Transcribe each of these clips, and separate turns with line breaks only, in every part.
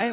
哎，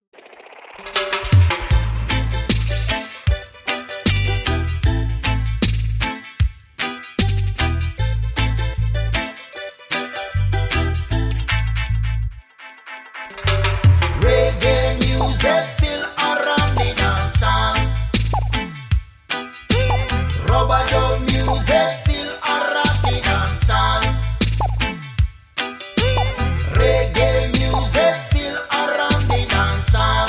Reggae music still around the dance hall. Rubber dub music still around the dance hall. Reggae music still around the dance hall.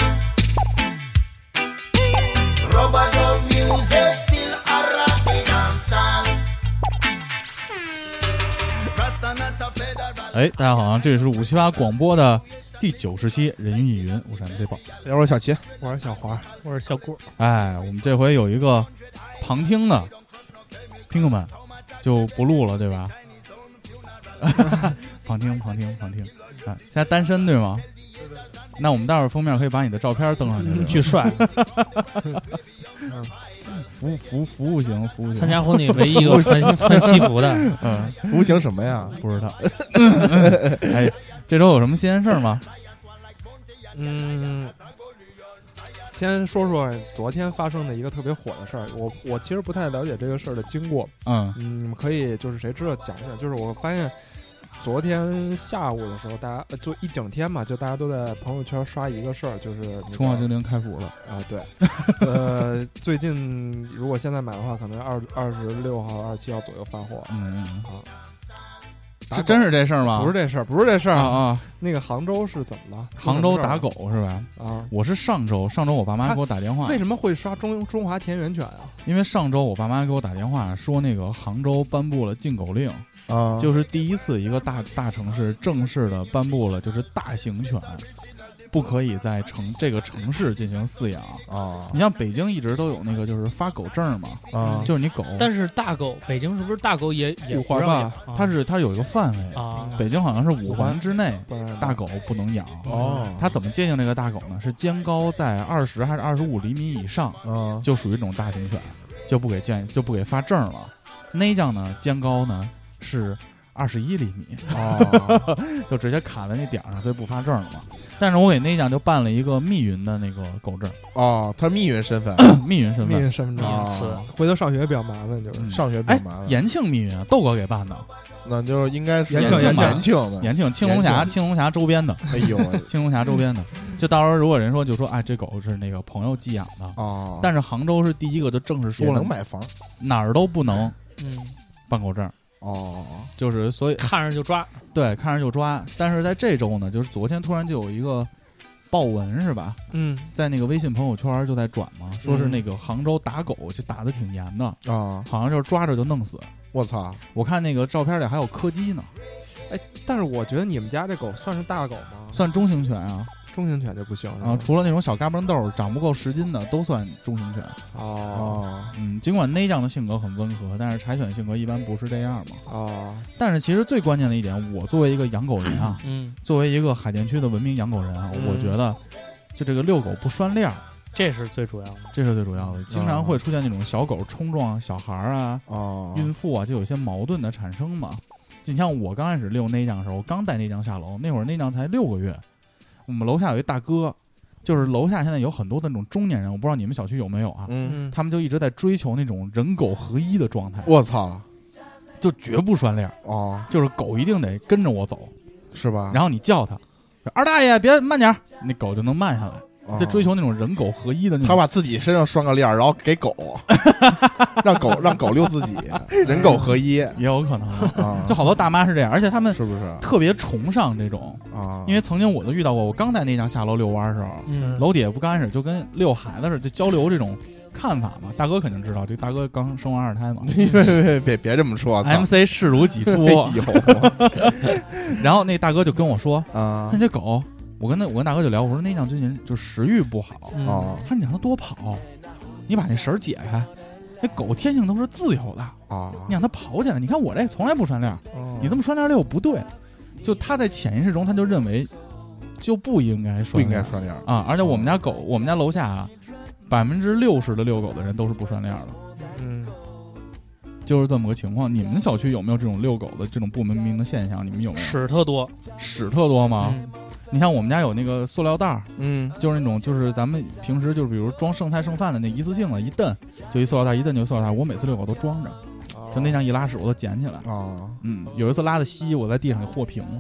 Rubber dub music still around the dance hall. Rasta nuts are federal.
哎，大家好啊，这里是五七八广播的第九十期《人云亦云》，我是 MC 豹。
大家好，我是小齐，
我是小华，我是小郭。
哎，我们这回有一个旁听的听友们就不录了，对吧？ 旁听，旁听，旁听。哎，现在单身对吗？那我们待会儿封面可以把你的照片登上去，对吧
巨 帅！
服服服务型，服务型。
参加婚礼唯一一个穿 穿西服的，
嗯，
服刑什么呀？
不知道。 哎，这周有什么新鲜事儿吗？
嗯，先说说昨天发生的一个特别火的事儿。我我其实不太了解这个事儿的经过，
嗯
嗯，可以就是谁知道讲讲。就是我发现昨天下午的时候，大家呃就一整天嘛，就大家都在朋友圈刷一个事儿，就是那个
冲浪精灵开服了。
啊，对，呃， 最近如果现在买的话，可能二二十六号、二十七号左右发货。
嗯，嗯
啊
嗯这真是这事儿吗？
不是这事儿，不是这事儿
啊！啊！
那个杭州是怎么了？
杭州打狗是吧？
啊？
我是上周，上周我爸妈给我打电话
为，什么会刷中中华田园犬啊？
因为上周我爸妈给我打电话说，那个杭州颁布了禁狗令，
啊，
就是第一次一个大大城市正式的颁布了，就是大型犬不可以在城这个城市进行饲养。
啊
你像北京一直都有那个就是发狗证嘛，
啊，
就是你狗，
但是大狗，北京是不是大狗也也
五
不
环
让
吧
养？啊
它是它有一个范围，
啊，
北京好像是五环之内
不然
大狗嗯不能养。
哦，
它怎么界定这个大狗呢？是肩高在二十还是二十五厘米以上？
啊
就属于这种大型犬，就不给建就不给发证了。内将呢，肩高呢是二十一厘米，
啊
就直接卡在那点儿上，所以不发证了嘛。但是我给内将就办了一个密云的那个狗证，
哦，他密云身份，
密云身
命
份，
运身份证，
啊
词
回头上学比较麻烦，就是
嗯
上学比
哎
较麻，烦，
延庆密云啊，豆哥给办的，
那就应该是
延庆延庆
延庆的，
延庆青龙峡
嗯延
青龙峡周边的，
哎呦，
青龙峡周边的，就到时候如果人说就说，哎，这狗是那个朋友寄养的，
哦，
但是杭州是第一个就正式
也
说了
能，买房
哪儿都不能
嗯，
办狗证，
哦，
就是所以
看着就抓，
对，看着就抓。但是在这周呢，就是昨天突然就有一个报文是吧，
嗯，
在那个微信朋友圈就在转嘛，
嗯
说是那个杭州打狗就打的挺严的，
啊，
好像就是抓着就弄死。
我操，
我看那个照片里还有柯基呢，
哎，但是我觉得你们家这狗算是大狗吗？
算中型犬啊。
中型犬就不行
然后
了。
除了那种小嘎嘣豆儿长不够十斤的，都算中型犬。
哦
哦，
嗯，尽管内酱的性格很温和，但是柴犬性格一般不是这样嘛。
啊
哦，
但是其实最关键的一点，我作为一个养狗人 啊，
嗯，
作为一个海淀区的文明养狗人啊，
嗯
我觉得就这个遛狗不拴链儿。
这是最主要的。
这是最主要的。经常会出现那种小狗冲撞小孩儿啊、
哦，
孕妇啊，就有一些矛盾的产生嘛。就你像我刚开始遛内将的时候，我刚带内将下楼，那会儿内将才六个月。我们楼下有一大哥，就是楼下现在有很多的那种中年人，我不知道你们小区有没有啊？
嗯，
嗯，
他们就一直在追求那种人狗合一的状态，
我操，
就绝不拴链儿，
哦，
就是狗一定得跟着我走，
是吧？
然后你叫它，说二大爷别慢点儿，那狗就能慢下来。
后
在追。求那种人狗合一的那
啊他
种。
把自己身上拴个链儿，然后 给狗，让狗让狗遛自己，人狗合一
也有可能啊，
啊，
就好多大妈是这样，而且他们
是不是
特别崇尚这种，
啊？
因为曾经我就遇到过，我刚在那张下楼遛弯儿的时候，
嗯，
楼底下不刚开始就跟遛孩子似的，就交流这种看法嘛。大哥肯定知道，这大哥刚生完二胎 嘛
别别别别这么说，操啊
，MC 视如 己出。
哎
然后那大哥就跟我说
呦：“啊
那这狗，我跟那我跟大哥就聊，我说那样最近就食欲不好，
嗯
哦
他说你让它多跑，你把那绳儿解开。”那狗天性都是自由的，
啊！
你让它跑起来。你看我这从来不拴链儿，
哦
你这么拴链儿遛不对。就他在潜意识中，他就认为就不应该
不
拴
应
链
该
儿
拴链儿。
啊！而且我们家狗，我们家楼下啊，百分之六十的遛狗的人都是不拴链儿的，
嗯，
哦就是这么个情况。你们小区有没有这种遛狗的这种不文明的现象？你们有没有？
屎特多
屎特多吗？
嗯
你像我们家有那个塑料袋儿，
嗯，
就是那种就是咱们平时就是比如装剩菜剩饭的那一次性的，一蹬就一塑料袋，一蹬就一塑料袋。我每次遛狗都装着，就那样一拉屎我都捡起来。
啊，
嗯，有一次拉的稀，我在地上给和平了，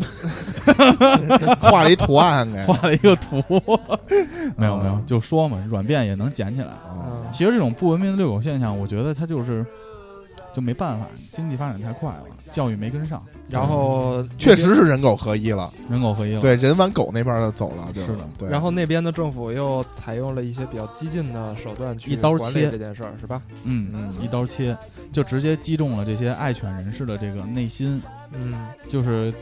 画了一图案给。
画了一个图。没有没有
啊，
就说嘛，软便也能捡起来。
啊
其实这种不文明的遛狗现象，我觉得它就是就没办法，经济发展太快了，教育没跟上，
然后
确实是人狗合一了，
人狗合一了。，
对，人往狗那边儿走了，对吧
是的
对。
然后那边的政府又采用了一些比较激进的手段去
一刀
管
切
理这件事儿，是吧？
嗯，
嗯
一刀切，就直接击中了这些爱犬人士的这个内心，
嗯，
就是。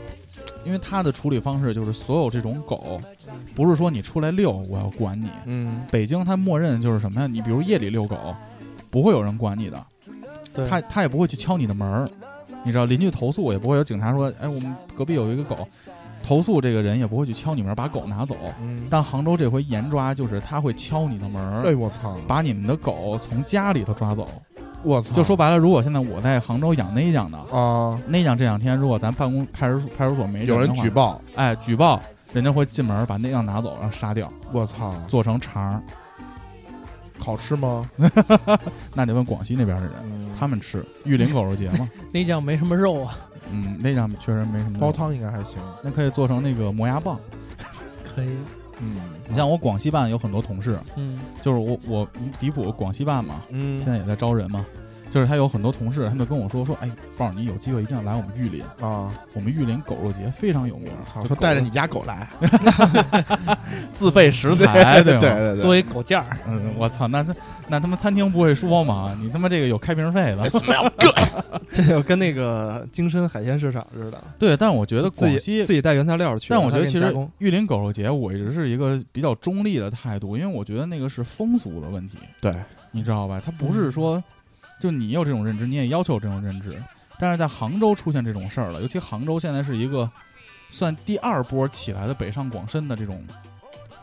因为他的处理方式就是所有这种狗，不是说你出来遛我要管你，
嗯，
北京它默认就是什么呀？你比如夜里遛狗，不会有人管你的，
对
他他也不会去敲你的门儿，你知道邻居投诉也不会有警察说，哎，我们隔壁有一个狗，投诉这个人也不会去敲你门儿把狗拿走。
嗯，
但杭州这回严抓，就是他会敲你的门
哎
儿，
我操，
把你们的狗从家里头抓走。
啊我操，
就说白了，如果现在我在杭州养内养的，
啊，
内养这两天如果咱办公派出所派出所没
有人
的话
举，报，
哎，举报人家会进门儿把内养拿走，然后杀掉，
我操，
做成肠儿，
好吃吗？
那得问广西那边的人。
嗯
他们吃玉林狗肉节 嘛，
那酱没什么肉啊，
嗯，那样确实没什么
煲
用，
汤应该还行。
那可以做成那个磨牙棒。
可以，
嗯，
你像我广西办有很多同事，
嗯，
就是我我迪普广西办嘛，现
嗯
在也在招人嘛，就是他有很多同事，他们就跟我说说，哎，豹儿你有机会一定要来我们玉林，
啊，
我们玉林狗肉节非常有名
我，操，
就
说
狗
带着你家狗来，
自备食材，
对
吧？
对对，
作为狗架儿，
嗯，我操，那他那他妈餐厅不会说嘛？你他妈这个有开瓶费
哎
的，
这就跟那个京深海鲜市场似的，
对，但我觉得
自
广
己
西
自己带原材料去，
但我觉得
他给
其
你加
实
工
玉林狗肉节，我一直是一个比较中立的态度，因为我觉得那个是风俗的问题，
对，
你知道吧？它不
嗯
是说就你有这种认知，你也要求有这种认知，但是在杭州出现这种事儿了，尤其杭州现在是一个算第二波起来的北上广深的这种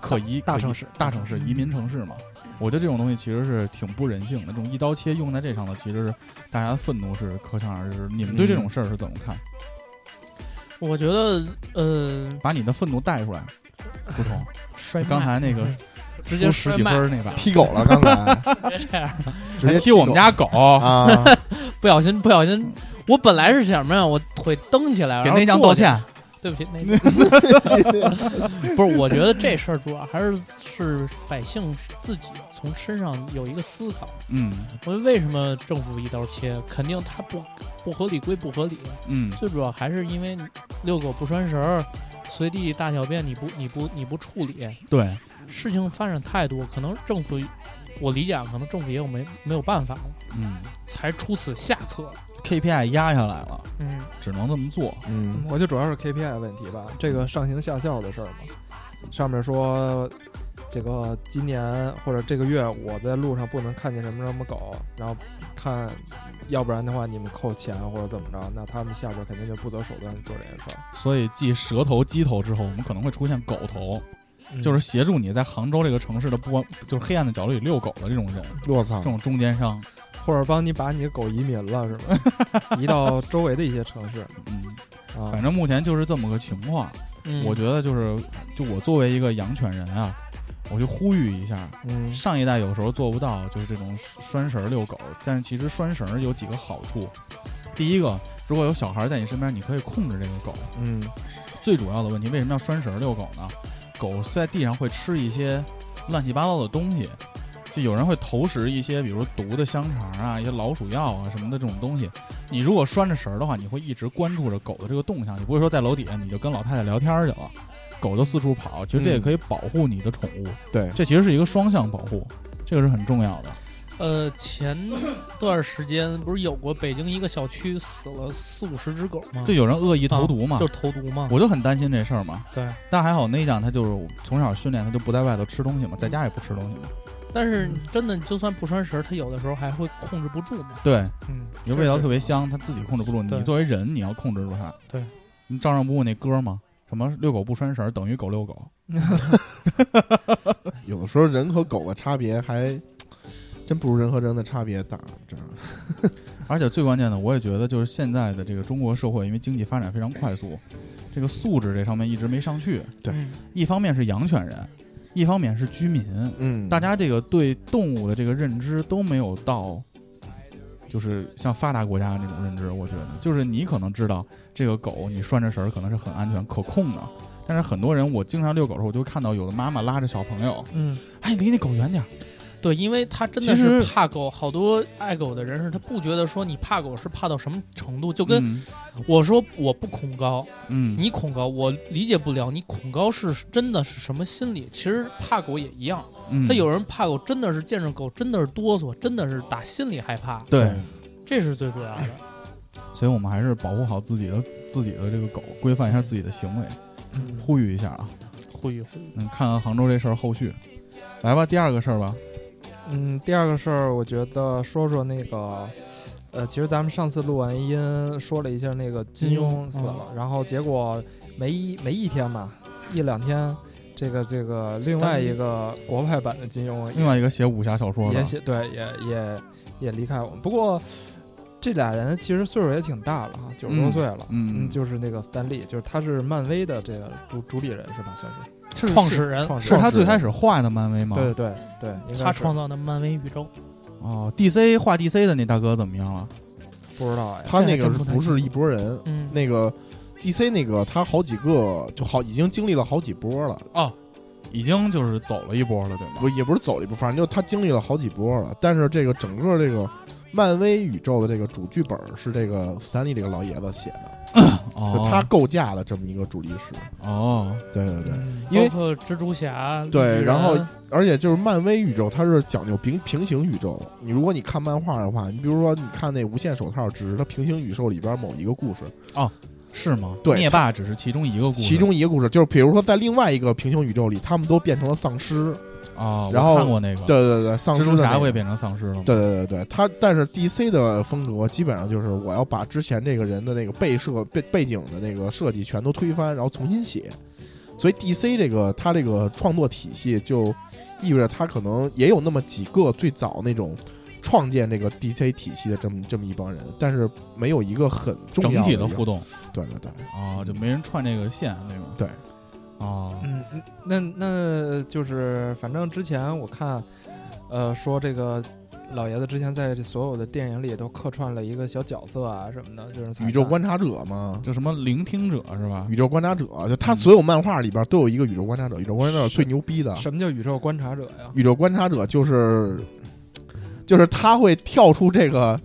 可疑
大
可疑
城市嗯
大城市移民城市嘛。我觉得这种东西其实是挺不人性的，这种一刀切用在这上头，其实是大家的愤怒是可想而知。你们对
嗯
这种事儿是怎么看？
我觉得呃，
把你的愤怒带出来，不同。
摔
刚才那个
直接
输十几分儿那把，
踢狗了，刚才
别这样，
直接
踢我们
家
家狗，
啊，
不小心不小心，我本来是想什么呀？我腿蹬起来，
给
然后
那酱
坐
道
下，
歉。
对不起，那不是，我觉得这事儿主要还是是百姓自己从身上有一个思考。
嗯
我觉得为什么政府一刀切，肯定它不不合理归不合理，
嗯
最主要还是因为你遛狗不拴绳儿，随地大小便你不你不你不处理，
对，
事情发展太多，可能政府我理解啊，可能政府也有没没有办法了，
嗯
才出此下策。
，KPI 压下来了，
嗯，
只能这么做。
嗯
我就主要是 KPI 问题吧，这个上行下效的事儿嘛。上面说这个今年或者这个月我在路上不能看见什么什么狗，然后看，要不然的话你们扣钱啊或者怎么着，那他们下边肯定就不择手段做这件事儿。
所以继蛇头、鸡头之后，我们可能会出现狗头，
嗯
就是协助你在杭州这个城市的不光就是黑暗的角落里遛狗的这种人，
我操
这，种中间商。
或者帮你把你的狗移民了是吧？移到周围的一些城市
嗯，
啊
反。正目前就是这么个情况。
嗯
我觉得就是，就我作为一个养犬人啊，我就呼吁一下，
嗯
上一代有时候做不到，就是这种拴绳儿遛狗，但是其实拴绳儿有几个好处。第一个，如果有小孩在你身边，你可以控制这个狗。
嗯
最主要的问题，为什么要拴绳儿遛狗呢？狗在地上会吃一些乱七八糟的东西，就有人会投食一些，比如毒的香肠啊、一些老鼠药啊什么的这种东西。你如果拴着绳儿的话，你会一直关注着狗的这个动向，你不会说在楼底下你就跟老太太聊天儿去了，狗就四处跑。其实这也
嗯
可以保护你的宠物，
对，啊
这其实是一个双向保护，这个是很重要的。
呃，前段时间不是有过北京一个小区死了四五十只狗吗？啊
就有人恶意投毒嘛，
就是投毒嘛。
我就很担心这事儿嘛。
对，
但还好那一仗他就是从小训练，他就不在外头吃东西嘛，在家也不吃东西嘛。
但是真的，就算不拴绳儿，它有的时候还会控制不住嘛。
对，
嗯，
你味道特别香，他自己控制不住。
对
你作为人，你要控制住他。
对，
你照上不误那歌嘛，什么遛狗不拴绳儿等于狗遛狗，
有的时候人和狗的差别还真不如人和人的差别大，这样
而且最关键的，我也觉得就是现在的这个中国社会，因为经济发展非常快速，这个素质这上面一直没上去。
对
嗯，
一方面是养犬人，一方面是居民，
嗯，
大家这个对动物的这个认知都没有到，就是像发达国家那种认知。我觉得，就是你可能知道这个狗你拴着绳儿可能是很安全可控的，但是很多人我经常遛狗的时候，我就看到有的妈妈拉着小朋友，
嗯，
哎，离那狗远点儿。
对，因为他真的
其实
是怕狗，好多爱狗的人是他不觉得说你怕狗是怕到什么程度，就跟
嗯
我说我不恐高，
嗯，
你恐高我理解不了，你恐高是真的是什么心理？其实怕狗也一样，
嗯
他有人怕狗，真的是见着狗真的是哆嗦，真的是打心里害怕，
对，
这是最主要的。
所以我们还是保护好自己的自己的这个狗，规范一下自己的行为，
嗯，
呼吁一下啊。
呼吁呼吁，
嗯，看看杭州这事儿后续。来吧，第二个事儿吧。
嗯，第二个事儿，我觉得说说那个，呃，其实咱们上次录完音说了一下那个金庸死了，然后结果没一没一天吧，一两天，这个这个另外一个国外版的金庸
另外一个写武侠小说
也
的，
写对也也也离开我们，不过这俩人其实岁数也挺大了哈，九十多
嗯
岁了。
嗯，
嗯，就是那个斯坦利，就是他是漫威的这个主主理人是吧？算是
是
创始人，
创始
是
人
他最开始画的漫威
啊
吗？
对对对，应该
他
是
创造的漫威宇宙，
哦，DC 画 DC 的那大哥怎么样了？
不知道哎，
他那
这
个
还真
是
不太
不是
清
一拨人？
嗯，
那个 DC 那个他好几个就好已经经历了好几波了，
已经就是走了一波了，对吗？
不也不是走了一波，反正就他经历了好几波了。但是这个整个这个漫威宇宙的这个主剧本是这个斯坦利这个老爷子写的，
哦
就，他构架的这么一个主历史。
哦，
对对对，
嗯
因为
包括蜘蛛侠，绿
对
巨
然后
人
而且就是漫威宇宙，它是讲究平平行宇宙。你如果你看漫画的话，你比如说你看那《无限手套》，只是它平行宇宙里边某一个故事，
是吗？
对
灭霸只是其中一个故事，
其中一个故事就是比如说在另外一个平行宇宙里，他们都变成了丧尸。
哦，我
然后
看过那个，
对对对，丧
蜘
尸
蛛
的
侠
那
不也
个
变成丧尸了吗？
对对对对，他但是 DC 的风格基本上就是我要把之前这个人的那个背设背背景的那个设计全都推翻，然后重新写。所以 DC 这个他这个创作体系就意味着他可能也有那么几个最早那种创建这个 DC 体系的这么这么一帮人，但是没有一个很重
整
要
体
的
的
一个
互动
对对对，
哦，就没人串这个线，对吗？
对，
哦，
嗯，那那就是反正之前我看，呃，说这个老爷子之前在这所有的电影里都客串了一个小角色啊什么的，就是彩蛋
宇宙观察者嘛。
就什么聆听者是吧？
宇宙观察者，就他所有漫画里边都有一个宇宙观察者，宇宙观察者最牛逼的，
什么叫宇宙观察者呀？
宇宙观察者就是，就是他会跳出这个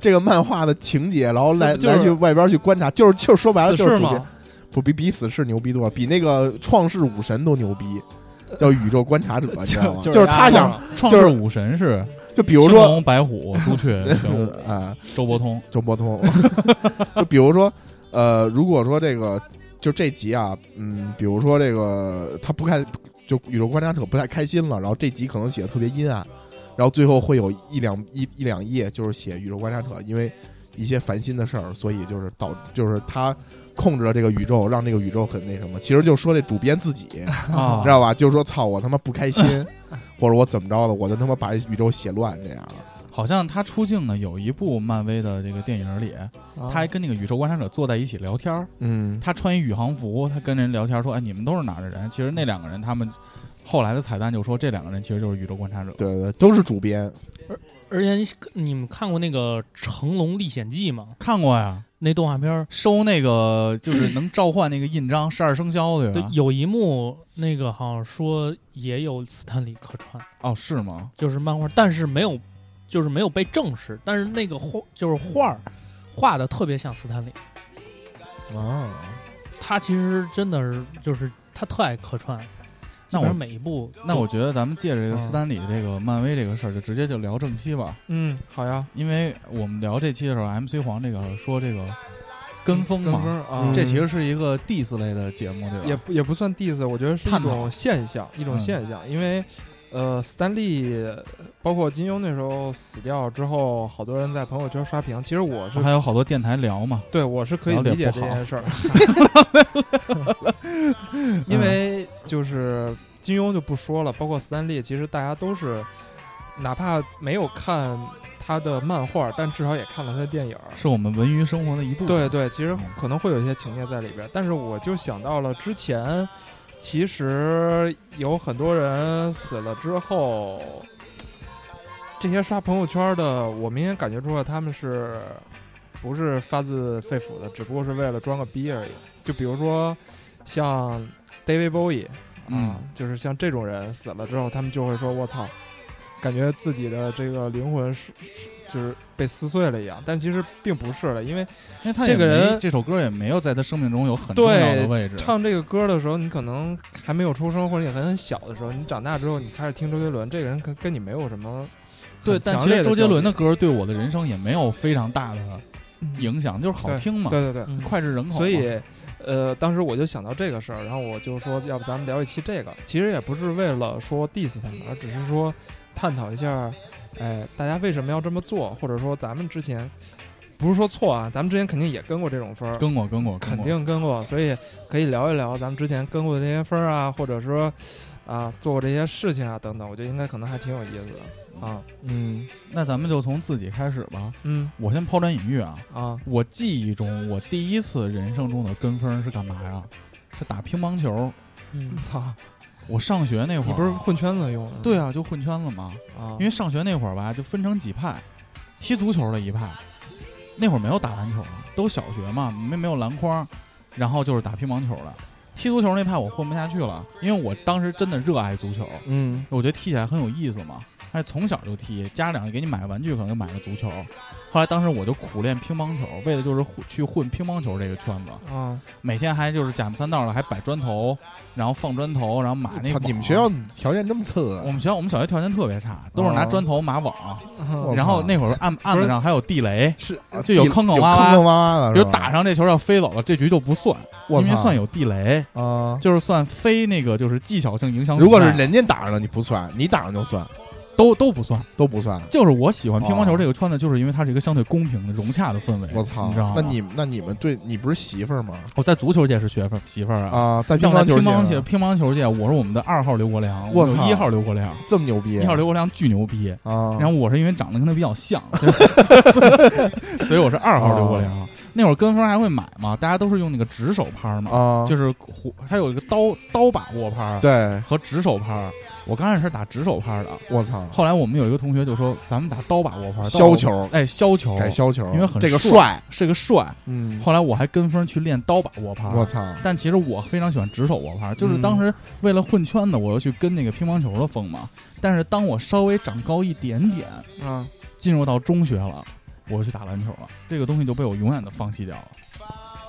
这个漫画的情节，然后来、
那不就是
来去外边去观察，就是就是说白了
死
就是
侍
主角
吗？
不比比死侍牛逼多了，比那个创世武神都牛逼，叫宇宙观察者，你知道吗？
就
就是是他
丫头
想，
创
就
世
是
武神是，
就比如说
青龙白虎、朱雀、玄武、
啊、呃
周伯 通，
周伯通，就比如说呃，如果说这个就这集啊，嗯，比如说这个他不开，就宇宙观察者不太开心了，然后这集可能写的特别阴暗，然后最后会有一两一一两页就是写宇宙观察者因为一些烦心的事儿，所以就是导就是他控制了这个宇宙，让这个宇宙很那什么，其实就说这主编自己，
啊
你知道吧？就是说操我他妈不开心，或者我怎么着的，我就他妈把这宇宙写乱这样了。
好像他出镜呢，有一部漫威的这个电影里，他还跟那个宇宙观察者坐在一起聊天儿。
啊嗯，
他穿一宇航服，他跟人聊天说：“哎，你们都是哪儿的人？”其实那两个人，他们后来的彩蛋就说这两个人其实就是宇宙观察者。
对对对，都是主编，
而且你你们看过那个《成龙历险记》吗？
看过呀，
那动画片儿，
收那个就是能召唤那个印章十二生肖对啊
对
吧，？
有一幕那个好像说也有斯坦李客串，
哦，是吗？
就是漫画，但是没有，就是没有被证实，但是那个画就是画儿画的特别像斯坦李，
啊，
他其实真的是就是他特爱客串，基
那
本
我
上每一部
那我觉得咱们借着这个
嗯
斯坦李这个漫威这个事儿，就直接就聊正期吧，
嗯，好呀，
因为我们聊这期的时候，MC 黄这个说这个跟风
跟
嘛，
风啊，
嗯这其实是一个 diss 类的节目，对吧？
也不也不算 diss，我觉得是一
探讨
种现象，一种
嗯
现象，因为呃，斯丹利，包括金庸那时候死掉之后，好多人在朋友圈刷屏。其实我是
还有好多电台聊嘛，
对我是可以
聊得
理解
不
这
好
件事儿，因
嗯
为就是金庸就不说了，包括斯丹利，其实大家都是，哪怕没有看他的漫画，但至少也看了他的电影儿。
是我们文娱生活的一部分。
对对，其实
嗯
可能会有一些情节在里边儿，但是我就想到了之前，其实有很多人死了之后，这些刷朋友圈儿的，我明显感觉出来他们是不是发自肺腑的，只不过是为了装个逼而已。就比如说像 David Bowie 啊，
嗯
就是像这种人死了之后，他们就会说：“我操，感觉自己的这个灵魂是是就是被撕碎了一样。”但其实并不是的，因为
因为他
这
也
个人
没这首歌也没有在他生命中有很重要的位置。
唱这个歌的时候，你可能还没有出生，或者你很小的时候，你长大之后，你开始听周杰伦，这个人跟跟你没有什么
对，
很
但
强
其
烈
实周杰伦
的
的歌对我的人生也没有非常大的
交集嗯
影响，就是好听嘛，
对对对，
嗯
脍炙人口嘛。
所以。呃，当时我就想到这个事儿，然后我就说，要不咱们聊一期这个。其实也不是为了说 diss 他们，而只是说探讨一下，哎，大家为什么要这么做，或者说咱们之前不是说错啊，咱们之前肯定也跟过这种风儿，
跟我跟我
肯
跟我，
定跟过，所以可以聊一聊咱们之前跟过的这些分儿啊，或者说啊做过这些事情啊等等，我觉得应该可能还挺有意思的啊。嗯
那咱们就从自己开始吧。
嗯
我先抛砖引玉啊，
啊
我记忆中我第一次人生中的跟风是干嘛呀？是打乒乓球。
嗯，
操，
我上学那会
你
儿，
不是混圈子用的？
对啊，就混圈子嘛。
啊，
因为上学那会儿吧，就分成几派，踢足球的一派，那会儿没有打篮球啊，都小学嘛，没没有篮筐，然后就是打乒乓球的。踢足球那派我混不下去了，因为我当时真的热爱足球，
嗯
我觉得踢起来很有意思嘛，而且从小就踢，家长给你买个玩具可能就买个足球。后来当时我就苦练乒乓球，为的就是混去混乒乓球这个圈子，
啊，
每天还就是假模三道的还摆砖头，然后放砖头，然后码那嗯
操，
个。
你们学校？哦条件这么次啊
我？们学校我们小学条件特别差，都是拿砖头码网，
啊
我
然后
靠
那会儿案案子上还有地雷，
是
啊
就有
地
坑坑
有
洼洼
坑坑洼洼的，
比如
是吧
打上这球要飞走了，这局就不算，
我
因为
操
算有地雷，
啊。
就是算非那个就是技巧性影响比赛。
如果是人家打上了，你不算，你打上就算，
都都不算，
都不算。
就是我喜欢乒乓球
哦
这个圈子，就是因为它是一个相对公平的融洽的氛围。
我操
你知道吗，？
那你那你们对你不是媳妇儿吗？
我在足球界是学分媳妇儿啊。
啊，在乒
但我
乓
在乒
球
乓
界
球
呢
乒乓球界，我是我们的二号刘国梁，
我
们有
操
一号刘国梁，
这么牛逼
一号刘国梁巨牛逼。
啊！
然后我是因为长得跟他比较 像，所以所以 我是二
哦
号刘国梁。那会儿跟风还会买嘛，大家都是用那个直手拍嘛，
啊，
就是虎，它有一个刀刀把握拍儿
对，
和直手拍儿。我刚开始是打直手拍儿的，
我操，
后来我们有一个同学就说，咱们打刀把握拍儿，
削
刀把
球
握，哎，削球，
改削球，
因为很
这个
帅
帅，
是个帅。
嗯，
后来我还跟风去练刀把握拍儿，
我操，
但其实我非常喜欢直手握拍儿，
嗯
就是当时为了混圈子，我又去跟那个乒乓球的风嘛。但是当我稍微长高一点点，
啊，
进入到中学了，我去打篮球了，这个东西就被我永远的放弃掉了。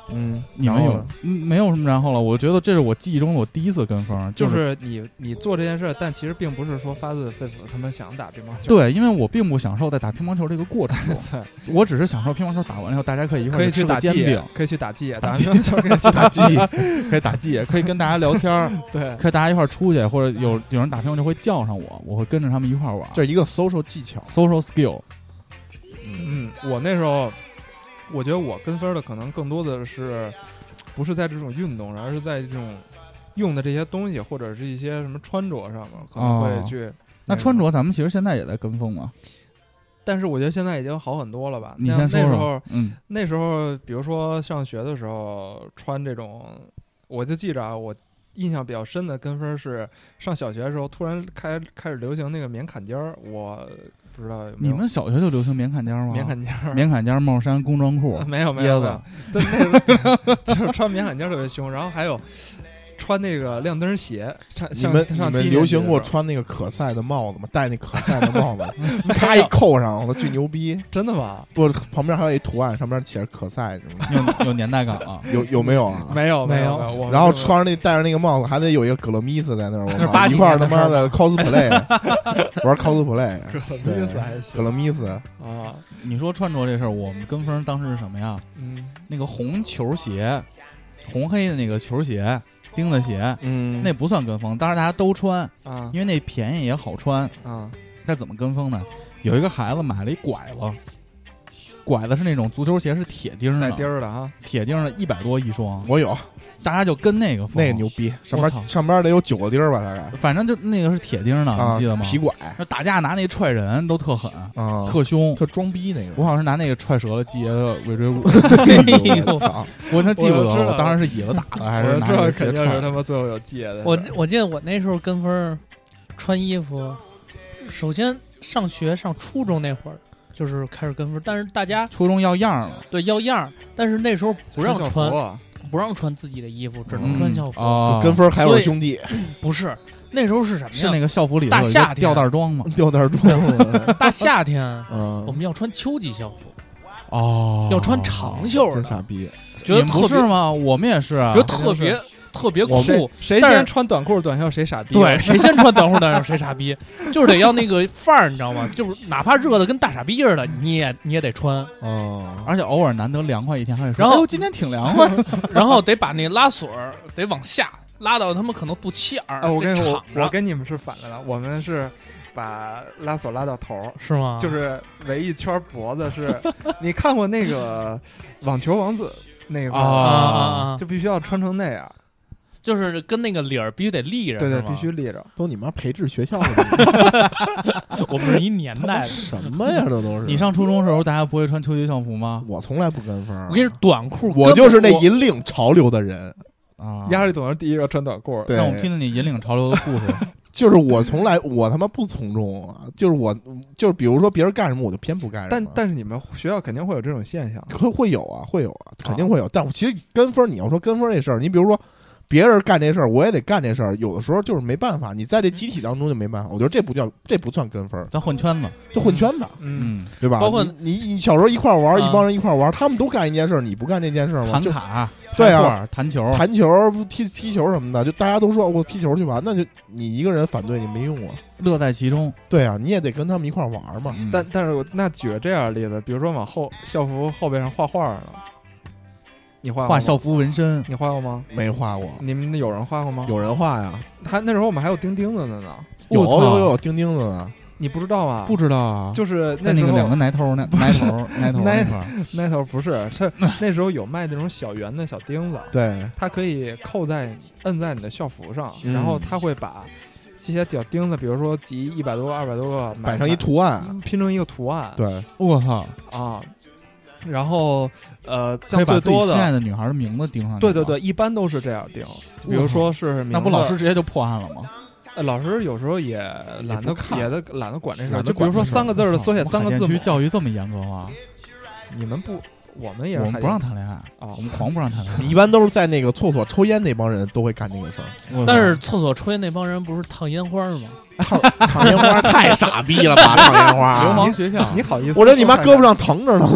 嗯，
你们
然后
有
呢
嗯没有什么然后了？我觉得这是我记忆中的我第一次跟风，啊
就是是你你做这件事儿，但其实并不是说发自肺腑他们想打乒乓球，，
对，因为我并不享受在打乒乓球这个过程中
对，
我只是享受乒乓球打完了以后，大家可以一块
可
儿
以
吃
去
个
打
煎
鸡
饼，，
可以去打鸡，
打
打完
鸡
乒乓球可以去打鸡，
可以打鸡，可以跟大家聊天儿，
对，
可以大家一块儿出去，或者有有人打乒乓球会叫上我，我会跟着他们一块儿玩。
这是一个 social 技巧，
social skill，
嗯，我那时候，我觉得我跟风儿的可能更多的是，不是在这种运动上，而是在这种用的这些东西或者是一些什么穿着上面，可能
哦
会去。
那穿，着咱们其实现在也在跟风嘛。
但是我觉得现在已经好很多了吧？
你
像
先说
那时
说
候，，
嗯，
那时候，比如说上学的时候穿这种，我就记着啊，我印象比较深的跟风儿是上小学的时候，突然开开始流行那个棉坎肩儿，我不知道有没
你
有
们小学就流行棉坎肩吗？
棉坎肩儿，
棉坎肩、帽衫、工装裤
啊，没有没
椰
有，没
子
有，但那时候 就是穿棉坎肩儿特别凶，然后还有穿那个亮灯鞋，穿
你
像
们你
上
们
低
流
年级
行
的
过
时候
穿那个可赛的帽子吗？戴那可赛的帽 子，咔一扣上，我操，巨牛逼！
真的吗？
不，旁边还有一图案，上面写着可赛什么的，
有有年代感了。
有有没有啊？
没有
没
有
有
没有，我
然后
没有
穿上那戴上那个帽子，还得有一个葛勒咪斯在那儿， 我
是
操，
八
一
几
块儿
年
他
的
妈
事儿
的 cosplay 玩 cosplay，
可乐意思还
葛
行
勒咪斯
啊，
你说穿着这事儿，我们跟风当时是什么呀？
嗯
那个红球鞋，红黑的那个球鞋，钉子鞋，
嗯
那不算跟风，当时大家都穿，
啊
因为那便宜也好穿。
啊
这怎么跟风呢？有一个孩子买了一拐子，拐子是那种足球鞋，是铁钉儿
带
的，
钉儿的哈，
铁钉儿的，一百多一双，
我有
大家就跟那个风，
那个牛，逼，上
我操
边上边得有九个钉儿吧，大
啊
概
反正就那个是铁钉儿的，
啊
你记得吗？，
皮拐
就打架拿那踹人都特狠，
啊，
特凶。
特装逼那个
我。好像是拿那个踹折了季爷的尾椎骨，
哎呦我
啊
操！
我他记不得
我知道
了，我当时是椅子打的还是
我
拿
知道
那个
肯
鞋
定是
踹
他
的？
妈最后有借的。
我我记得我那时候跟风儿穿衣服，首先上学上初中那会儿就是开始跟风儿，但是大家
初中要样儿了，
对要样儿，但是那时候不让
校服
穿，
啊
不让穿自己的衣服，只能穿校服。
啊，
跟风还有
所以
兄弟
不是那时候是什么呀？
是那个校服里头
大
有一
夏
个
天
吊带装嘛？
吊带装，，
大夏天
嗯
我，们要穿秋季校服，
哦，
要穿长袖
真
的，
傻逼！
觉得
你们不
特
是
别，
吗？我们也是啊
觉得，特别特别
我们
酷。
谁
但是
先穿短裤短袖谁傻逼。
对，谁先穿短裤短袖谁傻逼，就是得要那个范儿，你知道吗？就是哪怕热的跟大傻逼似的，你也你也得穿，
啊，
而且偶尔难得凉快一天，还得说
然后
哎呦今天挺凉快，
然后得把那拉锁儿得往下拉到他们可能肚脐眼儿。
哎，我跟
得
我
敞着
我跟你们是反着的，我们是把拉锁拉到头儿，
是吗？
就是围一圈脖子是。你看过那个网球王子那个
啊
吗？
啊啊，
就必须要穿成那样，
就是跟那个理儿必须得立着，
对对
是，吗
必须。立
啊
着。
都你妈培智学校的，
我们是一年
他
代
妈
的。
什么呀？这都是
你上初中的时候，大家不会穿秋季校服吗？
我从来不跟风儿
我，跟你说，短裤
我就是那
一。
引领潮流的人。
啊，
压力总是第一个穿短裤，
对
让我们听听你引领潮流的故事。
就是我从来我他妈不从众啊！就是我就是比如说别人干什么我就偏不干什
但
么，
但是你们学校肯定会有这种现象，
会会有啊会有啊肯定会有。但我其实跟风儿，你要说跟风儿这事儿，你比如说别人干这事儿我也得干这事儿，有的时候就是没办法，你在这集体当中就没办法。我觉得这不叫这不算跟风儿，
咱混圈子，
就混圈子。
嗯，
嗯，
对吧？
包括
你你你小时候一块儿玩儿，
啊
一帮人一块儿玩儿，他们都干一件事儿，你不干这件事儿吗？
弹
就
卡，
对啊
啊，弹球，
弹球、踢踢球什么的，就大家都说我踢球去吧，那就你一个人反对你没用啊。
乐在其中。
对啊，你也得跟他们一块儿玩儿嘛。
嗯
但但是我那举个这样的例子，比如说往后校服后背上画画呢，你画过吗
画校，服纹身，
你画过吗？
没画过，
你们有人画过吗？，
有人画呀，
他那时候我们还有钉钉子的呢，
有
我操
有有钉钉子呢。
你不知道吗？
不，知道啊，
就是
在那
时候
个两个奶头那奶头奶头那
奶
块儿，
那头不是， 是那时候有卖那种小圆的小钉子，
对，
它可以扣在摁在你的校服上，
嗯
然后它会把这些小钉子，比如说集一百多个、二百多个，
摆上一图
啊
案。
拼成一个图案，
对，
我操，
啊，然后呃，
可
像
以把
最
自己
多
心爱的
的，
女孩的名字钉上。
对对对，，一般都是这样定，比如说是名字
那不老师，直接就破案了吗？
呃老师有时候也懒
不
得
看
也的懒得管这事儿，
懒得
就比如
管
说
这事儿
三个字儿的缩写，
我操
三
海
个
淀
字母
区，教育这么严格吗？
你们不，我们也
我们
是哎海
不让
淀
谈恋爱，
啊
我，们狂不让谈恋 爱。
一般都是在那个厕所抽烟那帮人都会干这个 事儿。
我操
嗯
但是厕所抽烟那帮人不是烫烟花儿吗？
烫烟花太傻逼了 吧！烫烟花，
流氓学校，
你好意思，
我这你妈胳膊上疼着呢，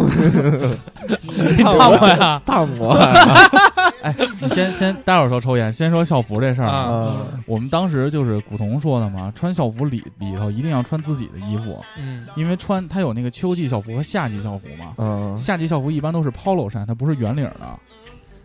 你烫过呀？
烫我。
哎，你先先待会儿说抽烟，先说校服这事儿
啊
嗯
我们当时就是古潼说的嘛，穿校服里里头一定要穿自己的衣服，
嗯，
因为穿它有那个秋季校服和夏季校服嘛。
嗯，
夏季校服一般都是 polo 衫，它不是圆领的。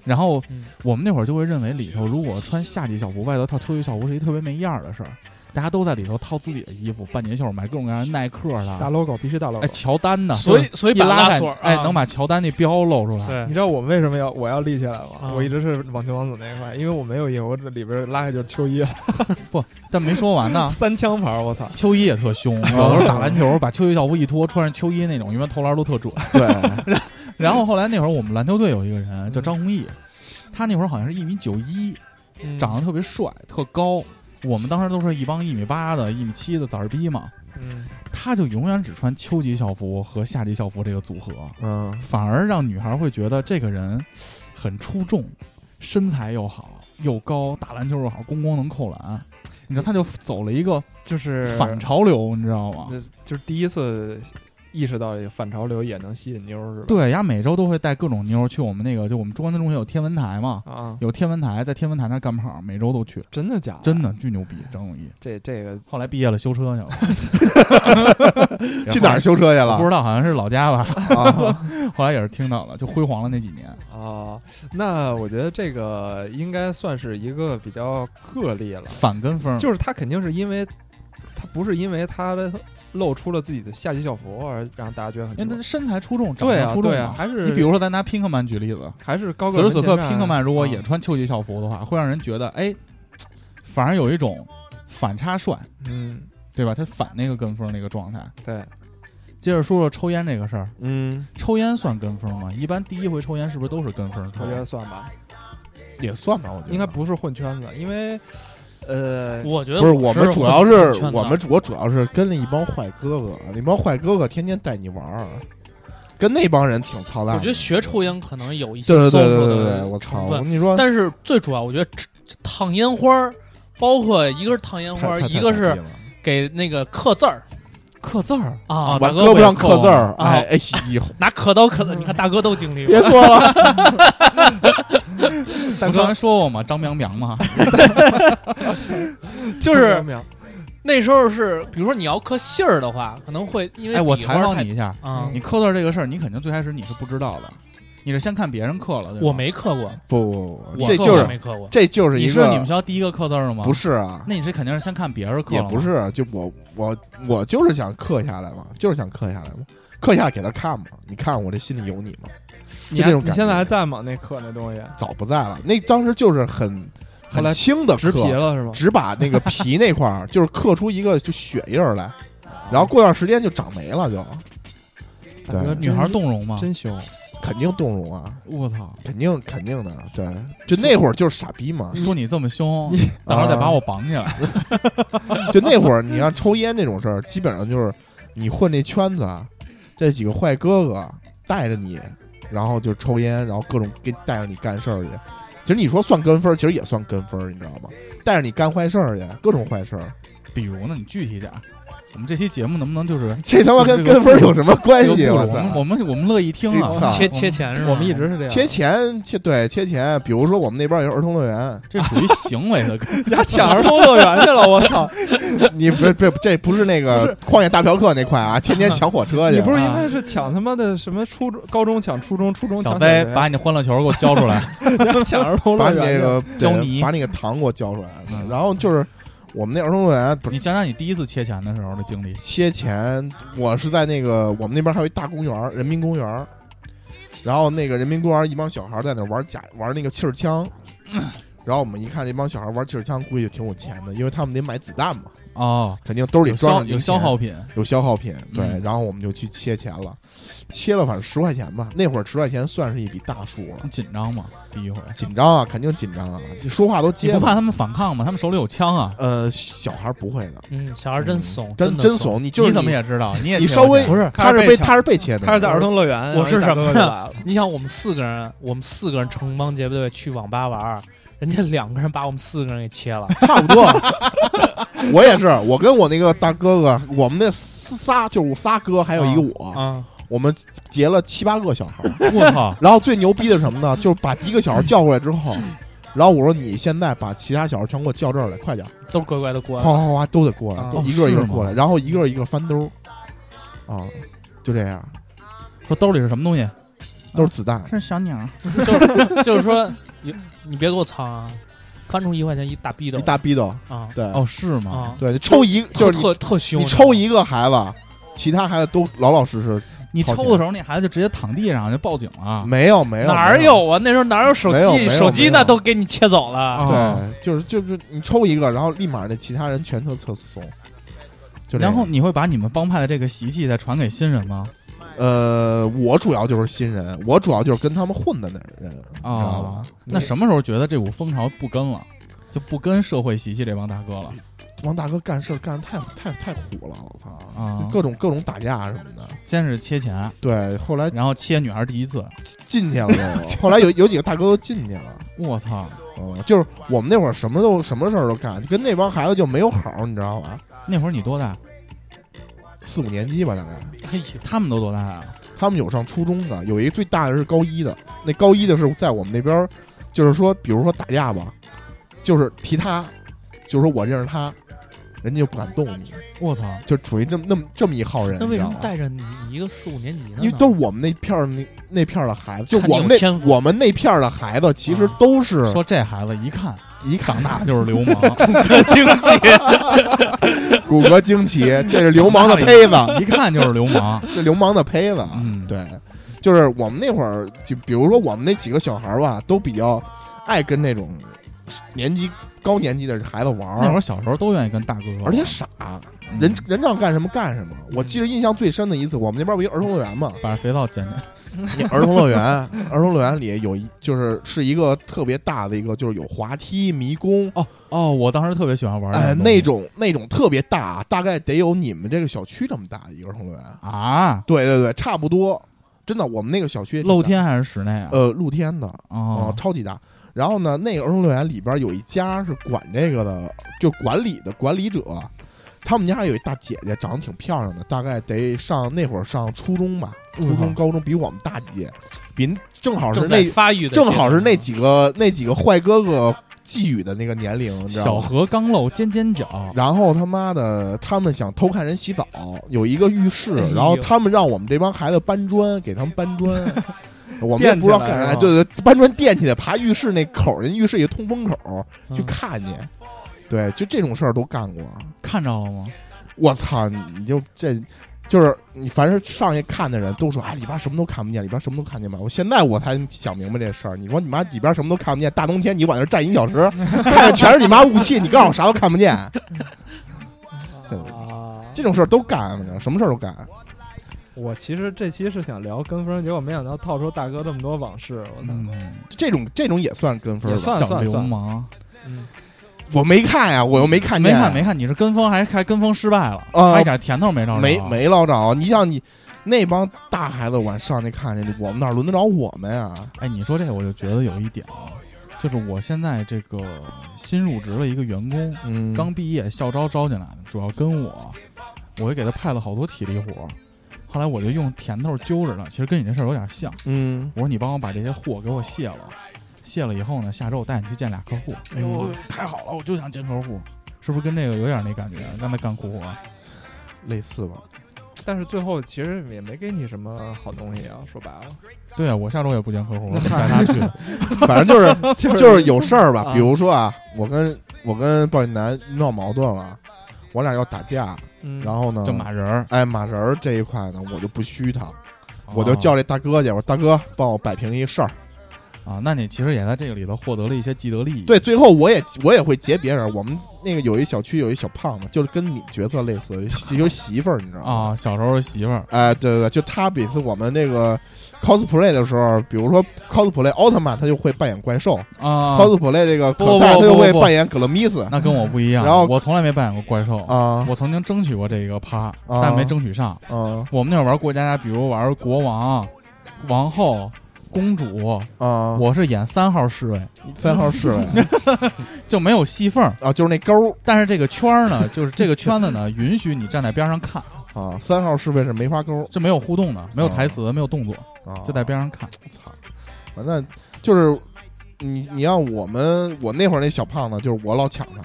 然后
嗯
我们那会儿就会认为里头如果穿夏季校服，外头套秋季校服是一特别没样儿的事儿，大家都在里头套自己的衣服，半截袖，买各种各样的耐克
大
的，
logo 必须大 logo
哎，。乔丹的，
所以所以
一
把
拉开
锁儿，
哎，
啊
能把乔丹那标露出来。
你
对
知道我为什么要我要立起来吗？
啊
我一直是网球王子那一块，因为我没有衣服，我这里边拉开就是秋衣了，，
但没说完 呢
三枪牌儿，我操！
秋衣也特凶，有的时候打篮球把秋季校服一脱，穿上秋衣那种，因为投篮都特准。
嗯对，
然后后来那会儿我们篮球队有一个人叫张宏毅，他那会儿好像是一米九一，
嗯
长得特别帅，特高。我们当时都是一帮一米八的、一米七的崽儿逼嘛，
嗯，
他就永远只穿秋季校服和夏季校服这个组合，
嗯。
反而让女孩会觉得这个人很出众，身材又好，又高，打篮球又好，咣咣能扣篮。你知道，他就走了一个
就是
反潮流，你知道吗？
这就是第一次意识到这个反潮流也能吸引妞儿是吧？
对，丫每周都会带各种妞儿去我们那个，就我们中关村中学有天文台嘛，
啊，
有天文台，在天文台那儿干炮，每周都去，
真的假的？
真的巨牛逼，张永义。
这这个
哎后来毕业了修车去了，
去哪儿修车 去
我
了？
不知道，好像是老家吧。
道啊，
后来也是听到了，就辉煌了那几年。
哦，那我觉得这个应该算是一个比较个例了，
反跟风，
就是他肯定是因为他不是因为他露出了自己的夏季校服而让大家觉得很奇
因为
怪
他身材出众，长
对
相
啊
出众
对
嘛。
啊，还是
你比如说，咱拿 Pinkman 举例子，
还是高个
此时此刻 Pinkman 如果
嗯
也穿秋季校服的话，会让人觉得，哎，反而有一种反差帅，
嗯
对吧？他反那个跟风那个状态。
对
接着说说抽烟这个事儿，
嗯，
抽烟算跟风吗？一般第一回抽烟是不是都是跟风抽
我？觉得算吧，
也算吧，我觉得
应该不是混圈子，因为呃
我觉得
不是，嗯我们主要是
混圈的
我们主我主要是跟了一帮坏哥哥，那帮坏哥哥天天带你玩儿，跟那帮人挺操蛋的。
我觉得学抽烟可能有一些
对对
松
对
手
对对对，
的
我操！
成
我
分，
跟你说，
但是最主要，我觉得烫烟花儿，包括一个是烫烟花
太
儿，
太
一个
太
是
牛逼了
给那个刻字儿
刻字儿，
啊，大
往
哥
胳
不
膊
也
上
扣
刻
吗
字儿，
啊
哎，哎呦，
拿刻刀刻的，你看大哥都经历
别
过。
说了，
我刚才说过嘛，张明阳嘛，
就是那时候是，比如说你要刻信儿的话，可能会因为
哎，我
笔
采
画
访
太
你一下，
啊，
你刻字儿这个事儿，你肯定最开始你是不知道的，你是先看别人刻了。对吧
我，没刻过，
不不不，
我
这
刻
就
过
是
没刻过。
这就是
你
一
是
个
你们学校第一个刻字儿吗？
不，是啊，
那你是肯定是先看别人刻
也
了吗
不，是，啊就我我我就是想刻下来嘛，就是想刻下来嘛，刻下来给他看嘛，你看我这心里有你嘛，
你
就这种
你
感
现在
觉
还在吗？那课那东西
早不在了，那当时就是很
后来
很轻的
植皮
刻，
了是吗？
只把那个皮那块儿就是刻出一个就血印儿来，然后过段时间就长没了就，
大
对，
哥
呃女孩儿动容吗？
真凶，
肯定动容啊，
我操！
肯定肯定的，对，就那会儿就是傻逼嘛，
嗯
说你这么凶，到时候再
啊
把我绑起来。
就那会儿，你要抽烟这种事儿，基本上就是你混这圈子，啊，这几个坏哥哥带着你，然后就抽烟，然后各种给带着你干事儿去。其实你说算跟风儿，其实也算跟风儿，你知道吗？带着你干坏事儿去，各种坏事儿，
比如呢，你具体点儿，我们这期节目能不能就是
这他妈跟跟风儿有什么关
这
系？啊
个
哎我
故事
操！哎
我们我们我们乐意听
我
啊
操，
切切钱是吗？
我们一直是这 样，
切钱切对切钱，比如说我们那边儿有儿童乐园，
这属于行为 的，
家抢儿童乐园去了，我操！
你不不这不是那
不
个旷野大嫖客那块啊，天天抢火车去
你，不是应该是抢他妈的什么初中、高中抢初中、初中
小
抢
呆
学
把你的欢乐球给我交出来。
抢儿童
把
乐
你那
园去。
个
教
对
你
把你那个糖给我交出来
嗯。
然后就是我们那儿童乐园不是
你想想你第一次切钱的时候的经历，
切钱，我是在那个我们那边还有一大公园儿，人民公园儿。然后那个人民公园儿一帮小孩儿在那玩假玩那个气 儿枪，然后我们一看这帮小孩儿玩气儿枪，估计就挺有钱的，因为他们得买子弹嘛，
哦，
肯定兜里
有
装
消
着
有
零
消
钱
耗品，
有消耗品，对，
嗯
然后我们就去切钱了，切了反正十块钱吧，那会儿十块钱算是一笔大数了
你，紧张吗？第一回，
紧张啊，肯定紧张啊，这说话都
你
结
不
巴
怕他们反抗吗？他们手里有枪啊！
呃，小孩儿不会的，
嗯，小孩真怂，
真
真
真。怂，你就是
你怎么也知道，你也
你
切
稍
过
微
钱
不是
他
他是
是被
被抢
他是被切的，
他是在儿童乐园，
我是
然后一
什么
大哥就
呀
来了
你想，我们四个人，我们四个人成帮结队去网吧玩儿，人家两个人把我们四个人给切了。
差不多。 我也是，我跟我那个大哥哥，我们那仨就是我仨哥，还有一个我，
啊，
我们结了七八个小孩儿。
我操！
然后最牛逼的是什么呢？就是把第一个小孩叫过来之后，然后我说你现在把其他小孩全给我叫这儿来，快点儿，
都乖乖的过
哗
来。
哗哗都得过来，
啊
都一个一
哦
个
是吗
过来，然后一个一个翻兜儿，啊，就这样，
说兜里是什么东西？
都是子弹。
是小鸟。
就是就是说，你你别给我藏啊，翻出一块钱一大逼的
一大逼斗，
啊
对
哦，是吗？
啊，
对，你抽一就是
特特凶，
你你抽一个孩子，其他孩子都老老实实。
你
掏
抽
钱
的时候，那孩子就直接躺地上就报警啊了。
没有没有，
啊哪
没
儿有啊？那时候哪有手
没有没
机？
有
手机
没有
那都给你切走了。
啊
对，就是就是你抽一个，然后立马那其他人全都侧怂，就这样
然后你会把你们帮派的这个习气再传给新人吗？
呃，我主要就是新人，我主要就是跟他们混的那人，你知道
啊
吧？，
那什么时候觉得这股风潮不跟了，就不跟社会习气这帮大哥了？
王大哥干事儿干的太太太虎了，我操！
啊
就各种各种打架什么的，
先是切钱，
对，后来
然后切女孩第一次，
进去了 都，后来有有几个大哥都进去了，
我操，
嗯，就是我们那会儿什么都什么事儿都干，就跟那帮孩子就没有好，你知道吧？
那会儿你多大？
四五年级吧，大概
哎呀，
他们都多大啊？
他们有上初中的，有一个最大的是高一的，那高一的是在我们那边儿，就是说，比如说打架吧，就是提他，就是说我认识他，人家就不敢动你，
我操，
就处于这么那么这么一号人。
那为什
你知
么
道吗
带着你一个四五年级的呢？
因为 都是我们那片儿那那片儿的孩子，就
看你
我们
有天
那
赋
我们那片儿的孩子，其实
啊
都是
说这孩子一看
一
长
看
大就是流氓，
经济
骨骼惊 奇，这是流氓的胚子，
一看就是流 氓。
这流氓的胚子。啊
嗯，，
对，就是我们那会儿，就比如说我们那几个小孩儿吧，都比较爱跟那种年级高年级的孩子玩
那会
儿，
儿小时候都愿意跟大哥，
而且傻，
嗯
人人让干什么干什么。我记得印象最深的一次，我们那边儿不一儿童乐园嘛，
把肥皂捡起来，
儿童乐园，儿童乐园里有一就是是一个特别大的一个，就是有滑梯、迷宫，
哦 哦，我当时特别喜欢玩
哎，
东西
那种那种特别大，大概得有你们这个小区这么大的一个儿童乐园。
啊，
对对对，差不多，真的，我们那个小区也挺大
露天还是室内啊？
呃露天的哦
哦，
超级大。然后呢，那个儿童乐园里边有一家是管这个的，就管理的管理者，他们家有一大姐姐，长得挺漂亮的，大概得上那会儿上初中吧，初中高中比我们大几届，比正好是
正在
那
发育的阶段，啊
正好是那几个那几个坏哥哥寄予的那个年龄，你知道
小
吗？
河刚露尖尖角，
然后他妈的，他们想偷看人洗澡，有一个浴室
哎呦，
然后他们让我们这帮孩子搬砖，给他们搬 砖，我们也
垫
不知道
起
干
来
啥，
是吧
对对，搬砖垫起来，爬浴室那口儿，人浴室有通风口儿
嗯
去看去，对，就这种事儿都干过。
看着了吗？
我操，你你就这。就是你，凡是上去看的人都说，哎，里边什么都看不见，里边什么都看见吧。我现在我才想明白这事儿。你说你妈里边什么都看不见，大冬天你往那儿站一小时， 看见全是你妈雾气，你告诉我啥都看不见。
啊，
这种事儿都干，反正什么事儿都干。
我其实这期是想聊跟风，结果没想到套出大哥这么多往事，我操！
嗯，
这种这种也算跟风儿
也
吧？
算
小流
算
氓，
嗯，
我没看呀，我又没看
没
见，
看没看，你是跟风还还跟风失败了，
呃
还一点甜头没着啊呢，
没没捞着。啊你像你那帮大孩子往上去看去，我们哪轮得着我们呀？
哎，你说这我就觉得有一点啊，就是我现在这个新入职了一个员工，
嗯，
刚毕业校招招进来的，主要跟我，我也给他派了好多体力活儿。后来我就用甜头揪着他，其实跟你这事儿有点像。
嗯，
我说你帮我把这些货给我卸了，卸了以后呢，下周我带你去见俩客户。哎呦，太好了，我就想见客户，是不是跟这个有点那感觉？让他干苦活儿，
类似吧。
但是最后其实也没给你什么好东西啊，说白了，
对啊，我下周也不见客户，我带他去。
反正就是
就
就是有事儿吧。
啊
比如说啊，我跟我跟鲍俊南闹矛盾了，我俩要打架，
嗯
然后呢
就，马人儿，
哎，马人儿这一块呢，我就不虚他，我就叫这大哥去，我说大哥帮我摆平一事儿。
啊，那你其实也在这个里头获得了一些既得利益。
对，最后我也我也会截别人。我们那个有一小区有一小胖子，就是跟你角色类似，有一有一媳妇儿，你知道吗？
啊，小时候媳妇儿，
哎，对对对，就他每次我们那个 cosplay 的时候，比如说 cosplay 奥特曼，他就会扮演怪兽、
啊
c o s p l a y 这个
不
可赛，他
不
就
不
会
不
扮演葛勒米斯
那跟我不一样。
然后
我从来没扮演过怪兽，
啊
我曾经争取过这个趴，但没争取上。
啊
我们那会儿玩过家家，比如玩国王、王后、公主，
啊！
我是演三号侍卫，
三号侍卫
就没有戏份儿。
啊，就是那勾
但是这个圈儿 呢，就是这个圈子呢，允许你站在边上看，
儿啊，三号侍卫是梅花勾
这没有互动的，没有台词，没有动作，
儿啊，
就在边上看。
操，反正就是你你让我们我那会儿那小胖子，就是我老抢他。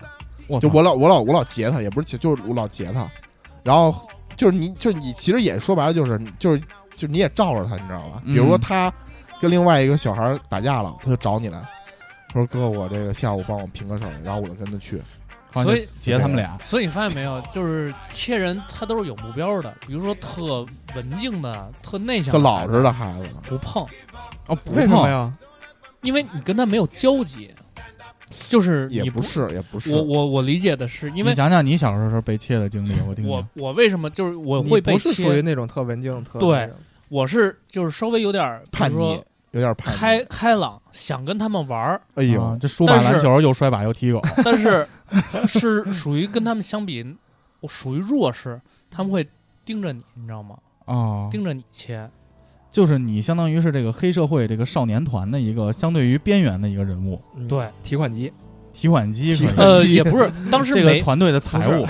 我
就
操
我老我老我老截他，也不是截，就是我老截他，然后就是你就是你其实也说白了就是就是就是你也罩着他，你知道吧？
嗯
比如说他跟另外一个小孩儿打架了，他就找你来，他说哥，我这个下午帮我评个事儿，然后我就跟他去，
好像就
所以
截他们俩，
所以你发现没有，就是切人他都是有目标的，比如说特文静的、特内向、
特老实，的孩子，
不碰，
哦，不
为什么
碰，
呀？
因为你跟他没有交集，就是
也
你
不。是也不是
我，我我理解的是，因为
你讲讲你小时候被切的经历，我听
我
听。
我为什么就是我
你
会被
不是属于
切，
那种特文静特
对
那种
我是就是稍微有点儿比
叛
如说
逆，有点叛逆，
开开朗，想跟他们玩儿，
哎呦、
啊这输把
但是
篮球又摔把又 踢狗，
但是是属于跟他们相比，我属于弱势，他们会盯着你，你知道吗？
啊，
盯着你切，
就是你相当于是这个黑社会这个少年团的一个相对于边缘的一个人物，
嗯
对。
提款 机，
提款机可以
提 款
呃，也不是，当时
嗯这个
没
团队的财务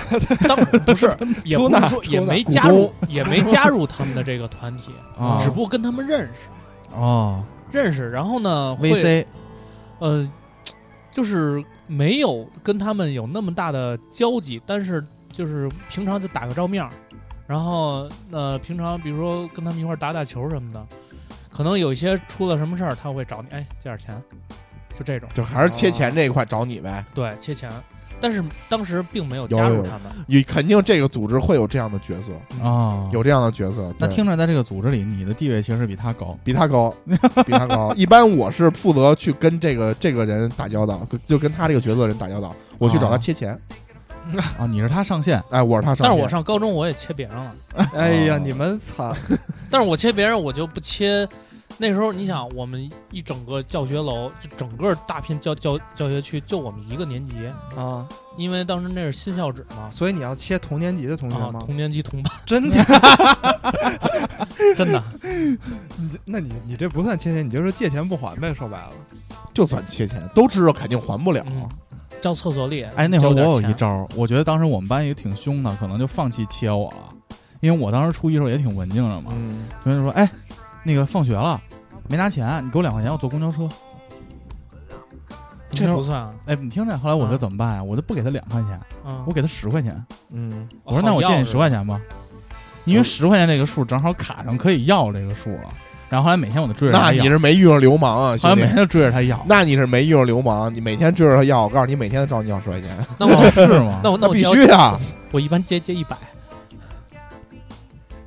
当不是，也不是说也没加
股
入，也没加入他们的这个团体，
啊
只不过跟他们认识
哦
认识，然后呢会
，VC
呃就是没有跟他们有那么大的交集，但是就是平常就打个照面儿，然后呃，平常比如说跟他们一块儿打打球什么的，可能有一些出了什么事儿，他会找你，哎，借点钱，就这种，
就还是切钱这一块找你呗。
对，借钱。但是当时并没有
有
加入
有
他们，
你肯定这个组织会有这样的角色，
啊。
有这样的角色。
那
对
听着，在这个组织里，你的地位其实比他高。
比他 高，比他高。一般我是负责去跟这个这个人打交道，就跟他这个角色人打交道，我去找他
啊
切钱。
啊，你是他上线，
哎，我是他上线，
但是我上高中我也切别人了，
哎呀，
哦
你们惨！
但是我切别人我就不切。那时候你想，我们一整个教学楼，就整个大片教教教学区，就我们一个年级，
啊，
因为当时那是新校址嘛，
所以你要切同年级哦的同学
啊，
吗？
同年级 同班，
真的？
真的，
你那你你这不算切钱，你就是借钱不还呗，说白了。
就算切钱，都知道肯定还不了。
嗯，叫厕所里，
哦哎，那会儿
交点
我有
钱
一招儿，我觉得当时我们班也挺凶的，可能就放弃切我了，因为我当时初一时候也挺文静的嘛。
嗯，
同学就说：“哎，那个放学了没拿钱，你给我两块钱，我坐公交车。”
这不算啊，
哎，你听着，后来我就
啊
怎么办呀？我就不给他两块钱，
嗯
我，给他十块钱。
嗯，
我说：“那我借你十块
钱，
钱吧，因为十块钱这个数正好卡上可以要这个数了。”然后后来每天我都追着
那
他
你
要，
是没遇上流氓啊，
后来
兄弟
每天。都追着他要，
那你是没遇上流氓，你每天追着他要，我告诉你，每天都找你要十块钱，
那我
哦是吗？
那我那我
必
要
须，啊！
我一般接接一百，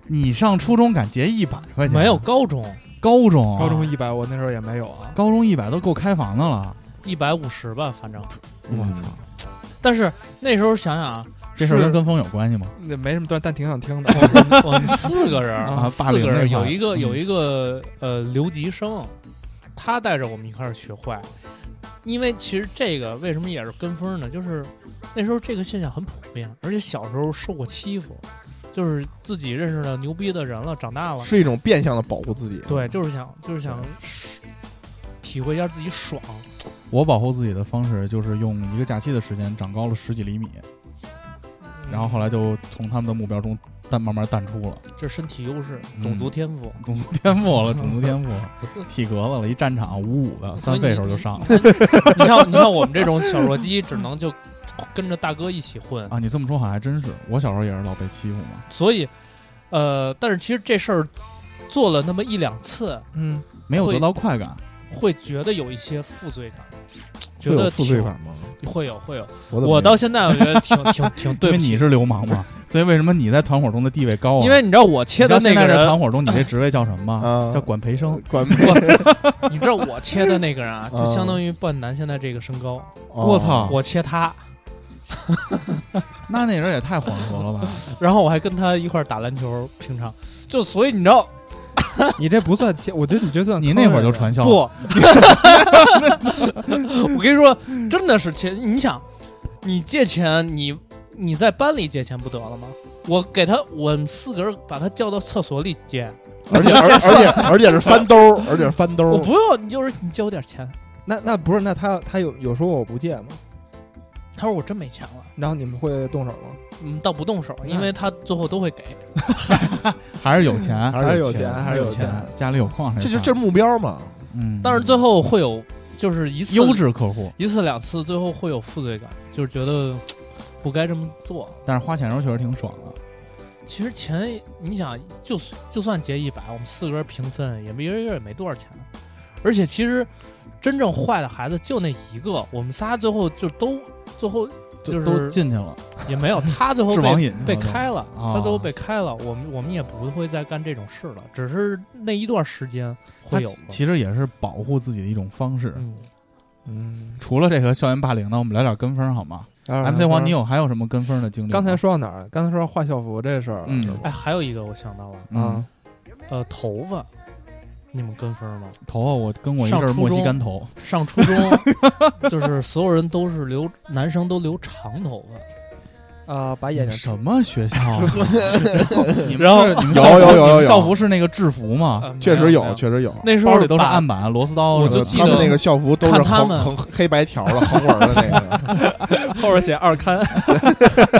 你上初中敢结一百块钱？
没有，高中
高中啊
高中一百，我那时候也没有啊。
高中一百都够开房的了。
一百五十吧，反正，
嗯
我操，
但是那时候想想啊，
这事儿
是
跟跟风有关系吗？
那没什么段，但挺想听 的。
我们我们四个人儿
啊
四
霸凌
个人
那
儿
一块
有
儿
一个
嗯
有一个呃留级生，他带着我们一块儿学坏。因为其实这个为什么也是跟风呢？就是那时候这个现象很普遍，而且小时候受过欺负，就是自己认识了牛逼的人了，长大了，
是一种变相的保护自己。
对，就是想就是想体会一下自己爽。
我保护自己的方式就是用一个假期的时间长高了十几厘米，
嗯
然后后来就从他们的目标中淡慢慢淡出了，
这是身体优势、
嗯
种族天赋，
种族天赋了，种族天赋，体格子了，一战场五五的，三费时候就上了
你像你像我们这种小弱鸡，只能就跟着大哥一起 混。
啊！你这么说好像还真是，我小时候也是老被欺负嘛。
所以，呃，但是其实这事儿做了那么一两次，
嗯，
没有
会
得到快感，
会觉得有一些负罪感，觉
会
得
有负罪
挺
感吗？
会有会有。
我怎么
我
没有
到现在我觉得挺挺 挺
因
对
为
不
你
起，
是流氓 嘛，所以为什么你在团伙中的地位高啊？
因为你知道我切的
你知道
那
现在
个
在
人，
团伙中，你这职位叫什么吗
啊？
叫管培生。
管没？
你知道我切的那个 人啊，就
嗯
相当于笨男现在这个身高，
哦
我操！
我切他，
那那人也太混合了 吧？
然后我还跟他一块儿打篮球，平常就所以你知道
你这不算切，我觉得你这算
你那会儿就
坑人
传销了
不， 我跟你说，真的是钱。你想，你借钱，你你在班里借钱不得了吗？我给他，我们四个人把他叫到厕所里借，
而且而而且而且是翻兜儿，而且是翻
嗯
兜
我
儿。哎
不用，你就是你借我点钱。
了。那那不是？那他他有有说我不借吗？
他说我真没钱了，
然后你们会动手吗？
嗯，倒不动手，因为他最后都会给。
还是有钱，
还是有
钱，
钱
还是
有
有
钱，家里有矿还
这
是
就
有
这是
矿，
目标嘛？
嗯，
但是最后会有，就是一次
优质客户，
一次两次，最后会有负罪感，就是觉得不该这么做。
但是花钱时候确实挺爽的。
其实钱，你想，就就算结一百，我们四个人平分，也没一人也没多少钱。而且其实真正坏的孩子就那一个，我们仨最后就都最后
就
就是
都进去了，
也 没有，他最后
致网
被
瘾去了
被
都
开了，
啊
他最后被开了，我们我们也不会再干这种事了，只是那一段时间
他
会有
其。其实也是保护自己的一种方式。
嗯，
嗯
除了这个校园霸凌呢，我们聊点跟风好吗？MC 黄，你有还有什么跟风的经历吗？
刚才说到哪儿？刚才说到换校服这事儿了，
嗯
是吧
哎，还有一个我想到了，
嗯
啊，，
呃，头发，你们跟风 吗？
头发我跟我一
上
阵儿
初
莫西
中
干头，
上初中就是所有人都是留男生都留长头发。
嗯
啊，把眼睛
什么学校啊？你们
然后
是你们
有
校服
有有有
你们
有
校服是那个制服吗？
啊
确实
没
有，
没
确实有。
那时候
包里都是
把
案板、螺丝刀
我
什么
就
的，
记
呃他们
得
那个校服都是
看他
横
们
横黑白条的横纹的那个，
后边写二刊，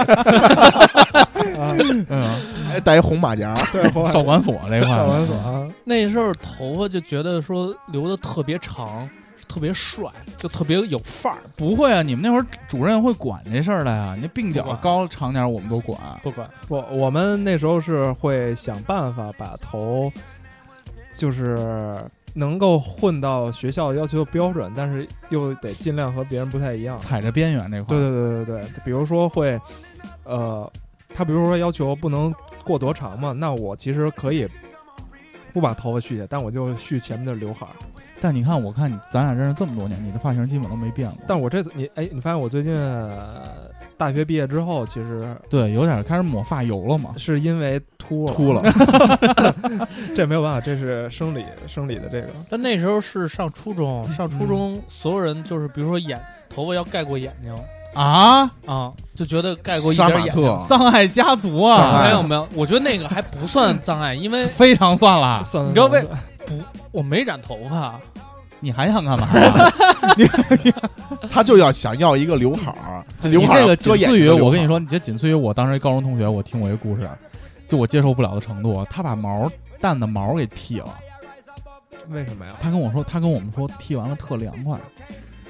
啊，
嗯，
还带一红马甲。
对，后边
少管所这块儿，
少管所啊，
那时候头发就觉得说留的特别长，特别帅，就特别有范儿，
不会啊，你们那会儿主任会管这事儿的呀。你鬓
不
角
管
高长点，我们都管。
不管
不，我们那时候是会想办法把头，就是能够混到学校要求的标准，但是又得尽量和别人不太一样。
踩着边缘这块
对
儿，
对对对对，比如说会，呃，他比如说要求不能过多长嘛，那我其实可以不把头发蓄起来，但我就蓄前面的刘海儿。
但你看，我看你，咱俩认识这么多年，你的发型基本都没变过。
但我这次你哎，你发现我最近、呃大学毕业之后，其实
对，有点开始抹发油 了嘛。
是因为秃了，
秃 了，
这没有办法，这是生理生理的这个。
但那时候是上初中，上初中所有人就是，比如说眼头发要盖过眼睛
啊，
啊，就觉得盖过一
杀
点
马
眼睛。
特，
葬爱家族
葬
啊，
爱
没有没有，我觉得那个还不算障碍，因为
非常算了。啊
算了
你知道为
算了
我没染头发，啊
你还想干嘛 呀？
他就要想要一个刘海 儿，刘
你
海
这
儿
个
遮
仅
掩
次于
着刘海儿
我跟你，说，你这仅次于我当时一高中同学，我听过一个故事，就我接受不了的程度，啊他把毛蛋的毛给剃了。
为什么呀？
他跟我说，他跟我们说剃完了特凉快，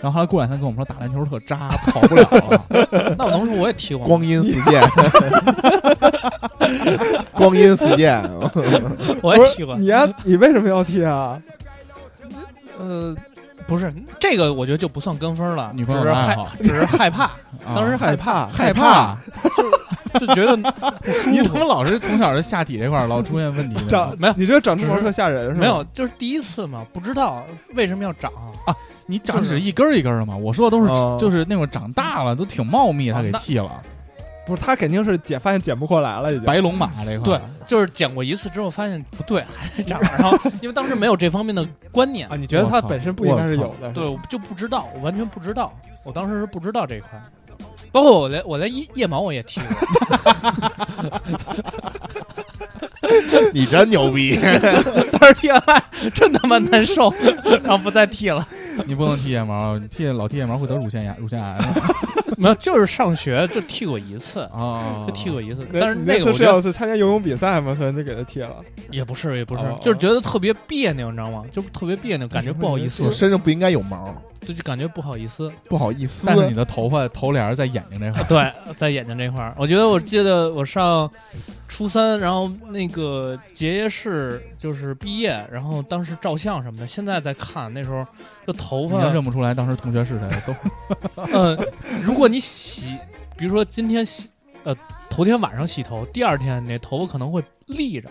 然后后来过两天跟我们说打篮球特扎，跑不了了。
那我能说我也剃过吗？
光阴似箭， 光阴似箭，
我也剃过。
你呀、你为什么要剃啊？
呃，不是这个，我觉得就不算跟风了，
女
只
朋友
是
的爱
害
好，
只是害怕，当时
啊
害 怕，
害怕，
就觉得不
你
舒
怎
服。
么老是从小这下体这块儿老出现问题呢？
长
没有
你这长这毛特吓人是吧？
没有，，就是第一次嘛，不知道为什么要长，
你长只一根儿一根儿的嘛？我说的都是
哦
就是那种长大了都挺茂密，他给
啊那
剃了。
不是他肯定是剪发现剪不过来了，已经。
白龙马这块儿
对就是剪过一次之后发现不对，还得 长。然后因为当时没有这方面的观念
啊，，你觉得他本身不应该是有的？
对，，我就不知道，我完全不知道，我当时是不知道这一块。包括我连我连腋腋毛我也剃过，
你真牛逼！
当时剃完了真他妈难 受，然后不再剃了。
你不能剃腋毛，你剃老剃腋毛会得乳腺炎、乳腺癌
没有，就是上学就剃过一次，
啊！
就剃过一次。
那
但是
你
那个
次
我
是
觉得
要去参加游泳比赛嘛，所以就给他剃了。
也不是，也不是
哦，
就是觉得特别别扭，你知道吗？就是特别别扭，感觉不好意思
我，身上不应该有毛，
就就感觉不好意思。
不好意思
但。是你的头发头帘儿在眼睛这块儿，
对，在眼睛这块儿，我觉得我记得我上初三，然后那个结业式就是毕业，然后当时照相什么的，现在再看那时候就头
已
发
经，认不出来当时同学是谁了，都
嗯、如果你洗，比如说今天洗，呃，头天晚上洗头，第二天你那头发可能会立着，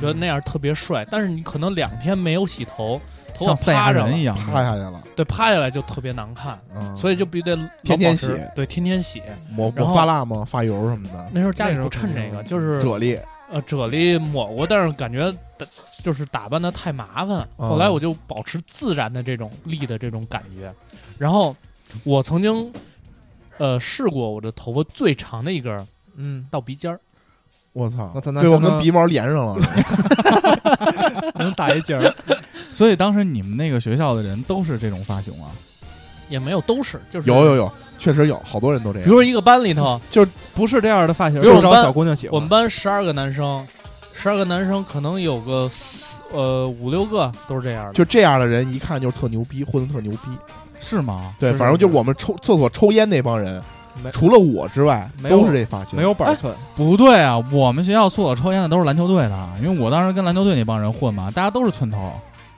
嗯
觉得那样特别帅，但是你可能两天没有洗头，头发
像赛亚
趴着了
人一样。
趴下去了，
对，趴下来就特别难看，
嗯
所以就必须得老
天天
保持
洗，
对，天天洗。
抹
然
抹
后
发蜡吗？发油什么的，
那时候家里
那时候
不趁这个，
肯定
就是
啫喱。
呃啫喱抹过，但是感觉打就是打扮的太麻烦。
嗯
后来我就保持自然的这种立的这种感觉。然后我曾经呃试过我的头发最长的一根儿
嗯，
到鼻尖儿，
我操
我操！那
最后
相当
跟鼻毛连上了，
能打一结儿。
所以当时你们那个学校的人都是这种发型啊？
也没有都是就是
有有啊有，确实有好多人都这
比
样
如。说一个班里头，
不是这样的发型，
比如我们
就找
班
小姑娘喜欢。
我们班十二个男生，十二个男生可能有个四呃五六个都是这样的。
就这样的人，一看就是特牛逼，混的特牛逼。
是吗？
对，
是
反正就是我们抽厕所抽烟那帮人
没，
除了我之外，
没有
都是这发型。
没有板寸，
不对啊，我们学校厕所抽烟的都是篮球队的，啊因为我当时跟篮球队那帮人混嘛，大家都是寸头。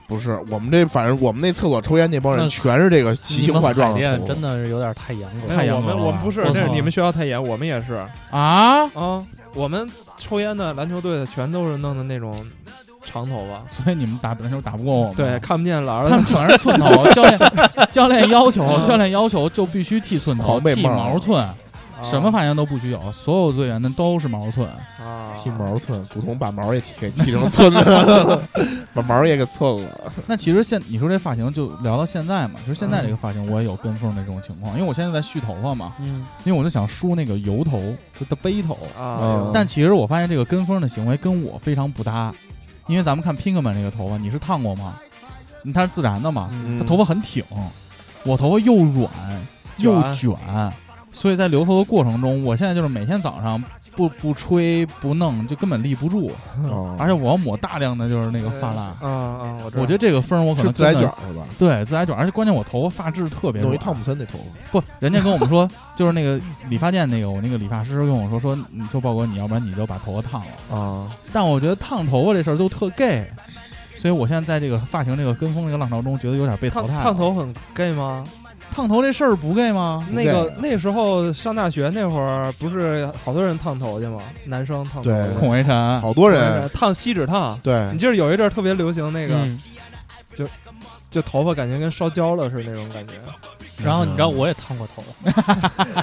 不是我们这，反正我们那厕所抽烟那帮人
那
全是这个奇形怪状
你们海
的
淀
头。
真的是有点太严格了。
太
没有
阳
我们
了
我们不是
我，操
这是你们学校太严，我们也是
啊，
啊。我们抽烟的篮球队的全都是弄的那种长头发，
所以你们打篮球打不过我们。啊
对，，看不见老儿
他们
子。
全是寸头，教练教练要求教练要求就必须剃寸头，
狂被
剃
骂
毛寸，
啊
什么发型都不许有，所有队员的都是毛寸。
啊？
剃毛寸，普通把毛也剃给剃成寸了，把毛也给寸了。
那其实现你说这发型就聊到现在嘛，其实现
嗯
在这个发型我也有跟风的这种情况，因为我现在在蓄头发嘛，
嗯，
因为我就想梳那个油头，就的背头。
啊
嗯，
但其实我发现这个跟风的行为跟我非常不搭，因为咱们看 Pinkman 这个头发，你是烫过吗？你它是自然的嘛，
嗯
他头发很挺，我头发又软又
卷
卷，所以在留头的过程中，我现在就是每天早上不不吹不弄就根本立不住，
哦
而且我要抹大量的就是那个发蜡。
啊啊，我知道
我觉得这个分儿我可
嗯是
能
自来
真
卷
的啊
是吧？
对自来卷，而且关键我头发发质特别
弄一
软
汤姆森那头发，
不，人家跟我们说， 就是那个理发店那个，我那个理发师跟我说说，你说豹哥，你要不然你就把头发烫了。
啊，
但我觉得烫头发这事儿就特 gay，所以我现在在这个发型这个跟风这个浪潮中，觉得有点被淘
烫
汰了
烫头很 gay 吗？
烫头这事儿不 gay 吗？
那个那时候上大学那会儿，不是好多人烫头去吗？男生烫头
对
去
孔维辰，
好多
对
人
烫锡纸烫。
对
你，记得有一阵儿特别流行那个，
嗯
就头发感觉跟烧焦了似的那种 感觉。
然后你知
嗯
道我也烫过头，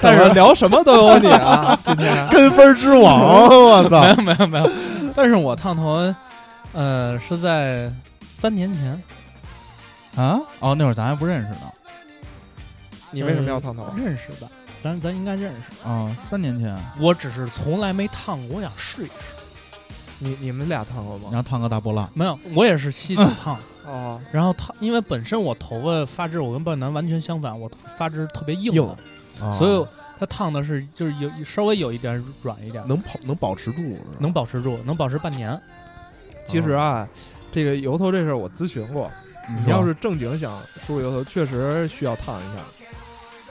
但是聊什么都有你 啊，今天
跟分之王，我
没
操！
有没有没有，啊但是我烫头，呃，是在三年前，
啊，哦，那会儿咱还不认识呢，
你为什么要烫头？
嗯认识吧？咱咱应该认识，
啊、三年前，
我只是从来没烫过，我想试一试。
你你们俩烫过吗？
然后烫个大波浪，
没有，我也是锡纸烫，
哦，
然后烫，因为本身我头发发质我跟笨男完全相反，我头发质特别硬的，
啊
所以它烫的是就是有稍微有一点软一点，
能保能保持住，是吧
能保持住，能保持半年。
其实啊，这个油头这事儿我咨询过，
你
你要是正经想梳油头，确实需要烫一下，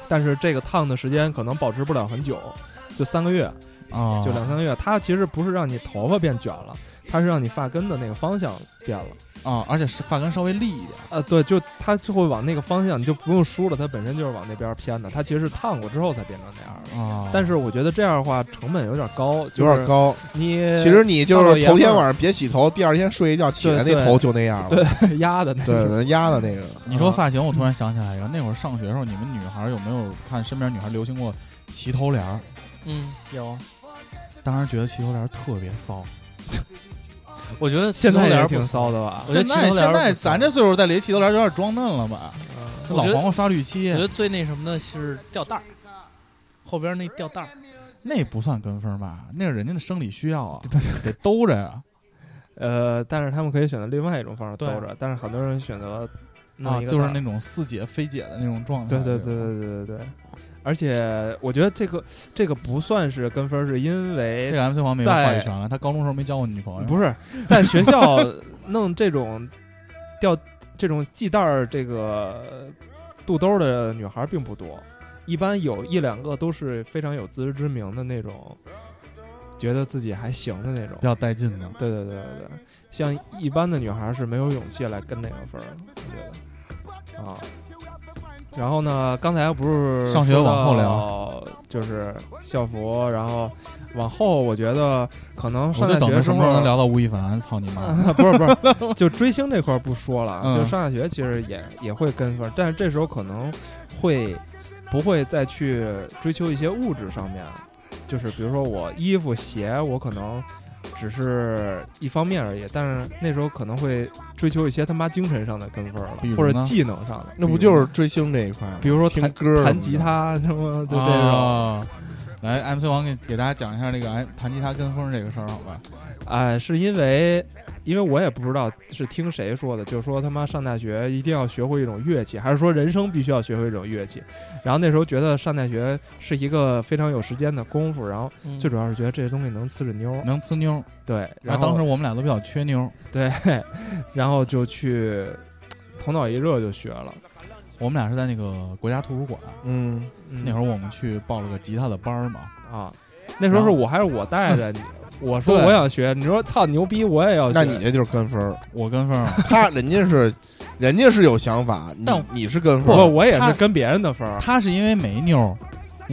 但是这个烫的时间可能保持不了很久，就三个月，
啊，
就两三个月。它其实不是让你头发变卷了，它是让你发根的那个方向变了。
啊，而且是发根稍微立一点，
呃，对，就它就会往那个方向，你就不用梳了，它本身就是往那边偏的。它其实是烫过之后才变成那样的。
啊，
但是我觉得这样的话成本有点高，
有点。高。
你
其实你就是头天晚上别洗头，第二天睡一觉起来那
对对
头就那样了。
对压的那
对，
个，
咱压的那个
你说发型，我突然想起来一个，那会儿上学的时候，你们女孩儿有没有看身边女孩儿流行过齐头帘儿？
嗯，有。
当时觉得齐头帘儿特别骚。
我觉得
现在
有
也
点
挺骚的吧？
我觉得
现在
齐头帘
现
儿
在
不骚
咱这岁数再理齐头帘儿有点装嫩了吧？
嗯
老
我觉得
黄瓜刷绿漆
我觉，得最那什么的是吊带儿，后边那吊带儿。
那不算跟风吧？那是人家的生理需要啊，得兜着呀。
呃，但是他们可以选择另外一种方式兜
对
着，但是很多人选择弄
啊，
一个
就是
袋儿
那种似姐非姐的那种状态。
对对对
吧，
对对对对，嗯而且我觉得这个这个不算是跟分儿，是因
这
为
个 MC 黄没有话语
在
权了，他高中时候没交过女朋友。
不是在学校弄这种吊 这种系带儿这个肚兜儿的女孩儿并不多，一般有一两个都是非常有自知之明的那种，觉得自己还行的那种
比。较带劲的，
对对对对对，像一般的女孩是没有勇气来跟那个分儿的，我觉得啊。然后呢，刚才不是
上学
说
往后
到
聊，
就是校服，然后往后我觉得可能
我
上
就
大
等
学
着什
时
么时候能
候。
聊到吴亦凡，操 你妈！
不是不是，就追星这块儿不说了，啊
嗯
就上大学其实也也会跟风，但是这时候可能会不会再去追求一些物质上面，就是比如说我衣服鞋，我可能只是一方面而已，但是那时候可能会追求一些他妈精神上的跟风了
比，如
或者
呢
技能上的，
那不就是追星这一块吗？
比如说
听
弹
歌什么的
弹吉，他什 么就这种，
啊来，MC 王给给大家讲一下那个哎弹吉他跟风这个事儿，好吧？
哎，是因为。因为我也不知道是听谁说的，就是说他妈上大学一定要学会一种乐器，还是说人生必须要学会一种乐器？然后那时候觉得上大学是一个非常有时间的功夫，然后
嗯
最主要是觉得这东西能呲着妞儿，
能呲妞，
对。
然
然
后嗯当
后
时我们俩都比较缺妞，
对，然后就去头脑一热就学了。
我们俩是在那个国家图书馆，
嗯，
那会
儿
儿我们去报了个吉他的班儿嘛，
啊，那时候是我还是我带着 你，我说
对
我想学，你说操牛逼，我也要学。
那你这就是跟风儿。
我跟风儿，
他人家是，人家是有想法，你
但
你是跟
不，
风儿。
我也
他
是跟别人的分儿。
他是因为没妞儿，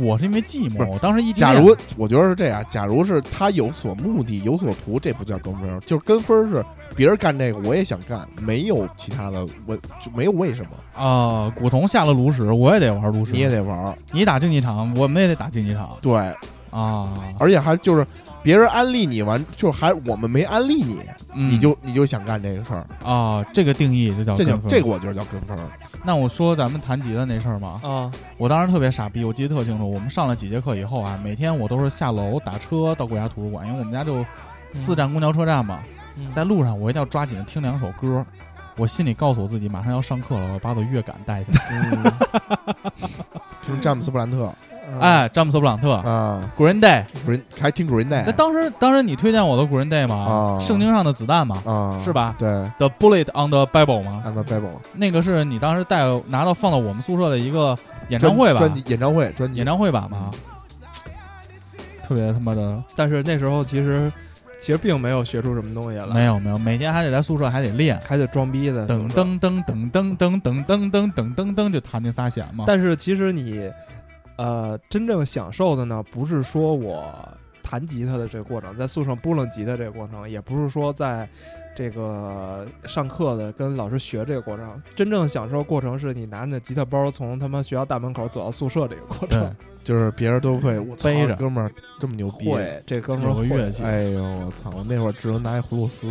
我是因为寂
不
寞。
是
我当时一
假
见
如我觉得是这样，假如是他有所目的、有所图，这不叫跟风儿，就是跟风儿是别人干这个我也想干，没有其他的，我就没有为什么，
啊、古潼下了炉石，我也得玩炉石，
你也得玩儿。
你打竞技场，我们也得打竞技场
对，
啊。
而且还就是别人安利你完，就是还我们没安利你，
嗯
你就你就想干这个事儿，
啊、这个定义就叫
这
跟
叫
风
这个我觉得叫跟风儿。
那我说咱们弹吉他那事儿嘛，
啊，
我当时特别傻逼，我记得特清楚。我们上了几节课以后啊，每天我都是下楼打车到国家图书馆，因为我们家就四站公交车站嘛，
嗯
在路上我一定要抓紧听两首歌。我心里告诉我自己，马上要上课了，我要把我的乐感带下来。
听詹姆斯布兰特，
嗯
哎，詹姆斯布朗特
啊
，Green Day。
，Green 还听 Green
那
Day
当时当时你推荐我的 Green Day 嘛
啊，
圣经上的子弹嘛
啊，
是吧
对
，The Bullet on the Bible 嘛，
，I'm a Bible
那个是你当时带拿到放到我们宿舍的一个演唱会吧，
专辑演唱会专辑
演唱会版嘛，特别他妈的
但是那时候其实其实并没有学出什么东西来，
没有没有，每天还得在宿舍还得练，
还得装逼的。
噔噔噔噔噔噔噔噔噔噔噔噔，就弹那仨弦嘛。
但是其实你，呃，真正享受的呢，不是说我弹吉他的这个过程，在宿舍拨弄吉他这个过程，也不是说在这个上课的跟老师学这个过程，真正享受过程是你拿着吉他包从他妈学校大门口走到宿舍这个过
对
程。
就是别人都会，我操
背着，
哥们儿这么牛 逼，
会，这哥们儿
有个
会
乐器，
哎呦我操，我那会儿只能拿一葫 芦丝，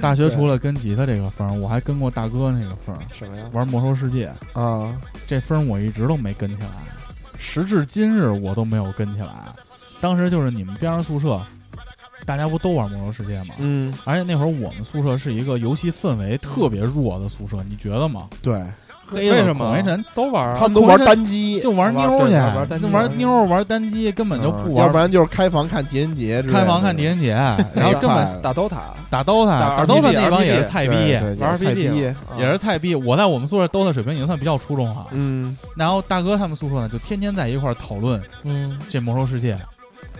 大学除了跟吉他这个风儿，我还跟过大哥那个风儿，
什么呀？
玩魔兽世界
啊，
这风儿我一直都没跟起来，时至今日我都没有跟起来。当时就是你们边上宿舍，大家不都玩魔兽世界吗？
嗯，
而且那会儿我们宿舍是一个游戏氛围特别弱的宿舍，你觉得吗？
对
黑
为
子
什么
孔维晨
都玩
他
啊？
们都玩单机，
就玩妞
玩
儿去，
对玩单机啊
就
玩
玩
单
妞儿玩单机，根本就不
嗯
玩
要不然就是开房看狄仁杰之类的，
开房看狄仁杰，啊然后根本
打
打 DOTA，
打 DOTA，打
打
DOTA
RPG
那帮也是菜逼，
玩 RPD
逼，
也是菜逼。我在我们宿舍 DOTA 水平已经算比较出众了。
嗯，
然后大哥他们宿舍呢，就天天在一块儿讨论
嗯，
这魔兽世界。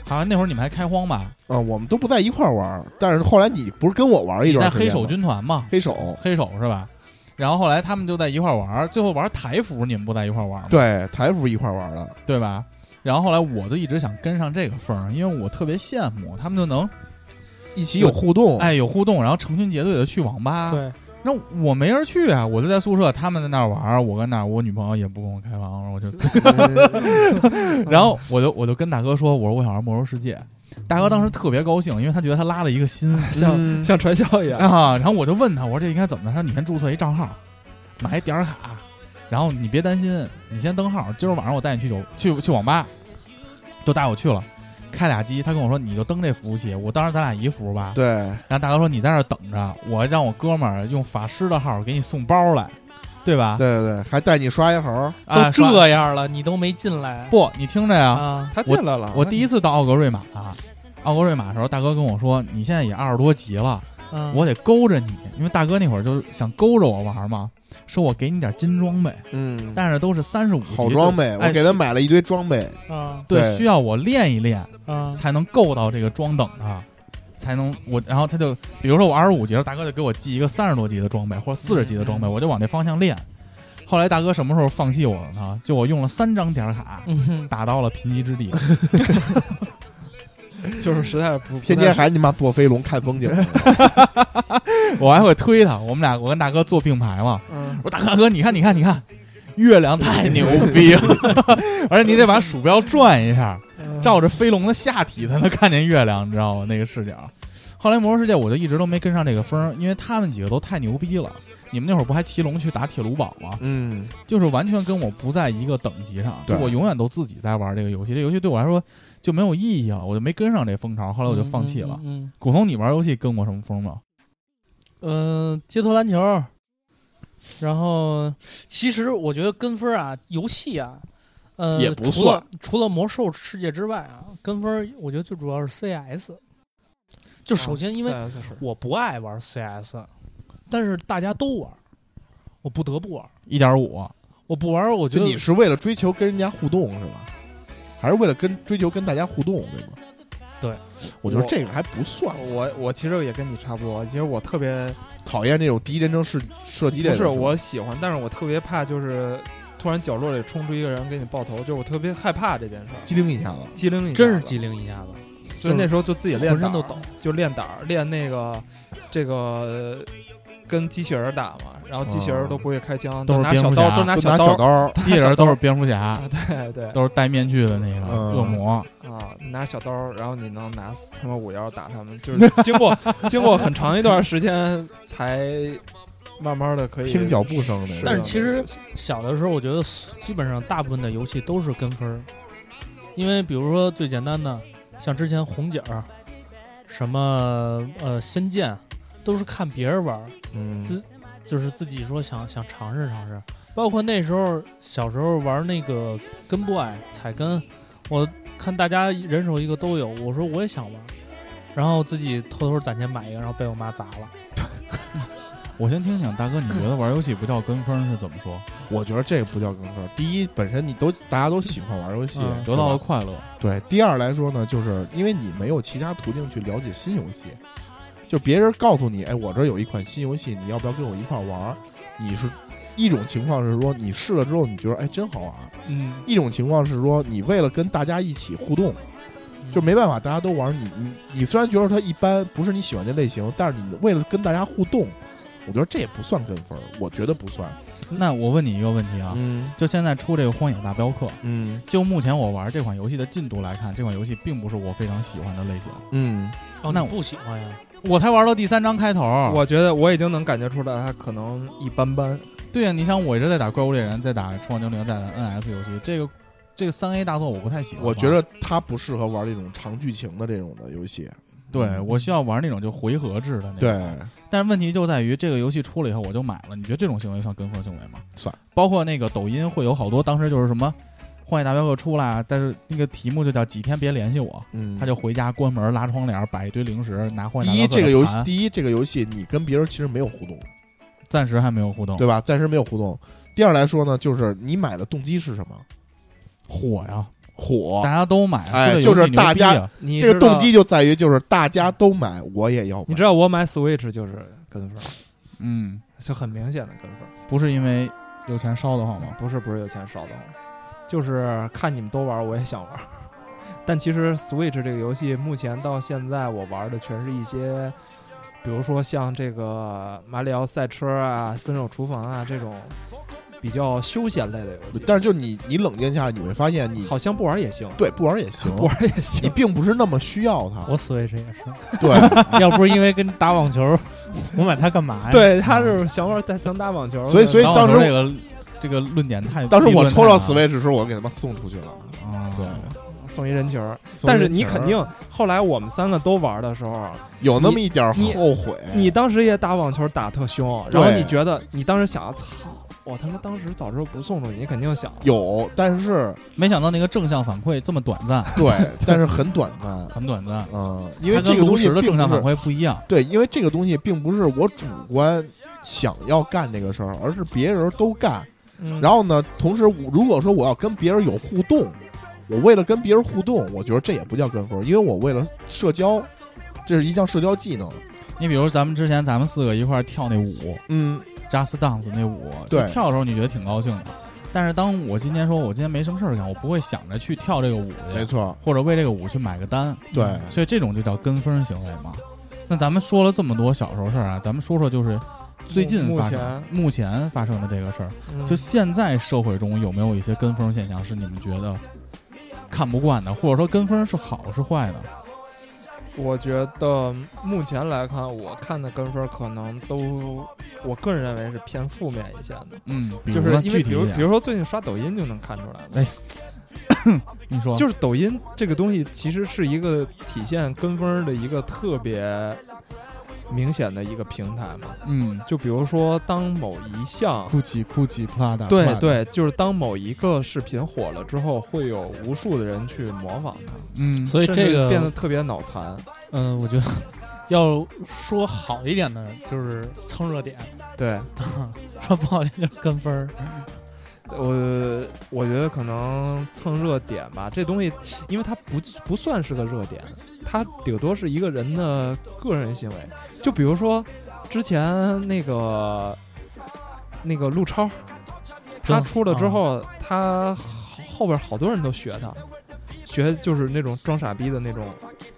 好像那会儿你们还开荒吧？
啊，我们都不在一块儿玩儿，但是后来你不是跟我玩儿一
你在
段时间
黑
吗
手，军团嘛？
黑手，
黑手是吧？然后后来他们就在一块儿玩儿，最后玩台服，你们不在一块儿玩吗？
对，台服一块儿玩儿的，
对吧？然后后来我就一直想跟上这个风儿，因为我特别羡慕他们就能
一起有互动，
哎有互动，然后成群结队的去网吧。，
对，
那我没人去啊，我就在宿舍，他们在那儿玩儿，我跟那儿，我女朋友也不跟我开房，然后我就， 然后我就我就跟大哥说，我说我想玩魔兽世界，大哥当时特别高兴，因为他觉得他拉了一个新
像、
嗯
像传销一样。
啊，然后我就问他，我说这应该怎么着？他说你先注册一账号，买一点儿卡，然后你别担心，你先登号，今儿晚上我带你去酒去去网吧，就带我去了。开俩机，他跟我说你就登这服务器，我当时咱俩一服吧。
对，
然后大哥说你在这儿等着，我让我哥们儿用法师的号给你送包来，对吧？
对对对，还带你刷一猴儿，
啊，
都
说
这样了，你都没进来
不，你听着呀，
啊？
他进来了，
我第一次到奥格瑞玛，奥格瑞玛的时候，大哥跟我说你现在也二十多级了，
嗯
我得勾着你，因为大哥那会儿就想勾着我玩嘛，说我给你点金装备，
嗯，
但是都是三十五
好装备，我给他买了一堆装备，
啊
对，
对
需要我练一练
啊
才能够到这个装等啊，才能我，然后他就比如说我二十五级，大哥就给我寄一个三十多级的装备或者四十级的装备，我就往这方向练。后来大哥什么时候放弃我了呢？就我用了三张点卡
嗯哼，
打到了贫瘠之地，
就是实在不
天天还你妈坐飞龙看风景，
我还会推他，我们俩我跟大哥做并排嘛，
嗯
我说大哥哥，你看，你看，你看，月亮太牛逼了， 而且你得把鼠标转一下，
嗯
照着飞龙的下体才能看见月亮，你知道吗？那个视角。后来《魔兽世界》我就一直都没跟上这个风儿，因为他们几个都太牛逼了。你们那会儿不还骑龙去打铁炉堡吗？
嗯，
就是完全跟我不在一个等级上，就
对
我永远都自己在玩这个游戏，这游戏对我来说就没有意义了，我就没跟上这风潮，后来我就放弃了。
嗯，嗯
古潼，你玩游戏跟过什么风吗？
嗯，呃街头篮球，然后其实我觉得跟分儿啊，游戏啊，呃，
也不
除了除了魔兽世界之外啊，跟分儿我觉得最主要是 CS。就首先因为我不爱玩 CS，但是大家都玩，我不得不玩。
一点五，
我不玩，我觉
就
得
你是为了追求跟人家互动是吧？还是为了跟追求跟大家互动对吗？
对，
我觉得这个还不算
我我其实也跟你差不多，其实我特别
讨厌这种第一人称射射击类的，
不是我喜欢，但是我特别怕就是突然角落里冲出一个人给你爆头，就是我特别害怕这件事儿，
机灵一下子，
机灵一下，
真是机，灵一下子，
就那时候就自己练
浑身
胆儿，
都抖。
就练胆儿，练那个这个跟机器人儿打嘛，然后机器人儿都不会开枪，
都是
拿小
蝙蝠侠
刀，都拿
就哦
小
拿小
刀，
刀儿，
机器人都是蝙蝠侠，
啊，对对
都是戴面具的那个
嗯
恶魔，
啊，拿小刀，然后你能拿他妈五幺打他 们，就是经过经过很长一段时间才慢慢的可以
听脚步声
是
的。
但是其实小的时候，我觉得基本上大部分的游戏都是跟分儿，因为比如说最简单的，像之前红警儿，什么呃仙剑，都是看别人玩儿，
嗯
自就是自己说想想尝试尝试，包括那时候小时候玩那个根部矮踩根，我看大家人手一个都有，我说我也想玩，然后自己偷偷攒钱买一个，然后被我妈砸了。
我先听听大哥，你觉得玩游戏不叫跟风是怎么说？
我觉得这个不叫跟风。第一，本身你都大家都喜欢玩游戏，
嗯
得到了
是吧
快乐，
对。第二来说呢，就是因为你没有其他途径去了解新游戏，就别人告诉你，哎，我这有一款新游戏，你要不要跟我一块儿玩儿？你是一种情况是说你试了之后你觉得哎真好玩儿，
嗯，
一种情况是说你为了跟大家一起互动，就没办法，大家都玩儿你你你虽然觉得它一般，不是你喜欢的类型，但是你为了跟大家互动，我觉得这也不算跟风儿，我觉得不算。啊
那我问你一个问题啊，
嗯
就现在出这个《荒野大镖客》，
嗯
就目前我玩这款游戏的进度来看，这款游戏并不是我非常喜欢的类型。
嗯，
哦，
那我
你不喜欢呀？
我才玩到第三章开头，
我觉得我已经能感觉出来，他可能一般般。
对呀、啊你想我一直在打怪物猎人，在打《创王精灵》，在打 NS 游戏，这个这个三 A 大作我不太喜欢玩。
我觉得它不适合玩这种长剧情的这种的游戏。
对我需要玩那种就回合制的那种。
嗯对，
但是问题就在于这个游戏出了以后我就买了，你觉得这种行为算跟风行为吗？
算。
包括那个抖音会有好多当时就是什么《荒野大镖客》出来，但是那个题目就叫几天别联系我，
嗯
他就回家关门拉窗帘，摆一堆零食，拿《荒野大
第一
镖客》
这个
的
游戏，
盘
第一这个游戏你跟别人其实没有互动，
哦
暂时还没有互动。
对吧？暂时没有互动。第二来说呢，就是你买的动机是什么？
火呀，
火
大，家都买，
哎
这个游戏
就是
牛逼啊
大家
你
这个
知道
动机，就在于就是大家都买，我也要买。
你知道我买 Switch 就是跟风，
嗯，
就很明显的跟风。
不是因为有钱烧得慌吗？
不是不是有钱烧的慌，就是看你们都玩，我也想玩。 但其实 Switch 这个游戏目前到现在我玩的全是一些，比如说像这个马里奥赛车啊、分手厨房啊这种比较休闲类的游戏，
但是就你你冷静下来，你会发现你
好像不玩也行，
对不玩也行，
不玩也
你
行。
并不是那么需要 它。
我 Switch 也是，
对，
要不是因为跟打网球，我买它干嘛呀？，
对，他嗯是想玩带想打网球，
所以所以
然后
当时
我说这
我
个这个论点太，
当时我抽到
理论
Switch 的时候，我给他们送出去了。
太难了，
对
啊，
送一人球。
送
但是
人
你
情
肯定后来我们三个都玩的时候，
哎
有那么一点儿
你
后悔，
你当时也打网球打特凶，然后
对
你觉得你当时想，操，我他妈当时早知道不送出去，你肯定想，
有，但是
没想到那个正向反馈这么短暂，
对，但是很短暂。
很短暂，
嗯， 因为
它跟
这个东
炉
西
石的
并
正向
不
反
是
馈不一样。
对，因为这个东西并不是我主观想要干这个事儿，而是别人都干。
嗯
然后呢，同时我如果说我要跟别人有互动，我为了跟别人互动，我觉得这也不叫跟风，因为我为了社交，这是一项社交技能。
你比如咱们之前咱们四个一块儿跳那舞
嗯，
，Just Dance 那舞，
对
就跳的时候你觉得挺高兴的，但是当我今天说我今天没什么事儿干，我不会想着去跳这个舞
没
去，
错，
或者为这个舞去买个单，
对，
所以这种就叫跟风行为嘛。那咱们说了这么多小时候事儿啊，咱们说说就是最近
目
发生目前发生的这个事儿，
嗯
就现在社会中有没有一些跟风现象是你们觉得看不惯的，或者说跟风是好是坏的？
我觉得目前来看，我看的跟分可能都，我个人认为是偏负面一些的，
嗯，比
就
如
是
说
因为
具体
比
一
如
点
比如说最近刷抖音就能看出来，
哎你说
就是抖音这个东西其实是一个体现跟风的一个特别明显的一个平台嘛。
嗯。
就比如说当某一项
GUCCI、GUCCI、Prada，
对
Prada，
对，就是当某一个视频火了之后，会有无数的人去模仿它，
嗯，
所以
甚
这
至
个
变得特别脑残。
嗯，我觉得要说好一点的，就是蹭热点；
对
说不好一点就是跟风儿。
我，呃我觉得可能蹭热点吧，这东西，因为它不不算是个热点，它顶多是一个人的个人行为。就比如说之前那个那个陆超，他
对
出了之
啊
后，他后后边好多人都学他，学就是那种装傻逼的那种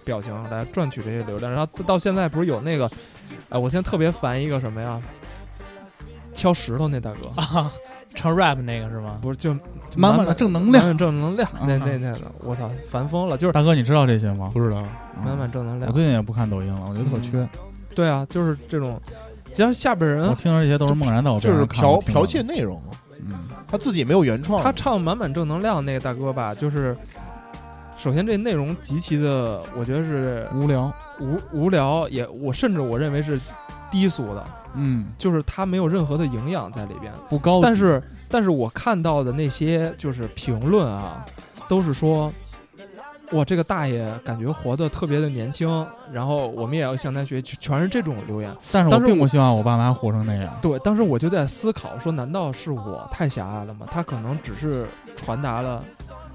表情来赚取这些流量。然后到现在不是有那个，哎，我现在特别烦一个什么呀？敲石头那大哥，
啊，唱 rap 那个是吗？
不是就
满满的正能量
满满正能量。那
嗯
那那个，我操，烦疯了，就是
大哥，你知道这些吗？嗯
不知道。
满满正能
我
量。
最近也不看抖音了，我觉得特缺。
对啊，就是这种，只要下边
我
人
听着这些都是梦然在我边
嗯就是
上看的
剽
听着
剽窃内容，
嗯，
他自己没有原创。
他唱满满正能量那个大哥吧，就是首先这内容极其的，我觉得是
无聊。
无无聊，也我甚至我认为是低俗的，
嗯，
就是它没有任何的营养在里边。
不高级。
但是但是我看到的那些就是评论啊，都是说，哇，这个大爷感觉活得特别的年轻，然后我们也要向他学，习，全是这种留言。
但是我
当时
并不
我
希望我爸妈活成那样。
对，当时我就在思考，说难道是我太狭隘了吗？他可能只是传达了，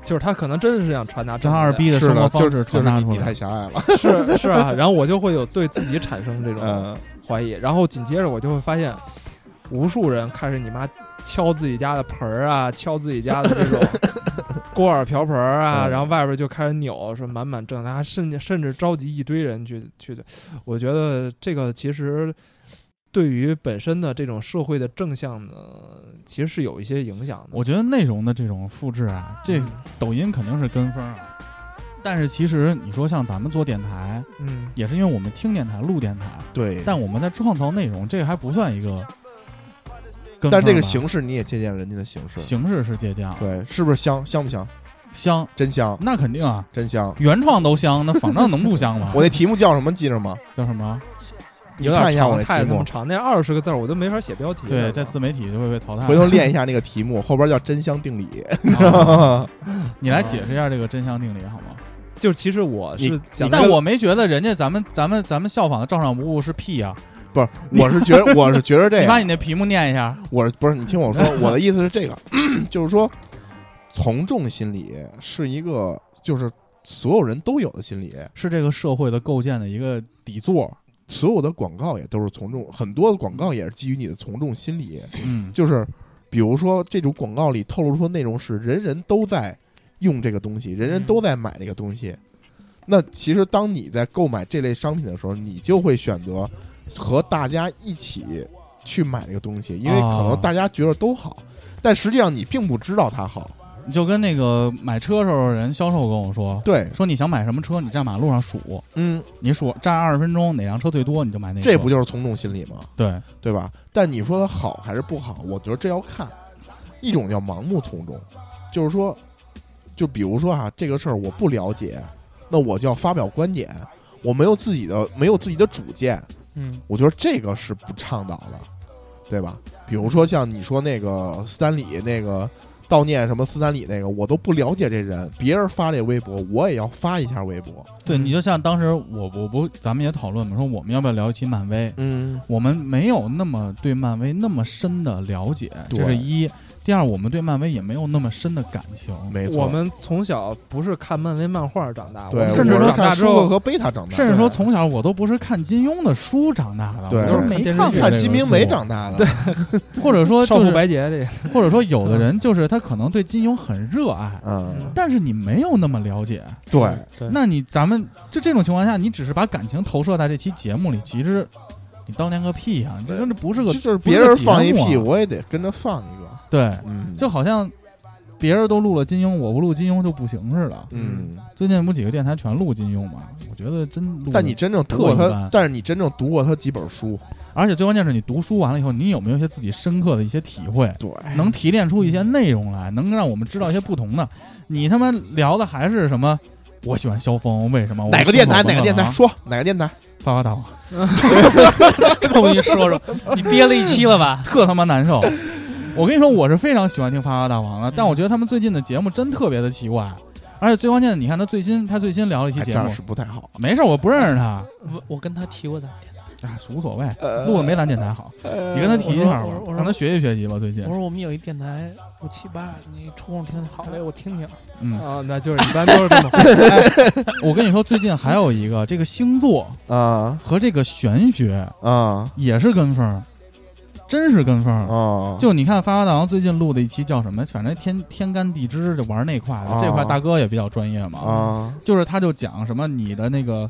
就是他可能真的是想传达
这二逼的
是
生活
的，就
方
是
式
就
传
是
达
你
出
你太
来，
狭隘了，
是是啊，然后我就会有对自己产生这种
嗯，
怀疑，然后紧接着我就会发现，无数人开始你妈敲自己家的盆儿啊，敲自己家的这 种锅碗瓢盆儿啊，
嗯
然后外边就开始扭，说满满正他甚至甚至召集一堆人去去，我觉得这个其实。对于本身的这种社会的正向呢，其实是有一些影响的。嗯
我觉得内容的这种复制啊，这
嗯
抖音肯定是跟风啊。但是其实你说像咱们做电台，
嗯，
也是因为我们听电台、录电台，
对。
但我们在创造内容，这个还不算一个跟风吧。
但这个形式你也借鉴人家的形式，
形式是借鉴啊，
对，是不是香香不香？
香
真香，
那肯定啊，
真香！
原创都香，那仿照能不香吗？
我那题目叫什么？记着吗？
叫什么？
你
有点
看一下
长
我那
太
题
他妈
目，
长，那二十个字儿我都没法写标题了
对，
是吧
在自媒体就会被淘汰。
回头练一下那个题目，后边叫真香定理。
啊，你来解释一下这个真相定理好吗？
就是其实我
你
是讲这
但
个
我没觉得人家咱们咱们咱们效仿的照常不误是屁呀、
不是，我是觉得我是觉得这
你把你
样，
那题目念一下。
我是不是你听我说，我的意思是这个，就是说，从众心理是一个就是所有人都有的心理，
是这个社会的构建的一个底座。
所有的广告也都是从众，很多的广告也是基于你的从众心理，
嗯，
就是比如说这种广告里透露出的内容是人人都在用这个东西，人人都在买这个东西。那其实当你在购买这类商品的时候，你就会选择和大家一起去买这个东西，因为可能大家觉得都好，但实际上你并不知道它好。
你就跟那个买车时候人销售跟我说，
对，
说你想买什么车，你站马路上数，
嗯，
你数站二十分钟，哪辆车最多你就买哪个。
这不就是嗯从众心理吗？
对，
对吧？但你说它好还是不好，我觉得这要看。一种叫盲目从众，就是说，就比如说啊，这个事儿我不了解，那我就要发表观点，我没有自己的没有自己的主见，
嗯
我觉得这个是不倡导的，对吧？比如说像你说那个斯坦李那个悼念什么斯坦李那个，我都不了解这人，别人发这微博，我也要发一下微博，
对你就像当时我我不咱们也讨论嘛，说我们要不要聊一期漫威？
嗯，
我们没有那么对漫威那么深的了解，这
对
是一。第二，我们对漫威也没有那么深的感情。
没错，
我们从小不是看漫威漫画长大，
对，
我们
甚至
我
说
是
长大
看
之
舒克
后，
和贝塔长大的，
甚至说，从小我都不是看金庸的书长大的，
对
我都是没
看电视
看
剧
过
看
这
金
个
瓶梅
书
长大的，
或者
哦
说
少
就
妇
是
白洁这
或者说有的人就是他可能对金庸很热爱，
嗯，
但是你没有那么了解，
对，
对
那你咱们就这种情况下，你只是把感情投射在这期节目里，其实你悼念个屁呀、你这这不是个
就是
不
别
是个
人放一
节目啊
屁，我也得跟着放一个，
对，
嗯，
就好像别人都录了金庸，我不录金庸就不行似的。
嗯，
最近不几个电台全录金庸嘛，我觉得真录得。
但你真正读过
特一
他
般，
但是你真正读过他几本书，
而且最关键是你读书完了以后，你有没有一些自己深刻的一些体会？
对，
能提炼出一些内容来，能让我们知道一些不同的。你他妈聊的还是什么？我喜欢萧峰，为什么？
哪个电台哪个电台
啊
说哪个电台，
发发大王，
终于说说， 你憋了一期了吧？
特他妈难受。我跟你说，我是非常喜欢听发发大王
嗯
的，但我觉得他们最近的节目真特别的奇怪，而且最关键的，你看他最新，他最新聊了一期
哎这
节目
样，是不太好，
没事儿，我不认识他，
我我跟他提过咱们电台，
哎，无所谓，录的没咱电台好。你跟他提一下吧
呃我说我说我，说
让他学习学习吧，最近
我，说我们有一电台五七八，你抽空听听，好嘞，我听听。
嗯，
啊，那就是一般都是这么
呃
我跟你说，最近还有一个这个星座
啊
和这个玄学，
啊
也是跟风儿，真是跟风
哦
儿。
啊，
嗯就你看发发大王最近录的一期叫什么？反正天天干地支就玩那块的，
啊
这
哦
块大哥也比较专业嘛。
啊
就是他就讲什么你的那个，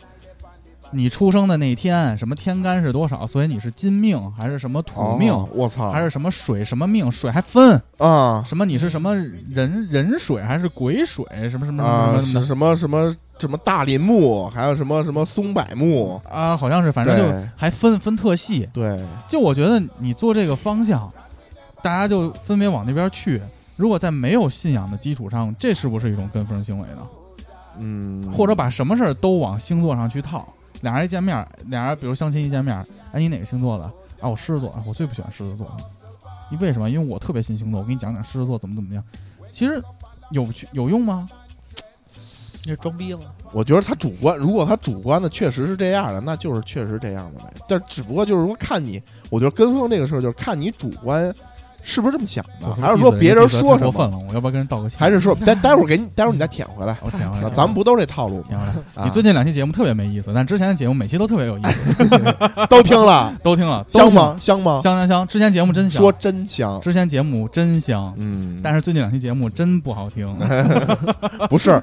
你出生的那天什么天干是多少，所以你是金命还是什么土命，
哦我操，
还是什么水什么命，水还分
啊
什么你是什么人人水还是鬼水什么什么什
啊
么什么什
是
么的
什么什么什么大林木，还有什么什么松柏木，
啊，好像是反正
对
就还分分特细。
对，
就我觉得你做这个方向，大家就分别往那边去。如果在没有信仰的基础上，这是不是一种跟风行为呢？
嗯，
或者把什么事儿都往星座上去套？俩人一见哎面，俩人比如相亲一见面，哎，你哪个星座的？啊，我狮子座，啊，我最不喜欢狮子座。你为什么？因为我特别信星座，我给你讲讲狮子座怎么怎么样。其实有去有用吗？
那是装逼了。
我觉得他主观，如果他主观的确实是这样的，那就是确实这样的呗。但只不过就是说，看你，我觉得跟风这个事儿就是看你主观是不是这么想的，
我
啊还是说别人说什
过分
么，
了，我要不要跟人道个歉？
还是说待待会儿给你，待会儿你再舔回来。
我舔回来
啊咱们不都这套路吗？
舔回来？
啊
你最近两期节目特别没意思，但之前的节目每期都特别有意思，
都听了，
都听了，都
香
听了
吗？香吗？
香香香！之前节目真香，
说真香。
之前节目真香，
嗯，
但是最近两期节目真不好听，
不 是，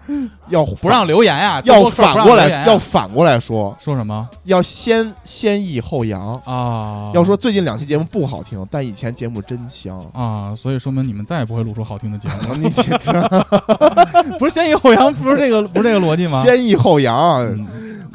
要
不让留言啊，
要
多客
反
不让
过
留言
来
啊
要反过来说，
说什么
要先先抑后扬。
啊？。
要说最近两期节目不好听，但以前节目真香
啊，所以说明你们再也不会录出好听的节目了。
你
不是先抑后扬，不是这个，不是这个逻辑吗？
先抑后扬，
嗯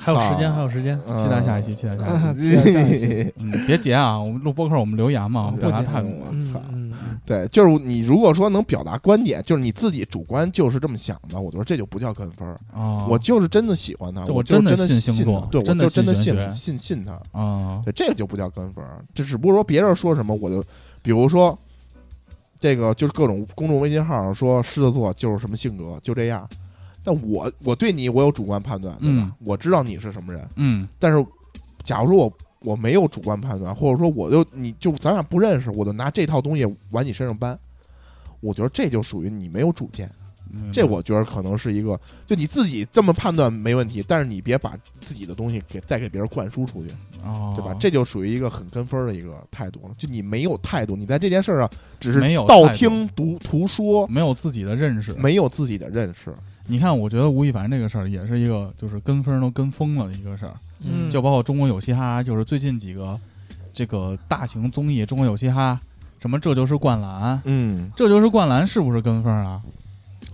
还有时间，
啊
还有时间。
嗯
期待下一期，期待下一 期。
期待下一期
嗯，别截啊！我们录播客，我们留言
啊
嘛，我们表达
不截
态度嘛。
我操
嗯，嗯
对，就是你如果说能表达观点，就是你自己主观就是这么想的，我觉得这就不叫跟风儿，
啊，
我就是真的喜欢他，
就
我
我
就
真的
真的
信
信
星座
他，对，我
真的
就真的
信
信
玄学
信信他，
啊，
对，这个就不叫跟风儿，啊这只不过说别人说什么，我就比如说这个就是各种公众微信号说狮子座就是什么性格，就这样。但我我对你我有主观判断，对吧？我知道你是什么人，
嗯
但是假如说我我没有主观判断，或者说我就你就咱俩不认识，我就拿这套东西往你身上搬，我觉得这就属于你没有主见。
明白
这我觉得可能是一个，就你自己这么判断没问题，但是你别把自己的东西给再给别人灌输出去，
哦，
对吧？这就属于一个很跟风儿的一个态度了。就你没有态度，你在这件事儿上只是
没有
道
态度
听途途说，
没有自己的认识。
没有自己的认识。
你看，我觉得吴亦凡这个事儿也是一个，就是跟风都跟疯了的一个事儿。
嗯
就包括中国有嘻哈，就是最近几个这个大型综艺，中国有嘻哈，什么这就是灌篮，
嗯，
这就是灌篮，是不是跟风啊？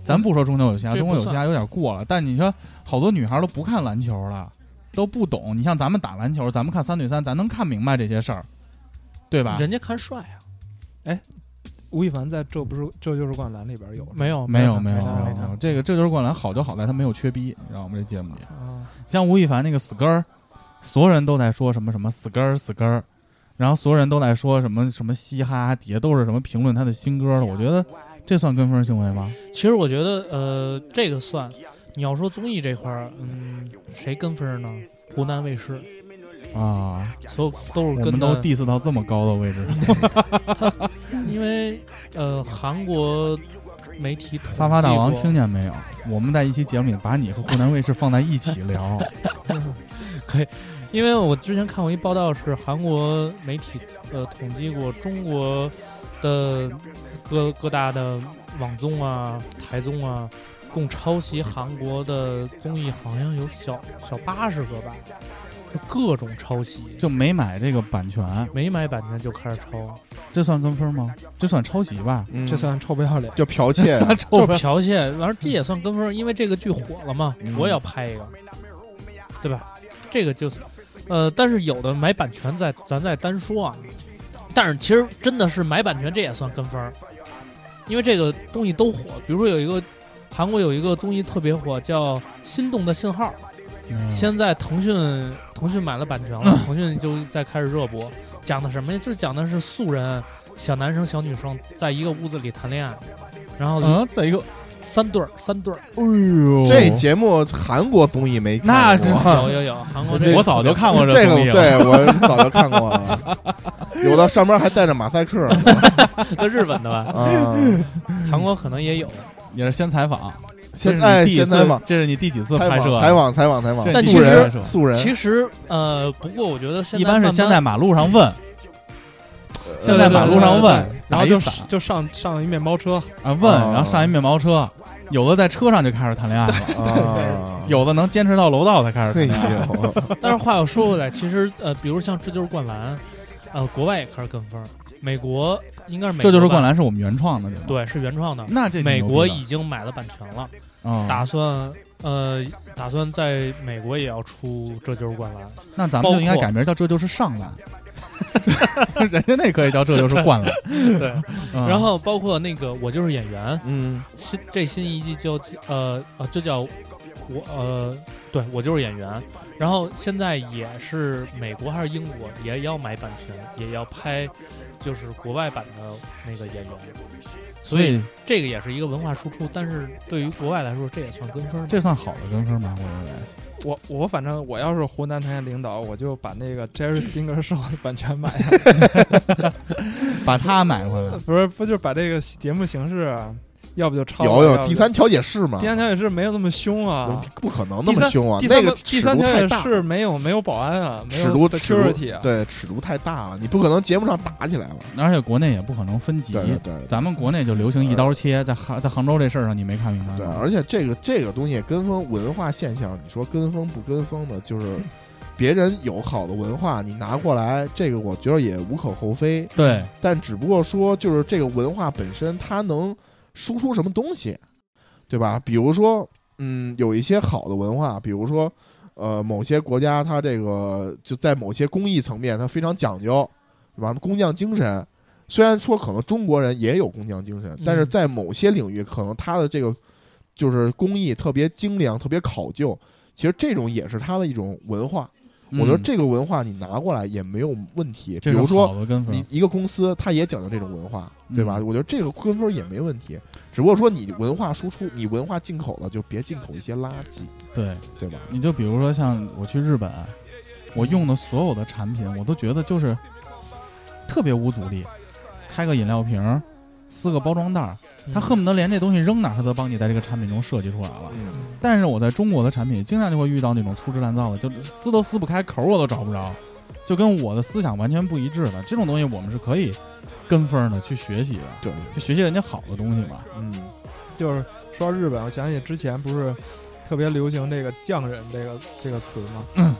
咱不说中国有嘻哈，
这
中
不
国
算
有嘻哈有点过了，但你说好多女孩都不看篮球了，都不懂。你像咱们打篮球，咱们看三对三，咱能看明白这些事儿，对吧？
人家看帅啊，
吴亦凡在《这不是这就是灌篮》里边有
没有
没有哦
没
没有
看
没
没
看
有没有，这个这就是灌篮好就好在他没有缺逼，你知道吗？这节目里，
啊，
像吴亦凡那个死根儿，所有人都在说什么什么死根儿死根儿，然后所有人都在说什么什么嘻哈，底下都是什么评论他的新歌了。我觉得这算跟风行为吗？
其实我觉得，呃，这个算你要说综艺这块儿，嗯，谁跟风儿呢？湖南卫视，
啊，
所有都是
我
跟
们都
的
diss 到这么高的位置，
因为呃，韩国媒体统
发发大
计
王
过
听见没有？我们在一期节目里把你和湖南卫视放在一起 聊，
因为我之前看过一报道，是韩国媒体呃统计过中国的各各大的网综啊、台综啊，共抄袭韩国的综艺好像有小小八十个吧，就各种抄袭，
就没买这个版权，
没买版权就开始抄，
这算跟风吗？这算抄袭吧？
嗯
这算臭不要脸。
就剽 窃
算
就
抄
是
袭。
剽窃。完了，这也算跟风，因为这个剧火了嘛，
嗯
我也要拍一个，对吧？这个就是，呃，但是有的买版权在咱再单说啊，但是其实真的是买版权，这也算跟风，因为这个东西都火。比如说有一个韩国有一个综艺特别火，叫《心动的信号》，
嗯
现在腾讯腾讯买了版权 了，腾讯就在开始热播，讲的什么呀？就是讲的是素人小男生小女生在一个屋子里谈恋爱，然后
嗯，再一个，
三对儿，三对儿，
哎呦，
这节目韩国综艺没看
那
过
是
有有有，韩国这个
我早就看过
这个
综艺了。
对我早就看过了， 有的上班还带着马赛克呢
这呃日本的吧，
啊！
韩国可能也有，
也是先采访，这
现
是
在
你第几
现
次
在嘛，
这是你第几次
采
拍
访
摄啊？
采访采访采访，
但
素
其
人
实
素人，
其实呃，不过我觉得现在
一般是先
慢
在
慢
马路上问，
呃
先在马路上问
对对，
拿
然后
一
就
伞
就上上一面包车，
啊问，
哦
然后上一面包车，有的在车上就开始谈恋爱了，
啊，
有的能坚持到楼道才开始
嘿
谈恋爱。
呦，
但是话又说回来，其实呃，比如像《这就是灌篮》，呃，国外也开始跟风，美国应该是美
这就是灌
篮，
篮是我们原创的，对吗？
对，是原创的，
那这挺
美
牛逼
国
的
已经买了版权了，
啊
打算呃，打算在美国也要出《这就是灌篮》。
那咱们就应该改名叫这就是上篮。人家那可以叫这就是灌篮，
对，
嗯
然后包括那个《我就是演员》啊
嗯，
新这新一季就呃呃就叫我呃对我就是演员。然后现在也是美国还是英国也要买版权，也要拍就是国外版的那个演员，
所以
这个也是一个文化输出。但是对于国外来说，这也算跟风吧。
这算好的跟风吧，我认为。
我我反正我要是湖南台领导，我就把那个 Jerry Stinger Show 的版权买下来，
把它买回来，
不是不就是把这个节目形式，要不就抄
有
了
有第，三调解室嘛
要不就第，三条也是没有那么凶啊，
不可能那
第
么
三
凶啊，
第
那
三
个
第
尺
三
度
条
太
也
大，
是没有没有保安啊，没有
尺度尺度
security 啊，
对尺度太大了，你不可能节目上打起来了。
而且国内也不可能分级
对。对对
咱们国内就流行一刀切，在杭在杭州这事儿上，你没看明白
对，啊
吗？
而且这个这个东西跟风文化现象，你说跟风不跟风的，就是别人有好的文化，你拿过来，这个我觉得也无可厚非。
对，
但只不过说，就是这个文化本身它能输出什么东西，对吧？比如说，嗯，有一些好的文化，比如说，呃，某些国家它这个就在某些工艺层面它非常讲究，对吧？工匠精神，虽然说可能中国人也有工匠精神，但是
嗯
在某些领域，可能它的这个就是工艺特别精良、特别考究。其实这种也是它的一种文化，我觉得
嗯
这个文化你拿过来也没有问题。比
这
如
是
说
好，的跟
你
风，
一个公司，它也讲究这种文化，对吧？
嗯
我觉得这个跟风也没问题，只不过说你文化输出，你文化进口了，就别进口一些垃圾，
对，
对吧？
你就比如说像我去日本，我用的所有的产品，我都觉得就是特别无阻力，开个饮料瓶儿，撕个包装袋儿，
嗯
他恨不得连这东西扔哪儿，他都帮你在这个产品中设计出来了。
嗯，
但是我在中国的产品经常就会遇到那种粗制滥造的，就撕都撕不开，口儿我都找不着，就跟我的思想完全不一致的。这种东西我们是可以跟风儿的去学习的，
对，
就学习人家好的东西嘛。
嗯，
就是说到日本，我想起之前不是特别流行这个“匠人”这个这个词吗？
嗯，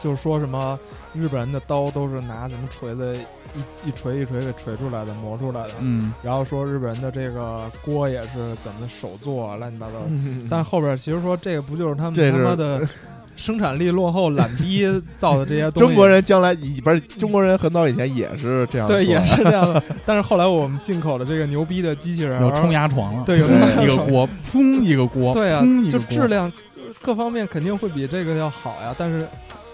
就是说什么日本人的刀都是拿什么锤子一一锤一锤给锤出来的、磨出来的，
嗯，
然后说日本人的这个锅也是怎么手做啊乱七八糟的。 但后边其实说这个不就是他们
嗯这
他
是
妈的生产力落后、懒逼造的这些东西？
中国人将来以不是中国人很早以前也是这样做的，
对也是这样的，但是后来我们进口了这个牛逼的机器人
有
儿，
冲压床了，
对有
对
一个锅，砰一个锅，
对啊
哦砰一，个
就
锅，
质量呃各方面肯定会比这个要好呀，但是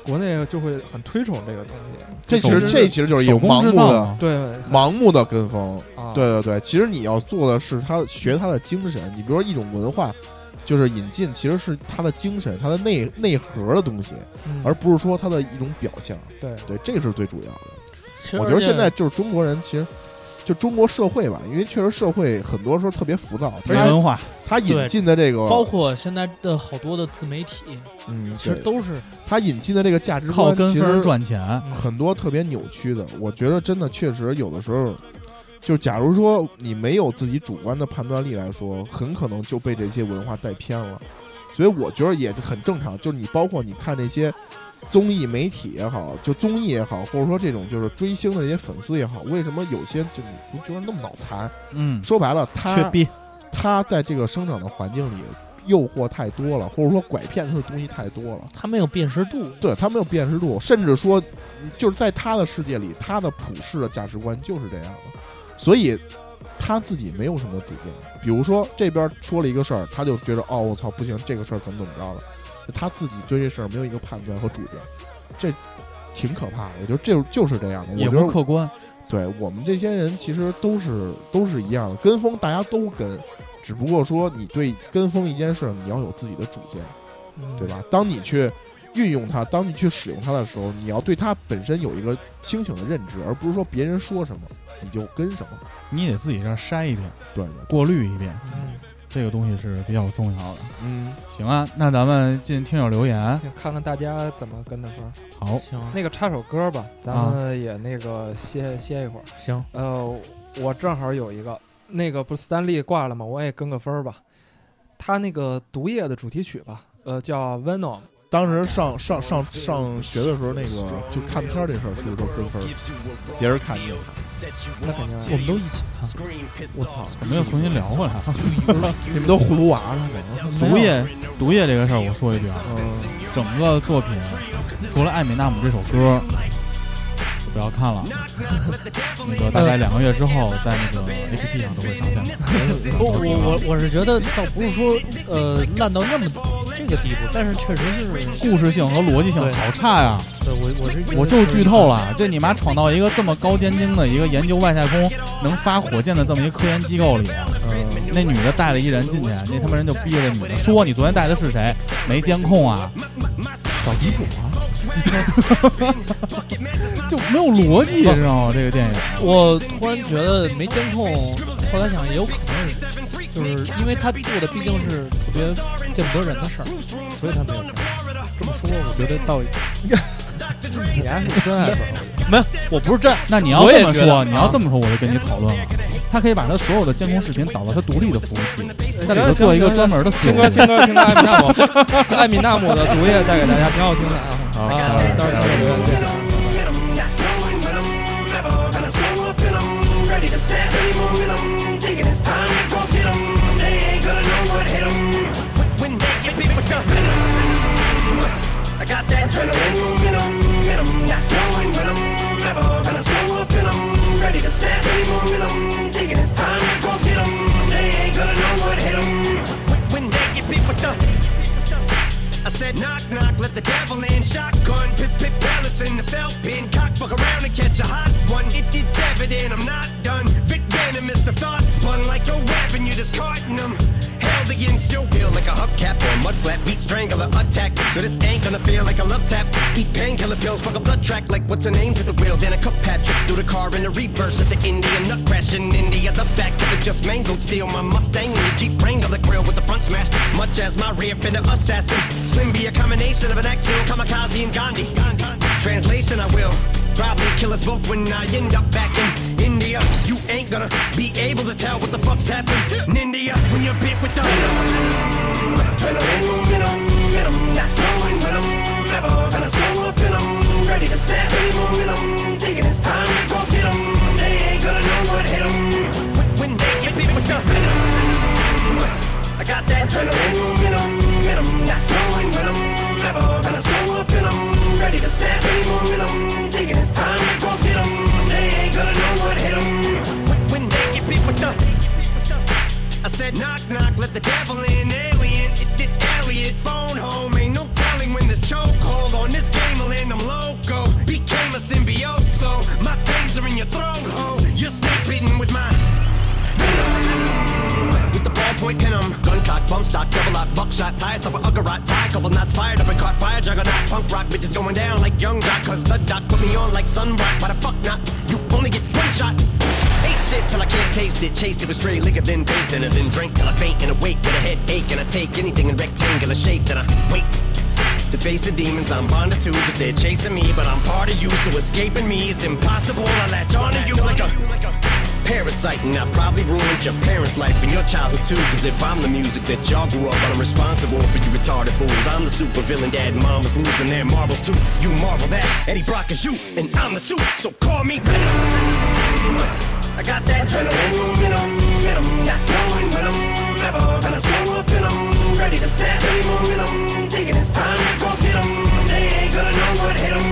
国内就会很推崇这个东西。
这其实
手工
这其实就是一
手
种
工
盲
制
目
造
的
嘛。
对
盲目的跟风，
啊，
对对对，其实你要做的是他学他的精神，你比如说一种文化。就是引进，其实是它的精神、它的内内核的东西，
嗯，
而不是说它的一种表象。
对
对，这是最主要的。
其实
我觉得现在就是中国人，其实就中国社会吧，因为确实社会很多时候特别浮躁，
没
他
文化，
他引进的这个，
包括现在的好多的自媒体，
嗯，
其实
对
都是
他引进的这个价值
靠
观，
跟
其
风儿
实
赚钱。
很多特别扭曲的。我觉得真的确实有的时候，就假如说你没有自己主观的判断力来说，很可能就被这些文化带偏了。所以我觉得也很正常，就是你包括你看那些。综艺媒体也好，就综艺也好，或者说这种就是追星的这些粉丝也好，为什么有些就你不觉得那么脑残？
嗯，
说白了，
缺
他
逼，
他在这个生长的环境里诱惑太多了，或者说拐骗他的东西太多了，
它没有辨识度，
对他没有辨识度，甚至说就是在他的世界里，他的普世的价值观就是这样的，所以他自己没有什么主见。比如说这边说了一个事儿，他就觉得哦，我操，不行，这个事儿怎么怎么着了，他自己对这事儿没有一个判断和主见，这挺可怕的。我觉得这就是这样的，
也
我觉
不
得
客观。
对我们这些人其实都是都是一样的，跟风大家都跟，只不过说你对跟风一件事儿，你要有自己的主见，对吧？当你去运用它，当你去使用它的时候，你要对它本身有一个清醒的认知，而不是说别人说什么你就跟什么。
你得自己这儿筛一遍，
对对对，
过滤一遍，
嗯，
这个东西是比较重要的。
嗯，
行啊，那咱们进听友留言。
先看看大家怎么跟的风。
好，
行
那个插首歌吧，咱
啊
们也那个歇歇一会儿。
行，
呃，我正好有一个，那个不是斯丹利挂了吗？我也跟个分儿吧。他那个毒液的主题曲吧，呃，叫 Venom。
当时上上上上学的时候，那个就看片儿这事儿是不是都跟风儿？别人看你也看，
那肯定啊
我们都一起看。
我操，
怎么又重新聊回 来了？
你们都葫芦娃了吗？
毒液，毒液这个事儿，我说一句啊，
嗯，
整个作品除了《艾美纳姆》这首歌，就不要看了。那个大概两个月之后，在那个 APP 上都会上线的。
我我我我是觉得倒不是说呃烂到那么这个地步，但是确实是，
故事性和逻辑性
对
好差呀、
对我我是
我就剧透了，这你妈闯到一个这么高尖精的一个研究外太空能发火箭的这么一个科研机构里，
呃
那女的带了一人进去，那他妈人就逼着女的说你昨天带的是谁？没监控啊，找遗嘱啊， 就没有逻辑，知道吗？这个电影，
我突然觉得没监控，后来想也有可能是，就是因为他做的毕竟是特别见不得人的事儿，所以他没有看。这么说，我觉得道理
你还是真爱粉，
没有，我不是这样，
那你要
我也
这么
觉
说，
得
你要这么说，我就跟你讨论了。他可以把他所有的监控视频导到他独立的服务器，在里头做一个专门的服务
听歌听歌听歌，艾米纳姆，艾米纳姆的毒液带给大家，挺好听的啊。
好
啊，
当然
到时候听留言见。
I said knock knock, let the devil in. Shotgun, pick pick pellets in the felt pin. Cock fuck around and catch a hot one. It, it's evident I'm not done. Vic Venom is the thought spun like your revenue just carting them. Held against your will like a hubcap or a mud flap. Beat strangler attack. So this ain't gonna feel like a love tap. Eat painkiller pills, fuck a blood track. Like what's her name's at the wheel. Then a cup Patrick through the car in the reverse at the Indian nut crashing in the other back of the just mangled steel. My Mustang in the Jeep Wrangler grill with the front smashed. Much as my rear fender assassin. Slim be a combination of an actual kamikaze and Gandhi. Translation, I will probably kill us both when I end up back in India. You ain't gonna be able to tell what the fuck's happened in India when you're bit with the adrenaline. Momentum, momentum, not knowing when I'm ever gonna slow up and I'm ready to snap any momentum. Thinking it's time to go get 'em. They ain't gonna know what hit 'em when they get bit with the I got that adrenaline momentum, momentum, not knowing when I'm ever gonna slow up and I'm ready to snap any momentum. Thinking it's time to go get 'em. They ain't gonna know what hit 'em when they get bit with the. I said knock knock, let the devil in. Alien, it did Elliot. Phone home, ain't no telling when this chokehold on this game will end. I'm loco, became a symbiote, so my fangs are in your throat, ho. You're snake bitten with my with the ballpoint pen 'em. Gun cock, bump stock, double lock, buckshot, tie up a uggerot, tie, couple knots fired up and caught fire, juggernaut, punk rock, bitches going down like young rock, cause the doc put me on like sun rock, why the fuck not? You only get one shot. Ate shit till I can't taste it, chased it with stray liquor, then bathed in it, then drank till I faint and awake with a headache, and I take anything in rectangular shape, then I wait. To face the demons I'm bonded to Cause they're chasing me But I'm part of you So escaping me is impossible I latch onto you like a parasite And I probably ruined your parents' life And your childhood too Cause if I'm the music that y'all grew up on I'm responsible for you retarded fools I'm the super villain Dad and mama's losing their marbles too You marvel that Eddie Brock is you And I'm the suit So call me I got that adrenaline momentum, momentum, not knowing when I'm ever gonna slow up and I'm ready to snap any momentum. Thinking it's time to go get 'em. They ain't gonna know what hit 'em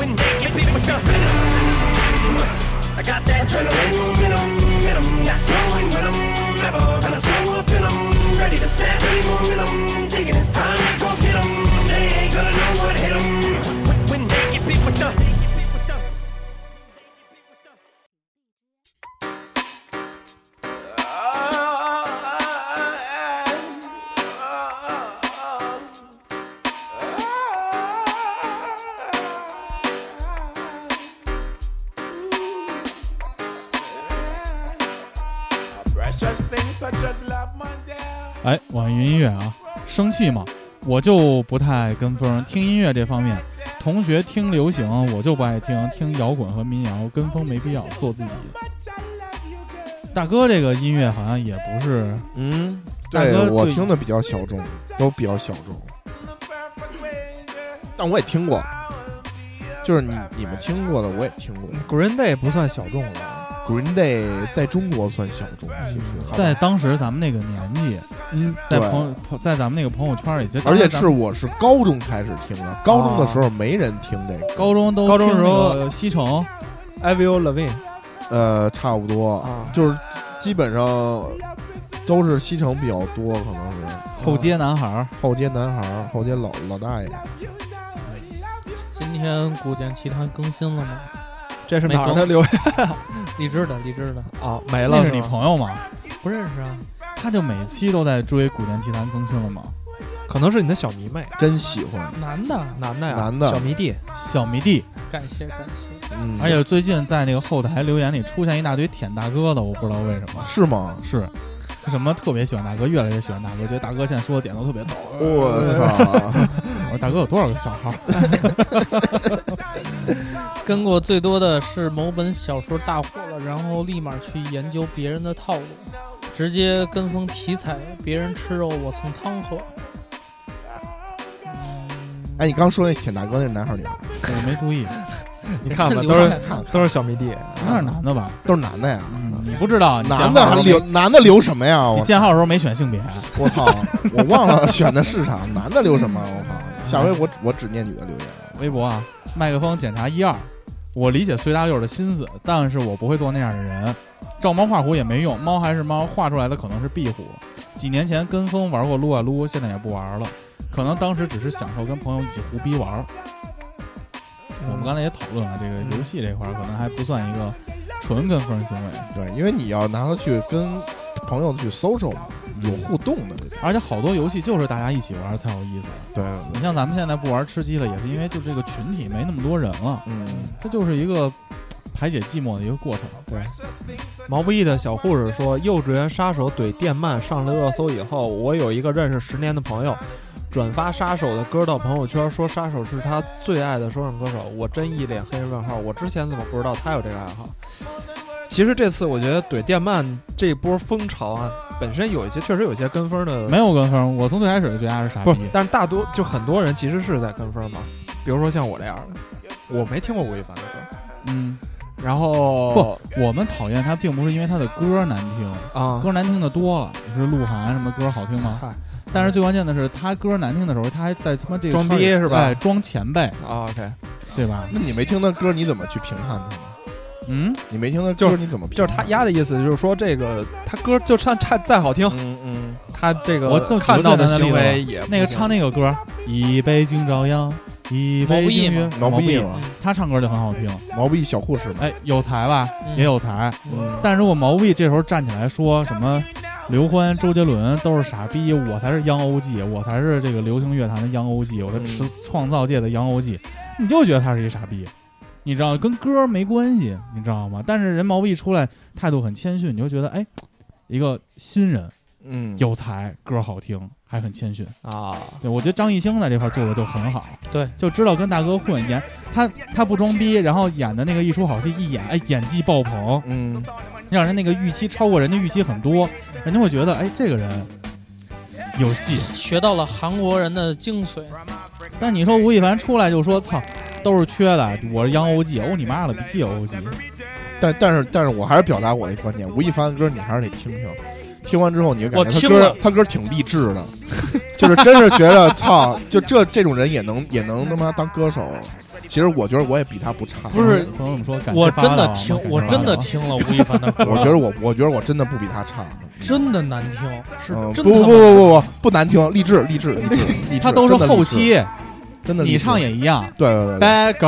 when they get beat with the venom. I got that adrenaline momentum, momentum, not knowing when I'm ever gonna slow up and I'm ready to snap any momentum. Thinking it's time to go get 'em. They ain't gonna know what hit 'em when they get beat with the.
哎，网易云音乐啊，生气嘛，我就不太跟风。听音乐这方面，同学听流行，我就不爱听，听摇滚和民谣，跟风没必要，做自己。大哥，这个音乐好像也不是，
嗯，
大哥
对我
对
听的比较小众，都比较小众，但我也听过，就是你你们听过的我也听过。
Green Day 不算小众了，
Green Day 在中国算小众，其实
在当时咱们那个年纪，
嗯，
在
对
朋友朋在咱们那个朋友圈里，就
而且
咱
是
们
我是高中开始听的，高中的时候没人听这个，
啊高中都
高中
听
时候
那个西城，
i v i l Levine
呃，差不多
啊
就是基本上都是西城比较多，可能是
后街男孩儿，
后街男孩儿、后街老老大爷。
今天古剑奇谭更新了吗？
这是
没
哪儿
更
的留言
荔枝的，荔枝的，
啊？没了
那是你
吗
朋友吗？
不认识啊。
他就每期都在追《古剑奇谭》更新了吗？
可能是啊你的小迷妹，
真喜欢，
男的，
男的呀，
男的
小迷弟，
小迷弟，
感谢感谢。
嗯，
而且最近在那个后台留言里出现一大堆舔大哥的，我不知道为什么，
是吗？
是为什么特别喜欢大哥，越来越喜欢大哥，觉得大哥现在说的点都特别逗。
我操，
我说大哥有多少个小号？
跟过最多的是某本小说大火了，然后立马去研究别人的套路，直接跟风题材，别人吃肉我蹭汤喝。
哎，你刚说那舔大哥那是男孩儿女孩儿？
我没注意，
你看吧，
刘
都
海
是
看看
都是小迷弟，
那是男的吧？
都是男的呀，
嗯，你不知道，你
男
建
的
号
还
的时
留
候没
男的留什么呀？
你
我
建号的时候没选性别，
我操，我忘了选的是啥，男的留什么？我操，下回我我只念女的留言。
微博啊，麦克风检查一二。我理解碎大溜的心思，但是我不会做那样的人。照猫画虎也没用，猫还是猫，画出来的可能是壁虎。几年前跟风玩过撸啊撸，现在也不玩了。可能当时只是享受跟朋友一起胡逼玩。我们刚才也讨论了，这个游戏这块儿可能还不算一个纯跟风行为，
对，因为你要拿它去跟朋友去 social 嘛，
嗯
有互动的这种。
而且好多游戏就是大家一起玩才有意思。
对，
你像咱们现在不玩吃鸡了，也是因为就这个群体没那么多人了，
嗯，
这就是一个排解寂寞的一个过程。对，
毛不易的小护士说，幼稚园杀手怼电鳗上了热搜以后，我有一个认识十年的朋友，转发杀手的歌到朋友圈，说杀手是他最爱的说唱歌手，我真一脸黑人问号，我之前怎么不知道他有这个爱好？其实这次我觉得怼电鳗这波风潮啊，本身有一些确实有一些跟风的，
没有跟风，我从最开始就觉得他是傻
不
逼
是，。但是大多就很多人其实是在跟风嘛，比如说像我这样的，我没听过吴亦凡的歌，
嗯，
然后
不我们讨厌他，并不是因为他的歌难听，
啊，
歌难听的多了。你说鹿晗什么歌好听吗？
嗨
但是最关键的是，他歌难听的时候，他还在他妈这个
装逼
圈里
是吧
哎，装前辈，
啊 OK。
对吧？
那你没听他歌，你怎么去评判他呢？
嗯，
你没听他
就
歌，
是
你怎么评
就
判
是他丫的意思，就是说这个他歌就唱唱再好听，
嗯嗯，
他这个
我就举个
看到
最
的
简单的
行为
例
也
那个唱那个歌《一杯敬朝阳》，一杯敬月，
毛不易
易
嘛，
他唱歌就很好听，
毛不易小护士嘛，
哎，有才吧，
嗯
也有才。
嗯，
但如果毛不易这时候站起来说什么刘欢、周杰伦都是傻逼，我才是央欧记，我才是这个流行乐坛的央欧记，我的词创造界的央欧记，你就觉得他是一傻逼，你知道跟歌没关系，你知道吗？但是人毛不易出来态度很谦逊，你就觉得哎，一个新人
嗯，
有才，歌好听，还很谦逊。
啊，
对，我觉得张艺兴在这块做的就很好，
对，
就知道跟大哥混，演他他不装逼，然后演的那个一出好戏一演，哎，演技爆棚，
嗯，
让人那个预期超过人的预期很多，人家会觉得哎这个人有戏。
学到了韩国人的精髓，
但你说吴亦凡出来就说操，都是缺的，我是央欧记，哦你妈了，必须有欧记。
但但是但是我还是表达我的观点，吴亦凡的歌你还是得听听，听完之后你就感觉
我
他
听
歌
了
他歌挺励志的， 就是真是觉得操，就这这种人也能也能他妈当歌手。其实我觉得我也比他不差，
不是
朋友们说，感谢
我
发
真的
了啊
听，
感谢
我
发
真
了
的
啊
听了吴亦凡的歌，
我觉得我我觉得我真的不比他差。
真的难听，是
嗯，
真
不不不不不不难听，励志励志励志，励志
他都是
真的励
后
志
期，
真的励
你
志，
唱也一样。
对对对对，
白狗，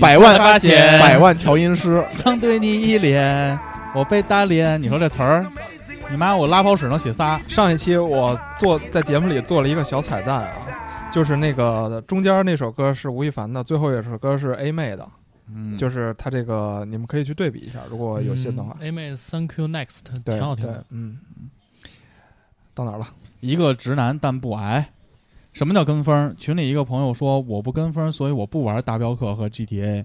百万
八千，
百万调音师，
想对你一脸，我被打脸。你说这词儿，你妈我拉泡屎能写仨，
上一期我做在节目里做了一个小彩蛋啊，就是那个中间那首歌是吴亦凡的，最后一首歌是 A 妹的，
嗯
就是他这个你们可以去对比一下，如果有心的
嗯
话，
A 妹 Thank You Next
对
挺好听
对
的，，
嗯。到哪儿了？
一个直男但不矮。什么叫跟风？群里一个朋友说我不跟风，所以我不玩大镖客和 GTA。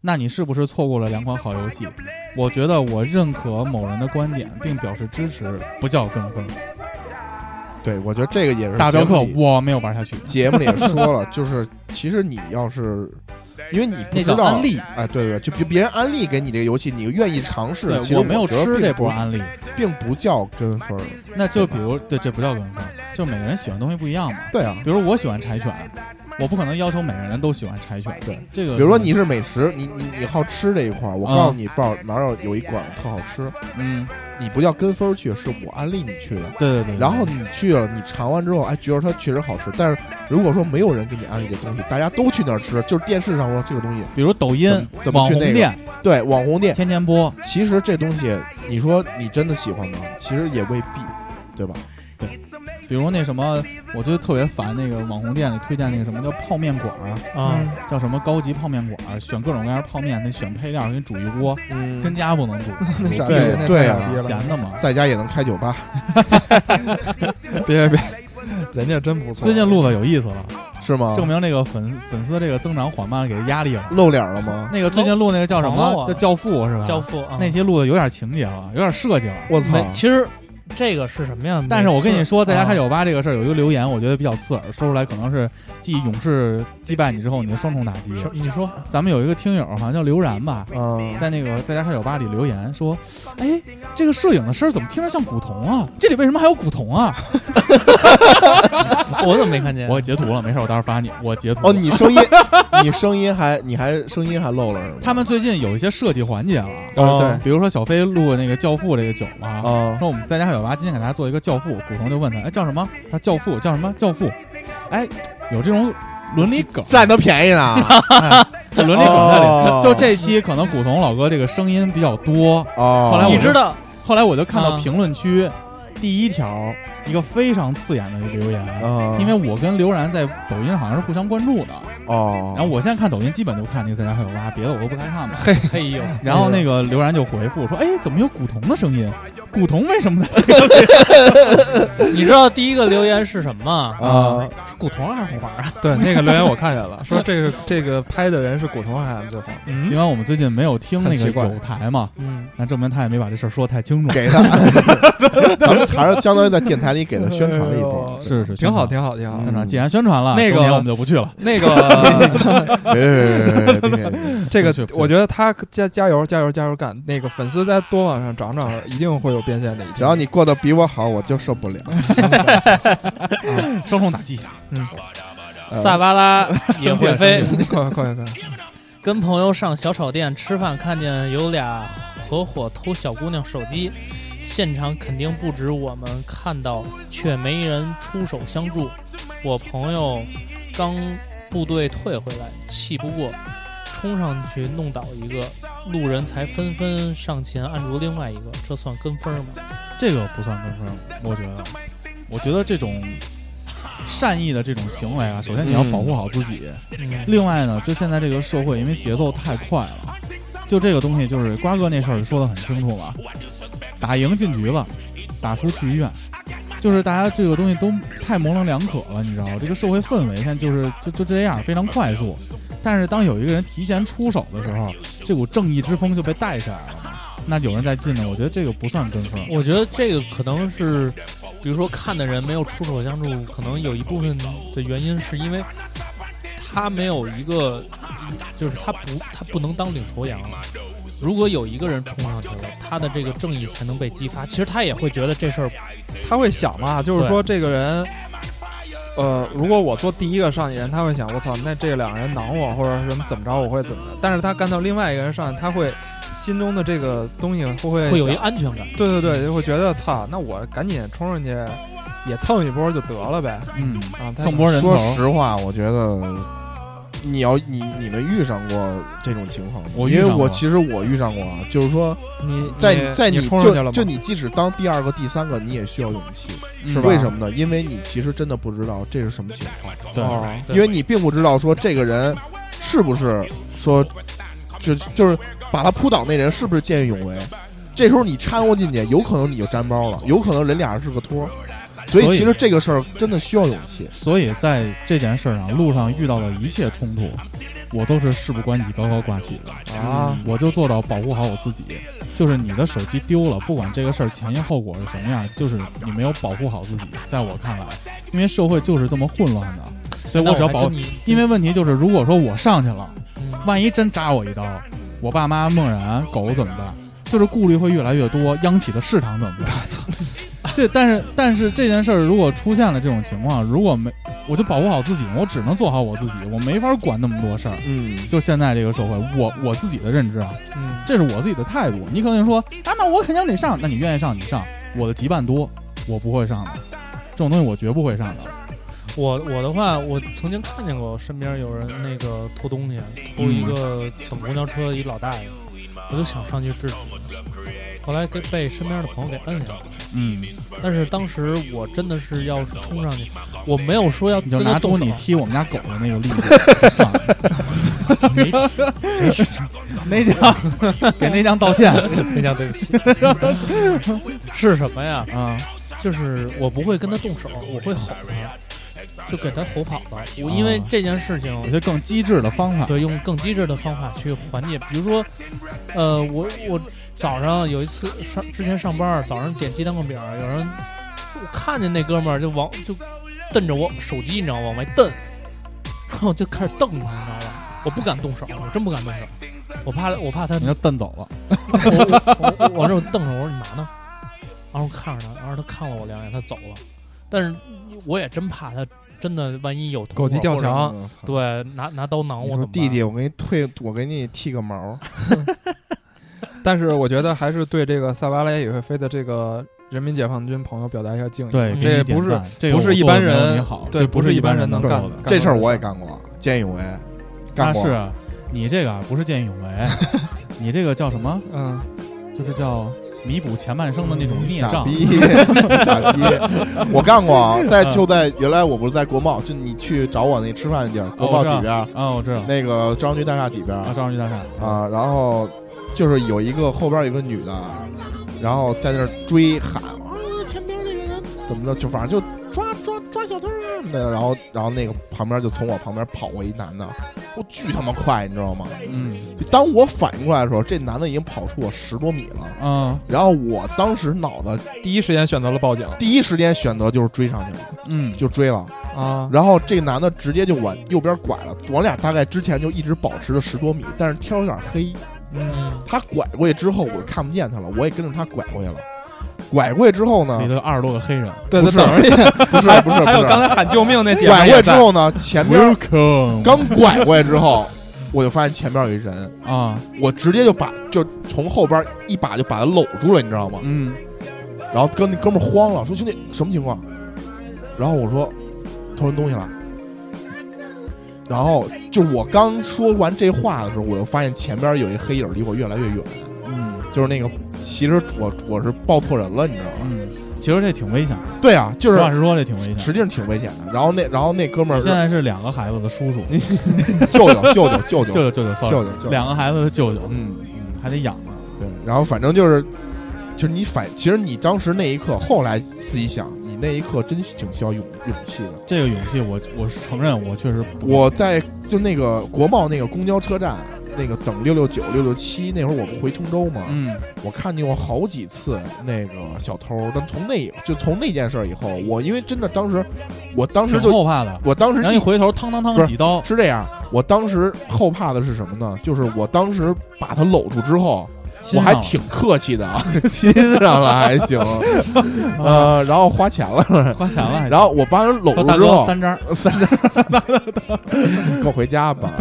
那你是不是错过了两款好游戏？我觉得我认可某人的观点，并表示支持，不叫跟风。
对我觉得这个也是
大镖
节
客
目里
我没有玩下去，
节目里也说了，就是其实你要是，因为你不
那
知
叫
道
安，利。
哎，对对，就别别人安利给你这个游戏，你愿意尝试，
对
其，实
我没有
觉得
吃这
并不
波安利，
并不叫跟风儿，
那就比如对，这不叫跟风，就每个人喜欢的东西不一样嘛。
对啊。
比如我喜欢柴犬，我不可能要求每个人都喜欢柴犬。
对，
这个
比如说你是美食，你你你好吃这一块儿，我
啊
告诉你，报哪儿有有一馆儿特好吃，
嗯，
你不叫跟风儿去，是我安利你去的。
对对对，
然后你去了，你尝完之后，哎，觉得它确实好吃。但是如果说没有人给你安利这东西，大家都去那儿吃，就是电视上说这个东西，
比如抖音
怎么怎么
网
去
红
那个
店
对网红店，
天天播，
其实这东西，你说你真的喜欢吗？其实也未必，对吧？
比如那什么，我觉得特别烦那个网红店里推荐那个什么叫泡面馆儿，
啊，
叫什么高级泡面馆儿，选各种各样的泡面，那选配料跟煮一锅，
嗯
跟家不能煮，
那傻逼
对
那太
对
傻
啊
逼了
闲的嘛。
在家也能开酒吧，
别别，人家真不错。啊
最近录的有意思了，
是吗？
证明这个粉粉丝这个增长缓慢给压力了。
露脸了吗？
那个最近录那个叫什
黄了
么？
啊
叫《教父》是吧？
教父啊，
那期录的有点情节了，有点设计了。
我操！
没，其实这个是什么呀？
但是我跟你说，在家
还
开酒吧这个事儿，有一个留言，我觉得比较刺耳，说出来可能是继勇士击败你之后你的双重打击。
你说
咱们有一个听友好像叫刘然吧，
嗯，
在那个在家开酒吧里留言说：“哎，这个摄影的声儿怎么听着像古铜啊？这里为什么还有古铜啊
我怎么没看？”见？
我截图了，没事，我到时候发你。我截图。
哦，你声音，你声音还，你还声音还露了是吗？
他们最近有一些设计环节了，
哦
对
比如说小飞录那个《教父》这个酒嘛，
啊，
说我们在家小娃今天给大家做一个教父，古潼就问他，哎，叫什么？他说教父叫什么？教父，哎，有这种伦理梗，啊
占他便宜呢。
有伦理梗在里。
哦
就这期可能古潼老哥这个声音比较多，
哦，
后来我
你知 道
后来我就看到
啊
评论区第一条一个非常刺眼的一个留言，
嗯，
因为我跟刘然在抖音好像是互相关注的，
哦，
然后我现在看抖音基本就看那个在家还有娃，别的我都不太看了。
哎呦，
然后那个刘然就回复说：“哎，怎么有古潼的声音？古潼为什么在这
你知道第一个留言是什么吗？
啊，
是古潼还是红孩儿啊？
对那个留言我看见了，说这个这个拍的人是古潼还是最后？
尽管我们最近没有听那
很
个
奇怪
有台嘛，
嗯，
那证明他也没把这事儿说太清楚。
给他，咱们还是相当于在电台里给他宣传了一波，
是是，
挺好，
宣
挺好，挺好
传。宣
嗯。
传，既然宣传了，
那个
重点我们就不去了。
那个
别别别别别别别，
这个
不去不，去
我觉得他加加油加油加油干，那个粉丝再多往上涨涨，一定会有变现的一天。
只要你过得比我好，我就受不了。
双重打击啊！
呃
萨 巴拉也
啊生气
会
了
飞。
快快快快，
跟朋友上小炒店吃饭，看见有俩合伙偷小姑娘手机，现场肯定不止我们看到，却没人出手相助。我朋友刚部队退回来，气不过，冲上去弄倒一个，路人才纷纷上前按住另外一个，这算跟风吗？
这个不算跟风，我觉得，我觉得这种善意的这种行为啊，首先你要保护好自己，
嗯
另外呢，就现在这个社会，因为节奏太快了，就这个东西，就是瓜哥那事儿说的很清楚了，打赢进局了，打输去医院，就是大家这个东西都太模棱两可了，你知道吗？这个社会氛围现在就是就就这样，非常快速。但是当有一个人提前出手的时候，这股正义之风就被带起来了嘛。那有人再进呢，我觉得这个不算跟风。
我觉得这个可能是，比如说看的人没有出手相助，可能有一部分的原因是因为他没有一个，就是他不他不能当领头羊。如果有一个人冲上去了，他的这个正义才能被激发。其实他也会觉得这事儿
他会想嘛，就是说这个人，呃，如果我做第一个上去人，他会想，我操，那这两个人挠我或者是什么怎么着，我会怎么的？但是他干到另外一个人上去，他会心中的这个东西会不会
会有一
想
安全感。
对对对，就会觉得操，那我赶紧冲上去也蹭一波就得了呗。
嗯，
啊，他
蹭波人头
说。实话，我觉得你要你你们遇上过这种情况吗？
我遇
因
上
为
过
我其实我遇上过，啊，就是说
你
在
你
在
你冲上去了
就
吗？
就你即使当第二个、第三个，你也需要勇气，
嗯是吧
为什么呢？因为你其实真的不知道这是什么情况，
对，
哦
因为你并不知道说这个人是不是说就就是把他扑倒那人是不是见义勇为。这时候你掺和进去，有可能你就沾包了，有可能人俩是个托儿，所以
所以
其实这个事儿真的需要勇气。
所以在这件事儿上，路上遇到的一切冲突，我都是事不关己高高挂起的，嗯
啊，
我就做到保护好我自己。就是你的手机丢了，不管这个事儿前因后果是什么样，就是你没有保护好自己。在我看来，因为社会就是这么混乱的，所以
那
我只要
还
保
真，你，
因为问题就是，如果说我上去了，
嗯
万一真扎我一刀，我爸妈、梦然、狗怎么办？就是顾虑会越来越多，央企的市场怎么办？ 对，但是但是这件事儿如果出现了这种情况，如果没我就保护好自己，我只能做好我自己，我没法管那么多事儿。
嗯，
就现在这个社会，我我自己的认知啊，
嗯，
这是我自己的态度。你可能说啊，那我肯定得上，那你愿意上你上，我的羁绊多，我不会上的，这种东西我绝不会上的。
我我的话，我曾经看见过身边有人那个拖东西，拖一个等公交车一老大爷，我就想上去制止，后来给被身边的朋友给摁下了。
嗯，
但是当时我真的是要冲上去，我没有说要
你就
跟
拿
他
出
动手
你，踢我们家狗的那个例 子上，
没
那家给那家道歉
那叫对不起。是什么呀？
啊，
就是我不会跟他动手，我会吼他，就给他吼跑了。我因
啊
为这件事情
有，些更机智的方法。
对，用更机智的方法去缓解。比如说，呃，我我早上有一次上之前上班，早上点鸡蛋灌饼，有人我看见那哥们儿就往就瞪着我手机，你知道吗？往外瞪，然后我就开始瞪他，你知道吗？我不敢动手，我真不敢动手，我怕我怕他
你就蹬走了，
我我我往这瞪着，我说你嘛呢？然后看着他，然后他看了我两眼，他走了。但是我也真怕他真的万一有
狗急跳
或者
墙，
嗯
对，拿拿刀挠我
你
怎么
说
办
弟弟，，我给你退，我给你剃个毛。
但是我觉得还是对这个萨瓦莱也会飞的这个人民解放军朋友表达一下敬意。
对，
这
给你点
不是
赞这个
不是
我
一
做得
般
没有
人
你好，
对
这
不
是
是
一
一般
人
人能
做
干
的。
这事儿我也干过，见义勇为，干
那
过。
是你这个啊不是见义勇为，你这个叫什么？
嗯，
就是叫弥补前半生的那种孽
傻
障。
逼，傻逼！我干过啊，在就在原来我不是在国贸，就你去找我那吃饭的地儿，国贸底边儿
啊，我知道
那个朝阳区大厦底边
啊，
儿
赵荣玉大厦
啊，然后就是有一个后边有一个女的，然后在那儿追喊，啊，前边那个人怎么着，就反正就抓抓抓小偷啊什么的，然后然后那个旁边就从我旁边跑过一男的，我巨他妈快，你知道吗？
嗯
当我反应过来的时候，这男的已经跑出我十多米了，
嗯
然后我当时脑子
第一时间选择了报警
第一时间选择就是追上去了，
嗯，
就追了。
啊，
然后这男的直接就往右边拐了，我俩大概之前就一直保持着十多米，但是天有点黑，
嗯，
他拐过去之后我看不见他了，我也跟着他拐过去了。拐过去之后呢
里，头有二十多个黑人。
对
不
对，
是
等着 你，
不是不是不
还有刚
是，
才喊救命那姐们
拐
儿
过去
也
之
在，
后呢，前边
Welcome
刚拐过去之后，我就发现前面有一人，
啊，
我直接就把就从后边一把就把他搂住了，你知道吗？
嗯，
然后跟那哥们儿慌了，说兄弟什么情况？然后我说偷人东西了。然后就我刚说完这话的时候，我就发现前边有一黑影离我越来越远，
嗯
就是那个，其实我我是抱错人了，你知道吗？
嗯，其实这挺危险的，
对啊，啊就是
实话实说，这挺危
实
险。
际上挺危险的。然后那然后那哥们儿
现在是两个孩子的叔叔，
舅舅舅舅舅
舅舅舅舅
舅嗯舅
，sorry，
舅舅舅
两个孩子的舅舅，
嗯
嗯，还得养呢。
对，然后反正就是就是你反，其实你当时那一刻，后来自己想，你那一刻真挺需要勇勇气的。
这个勇气，我我是承认，我确实不
我在就那个国贸那个公交车站，那个等六六九、六六七那会儿，我不回通州嘛，
嗯
我看见过好几次那个小偷。但从那就从那件事儿以后，我因为真的当时，我当时
挺
就
后怕的。
我当时
然后一回头，汤汤
不
汤
是
几刀，
是这样，我当时后怕的是什么呢？就是我当时把他搂住之后，我
亲
还
上了
挺客气的啊， 亲上了还 行，呃，然后花钱了，
花钱了还。
然后我把人搂
说
住
大
之
哥
后，
三张，
三张，跟我回家吧。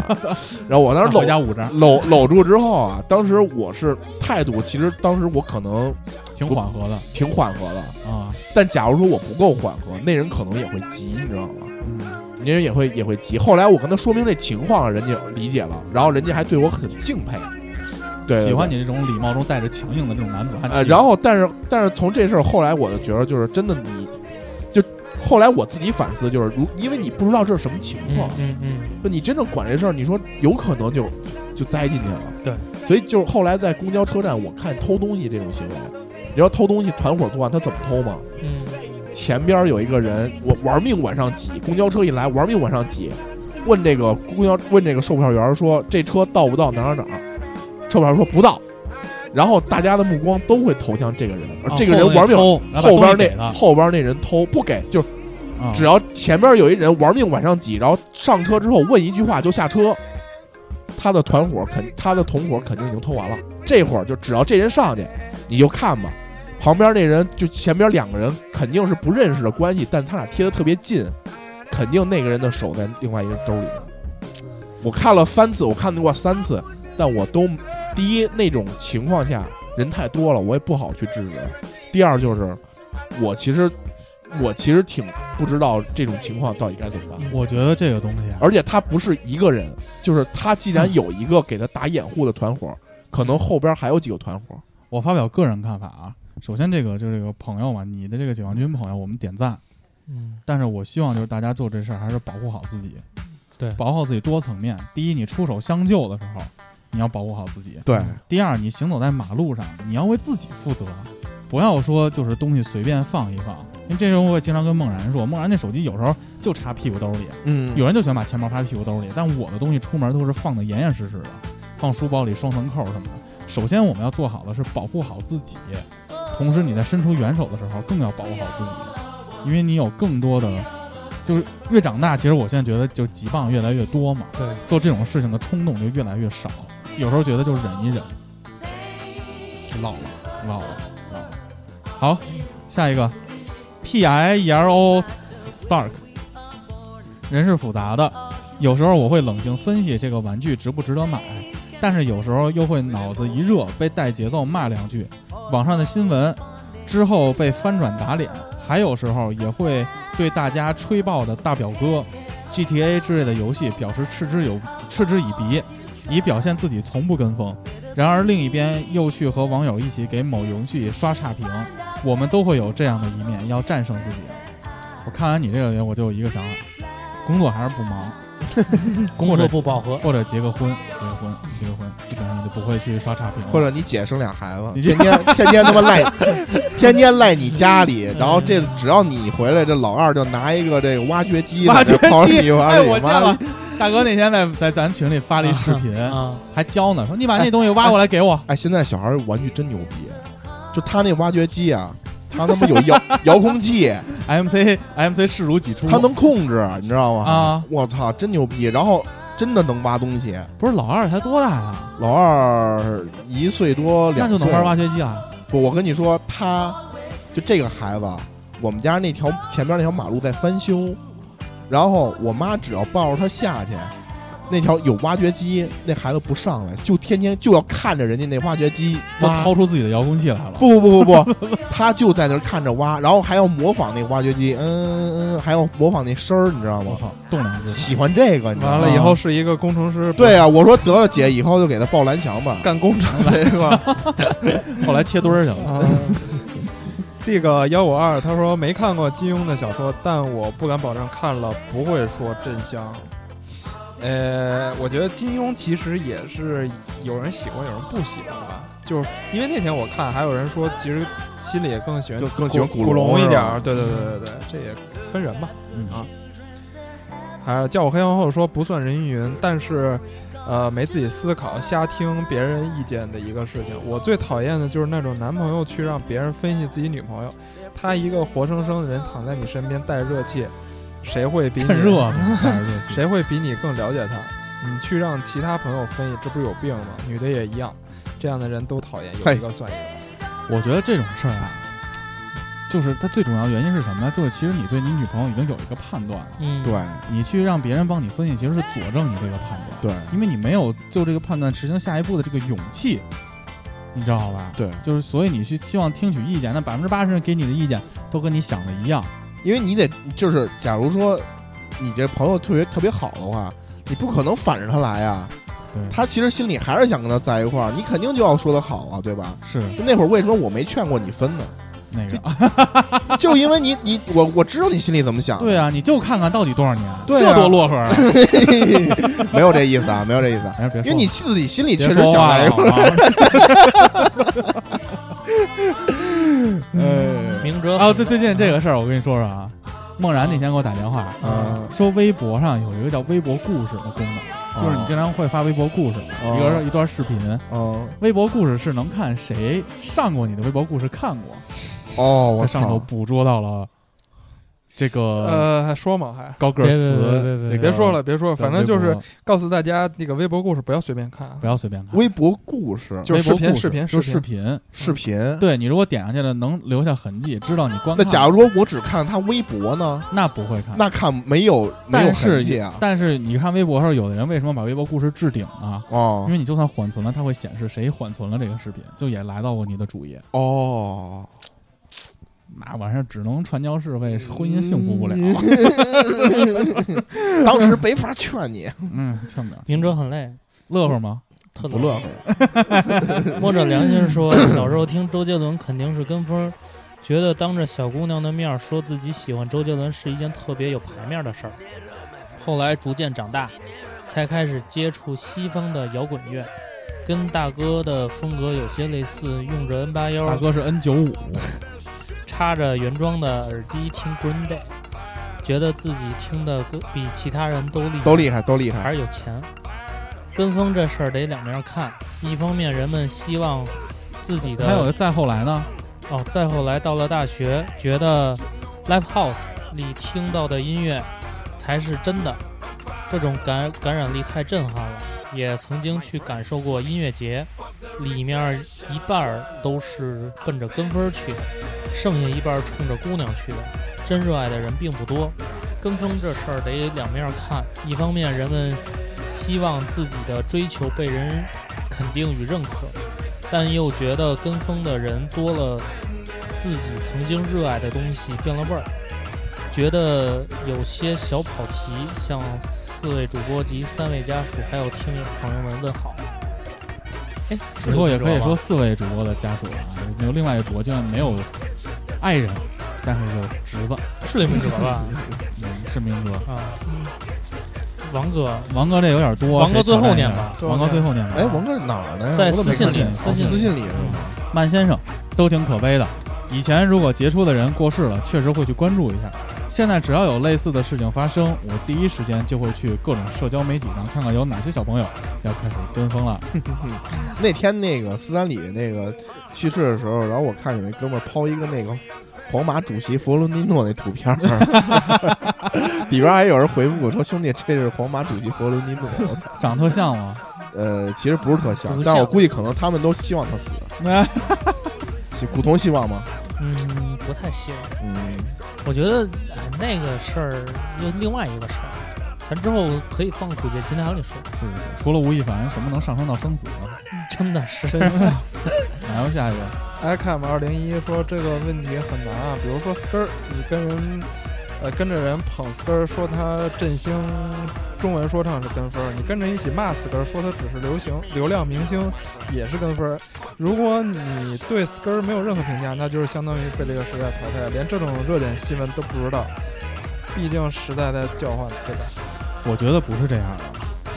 然后我当时
那
搂
回家五张，
搂搂住之后啊，当时我是态度，其实当时我可能
挺缓和的
挺缓和的，
啊。
但假如说我不够缓和，那人可能也会急，你知道吗？
嗯
那人也会也会急。后来我跟他说明这情况，人家理解了，然后人家还对我很敬佩，对
喜欢。
对对
你这种礼貌中带着强硬的这种男子汉气
呃，
质。
然后但是但是从这事儿后来，我就觉得就是真的你，就后来我自己反思，就是如因为你不知道这是什么情况
嗯，嗯嗯，
就你真正管这事儿，你说有可能就就栽进去了。
对，
所以就是后来在公交车站，我看偷东西这种行为，你知道偷东西团伙作案他怎么偷吗？
嗯
前边有一个人，我玩命往上挤，公交车一来玩命往上挤，问这个公交问这个售票员说这车到不到哪儿哪儿哪儿，售票员说不到，然后大家的目光都会投向这个人，而
啊
这个人玩命。
后来偷然
后边
后把东西给
那
他
后边那人偷不给，就是
啊
只要前边有一人玩命往上挤，然后上车之后问一句话就下车，他的团伙肯他的同伙肯定已经偷完了。这会儿就只要这人上去，你就看吧，旁边那人就前边两个人肯定是不认识的关系，但他俩贴的特别近，肯定那个人的手在另外一个人兜里。我看了三次，我看过三次，但我都第一那种情况下人太多了，我也不好去制止；第二就是我其实我其实挺不知道这种情况到底该怎么办。
我觉得这个东西啊，
而且他不是一个人，就是他既然有一个给他打掩护的团伙，可能后边还有几个团伙。
我发表个人看法啊。首先，这个就是这个朋友嘛，你的这个解放军朋友，我们点赞。
嗯，
但是我希望就是大家做这事儿还是保护好自己，
对
保护好自己多层面。第一，你出手相救的时候，你要保护好自己；
对
第二，你行走在马路上，你要为自己负责，不要说就是东西随便放一放。因为这时候我也经常跟梦然说，梦然那手机有时候就插屁股兜里，
嗯
有人就喜欢把钱包插屁股兜里，但我的东西出门都是放的严严实实的，放书包里双层扣什么的。首先我们要做好的是保护好自己，同时你在伸出援手的时候更要保护好自己，因为你有更多的，就是越长大，其实我现在觉得就极棒越来越多嘛，
对，
做这种事情的冲动就越来越少，有时候觉得就忍一忍，
老了，
老了，老了。好，下一个，P I E R O Stark。人是复杂的，有时候我会冷静分析这个玩具值不值得买，但是有时候又会脑子一热被带节奏骂两句，网上的新闻之后被翻转打脸，还有时候也会对大家吹爆的大表哥、GTA 之类的游戏表示嗤之有嗤之以鼻，以表现自己从不跟风。然而另一边又去和网友一起给某游戏刷差评，我们都会有这样的一面，要战胜自己。我看完你这个，我就有一个想法：工作还是不忙，
工
或者
作不饱和，
或者结个婚，结个婚，结个婚，基本上就不会去刷差评了。
或者你姐生俩孩子，
你
天天 天天他妈赖，天天赖你家里，然后这只要你回来，这老二就拿一个这个挖掘机，
挖掘
在那刨
机
你挖
哎，
你
我见
妈
了大哥那天在在咱群里发了一视频，
啊，
还教呢，说你把那东西挖过来给 我。
哎，现在小孩玩具真牛逼，就他那挖掘机啊，他他妈有遥遥控器，
MC MC 哎视如己出，
他能控制，你知道吗？
啊，
我操，真牛逼！然后真的能挖东西，
不是老二才多大呀？
老二一岁多
那
两
就
岁，
能玩挖掘机了。
不，我跟你说，他就这个孩子，我们家那条前面那条马路在翻修，然后我妈只要抱着他下去，那条有挖掘机，那孩子不上来，就天天就要看着人家那挖掘机
就
挖。
掏出自己的遥控器来了。
不不不不不，他就在那儿看着挖，然后还要模仿那挖掘机，嗯嗯，还要模仿那声儿，你知道
我
吗？
操，栋梁之
喜欢这个，你知道
完
吗？
了以后是一个工程师，
对啊，我说得了，姐，以后就给他报蓝翔吧。
干工 程的是吧？
后来切墩儿去了。
啊，这个幺五二他说没看过金庸的小说，但我不敢保证看了不会说真香。呃，我觉得金庸其实也是有人喜欢，有人不喜欢吧。就是因为那天我看，还有人说其实心里也更喜欢
更更喜欢
古
古龙
龙一
是
点
吧
儿。对对对对对，这也分人吧。
嗯
啊还有啊叫我黑皇后说不算人云亦云，但是，呃，没自己思考，瞎听别人意见的一个事情。我最讨厌的就是那种男朋友去让别人分析自己女朋友，他一个活生生的人躺在你身边带着热气，谁会比你
趁热啊呢，带着热气
谁会比你更了解他？你去让其他朋友分析，这不是有病吗？女的也一样，这样的人都讨厌，有一个算一个。
我觉得这种事儿啊，就是它最主要的原因是什么呢？就是其实你对你女朋友已经有一个判断了，
嗯，
对
你去让别人帮你分析，其实是佐证你这个判断，
对
因为你没有就这个判断执行下一步的这个勇气，你知道吧？
对，
就是所以你去希望听取意见，那百分之八十给你的意见都跟你想的一样，
因为你得就是，假如说你这朋友特别特别好的话，你不可能反着他来啊。
对，
他其实心里还是想跟他在一块儿，你肯定就要说他好啊，对吧？
是
就那会儿为什么我没劝过你分呢？
那个，
啊就因为你你我我知道你心里怎么想。
对啊，你就看看到底多少年，
对
这
啊
多落合啊！
没有这意思啊，没有这意思啊，
哎，别说
因为
了
你自己心里
别
确实
说
想
话
在一
了
块儿。
好吗
明哲
啊，对，最近这个事儿，我跟你说说啊，梦然那天给我打电话，
嗯
说微博上有一个叫微博故事的功能，就是你经常会发微博故事，
哦
一个一段视频。
哦
微博故事是能看谁上过你的微博故事看过，
哦，
在
我
上头
操！
捕捉到了这个
呃，还说吗？还
高个儿
别别别别别
词，
别
这个
别说了，别说了，
在
反正就
哎微
是
博
告诉大家，那个微博故事不要随便看啊
不，要随便看，
微博故事、
就是视
微博
频，
故事
视频，
就
视
是视
频。
频。
视频。
对你如果点上去了，能留下痕迹，知道你观
那
看。
假如说我只看他微博呢？
那不会看，
那看没有没
但
有痕
是
迹啊？
但是你看微博上，有的人为什么把微博故事置顶呢？因
哦
为你就算缓存了，它会显示谁缓存了这个视频，就也来到过你的主页。
哦，
那玩意儿只能传教士为婚姻幸福不了。
嗯
当时没法劝你，
嗯，劝不了。
明哲很累，
乐呵吗？
特
不
冷。
乐呵。
摸着良心说，小时候听周杰伦肯定是跟风儿，觉得当着小姑娘的面儿说自己喜欢周杰伦是一件特别有排面的事儿。后来逐渐长大，才开始接触西方的摇滚乐，跟大哥的风格有些类似，用着 N 八
大
幺啊
哥是 N 九五，
插着原装的耳机听 Green Day，觉得自己听的歌比其他人都厉害。
都厉害，都厉害。
还是有钱。跟风这事儿得两面看，一方面人们希望自己的
还有再后来呢？
哦，再后来到了大学，觉得 live house 里听到的音乐才是真的，这种感感染力太震撼了。也曾经去感受过音乐节，里面一半儿都是奔着跟风儿去的，剩下一半儿冲着姑娘去的。真热爱的人并不多。跟风这事儿得两面看，一方面人们希望自己的追求被人肯定与认可，但又觉得跟风的人多了，自己曾经热爱的东西变了味儿，觉得有些小跑题。向四位主播及三位家属还有听友朋友们问好。哎，
以后也可以说四位主播的家属了啊，有另外一个主播竟然没有爱人，但是有侄子，
是林明哲吧？
嗯，是明哥。
啊，王哥，
王哥这有点多，
王哥
谁
最
挑战
后念
一下
吧
王哥最后念吧。
哎，王哥哪儿的呀？
在
我怎么没
私信
看见哦
里私信里
私信里是吗？
曼先生都挺可悲的。以前如果杰出的人过世了，确实会去关注一下。现在只要有类似的事情发生，我第一时间就会去各种社交媒体上看看有哪些小朋友要开始跟风了。
那天那个斯坦李那个去世的时候，然后我看有一哥们儿抛一个那个皇马主席佛罗伦蒂诺那图片儿， 里边还有人回复我说：“兄弟，这是皇马主席佛罗伦蒂诺。”我操！
长得特像吗？
呃，其实不是特像
不，
但我
像
估计可能他们都希望他死。希古潼希望吗？
嗯，不太希望。
嗯，
我觉得哎那个事儿又另外一个事儿，咱之后可以放古剑奇谭里说，
是是是。除了吴亦凡，什么能上升到生死呢？
真的是。
然后下一个，
iCam 二零一说这个问题很难啊，比如说 skr，你跟人，呃，跟着人捧 skr，说他振兴中文说唱是跟风儿，你跟着一起骂 skr，说他只是流行流量明星，也是跟风儿。如果你对 skr 没有任何评价，那就是相当于被这个时代淘汰，连这种热点新闻都不知道。毕竟时代在叫唤，对吧？
我觉得不是这样的，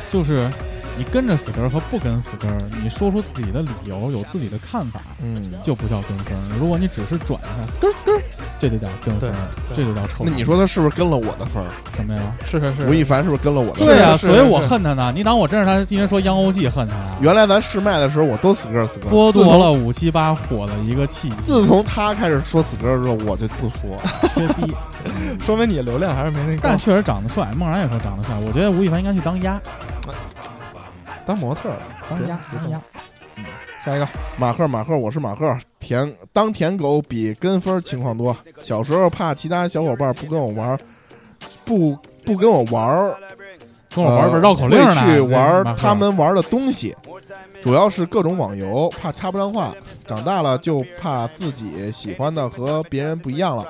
就是你跟着死根儿和不跟死根儿，你说出自己的理由，有自己的看法，
嗯，
就不叫跟风。如果你只是转一下 skr skr，这就叫跟风，
对
这就叫臭
那
风。
你说他是不是跟了我的分儿？
什么呀？
是是
吴
是，
亦凡是不是跟了我的分儿？
对啊，
是
所以我
是
恨他呢。你当我真是他，因为说《央欧记》恨他啊。
原来咱试麦的时候，我都死歌死歌。
剥夺了五七八火的一个契机，
自从他开始说死歌之后，我就不说。
缺 逼。
嗯
说明你流量还是没那
但
个
确实长得帅，孟然也说长得帅。我觉得吴亦凡应该去当鸭，
当模特儿了。
当鸭，当鸭。
下一个，
马赫，马赫，我是马赫。舔当舔狗比跟风情况多。小时候怕其他小伙伴不跟我玩儿，不不跟我玩儿，
跟我玩
呃
玩绕口令呢。
会去玩
这
儿
马克
他们玩的东西，主要是各种网游，怕插不上话。长大了就怕自己喜欢的和别人不一样了，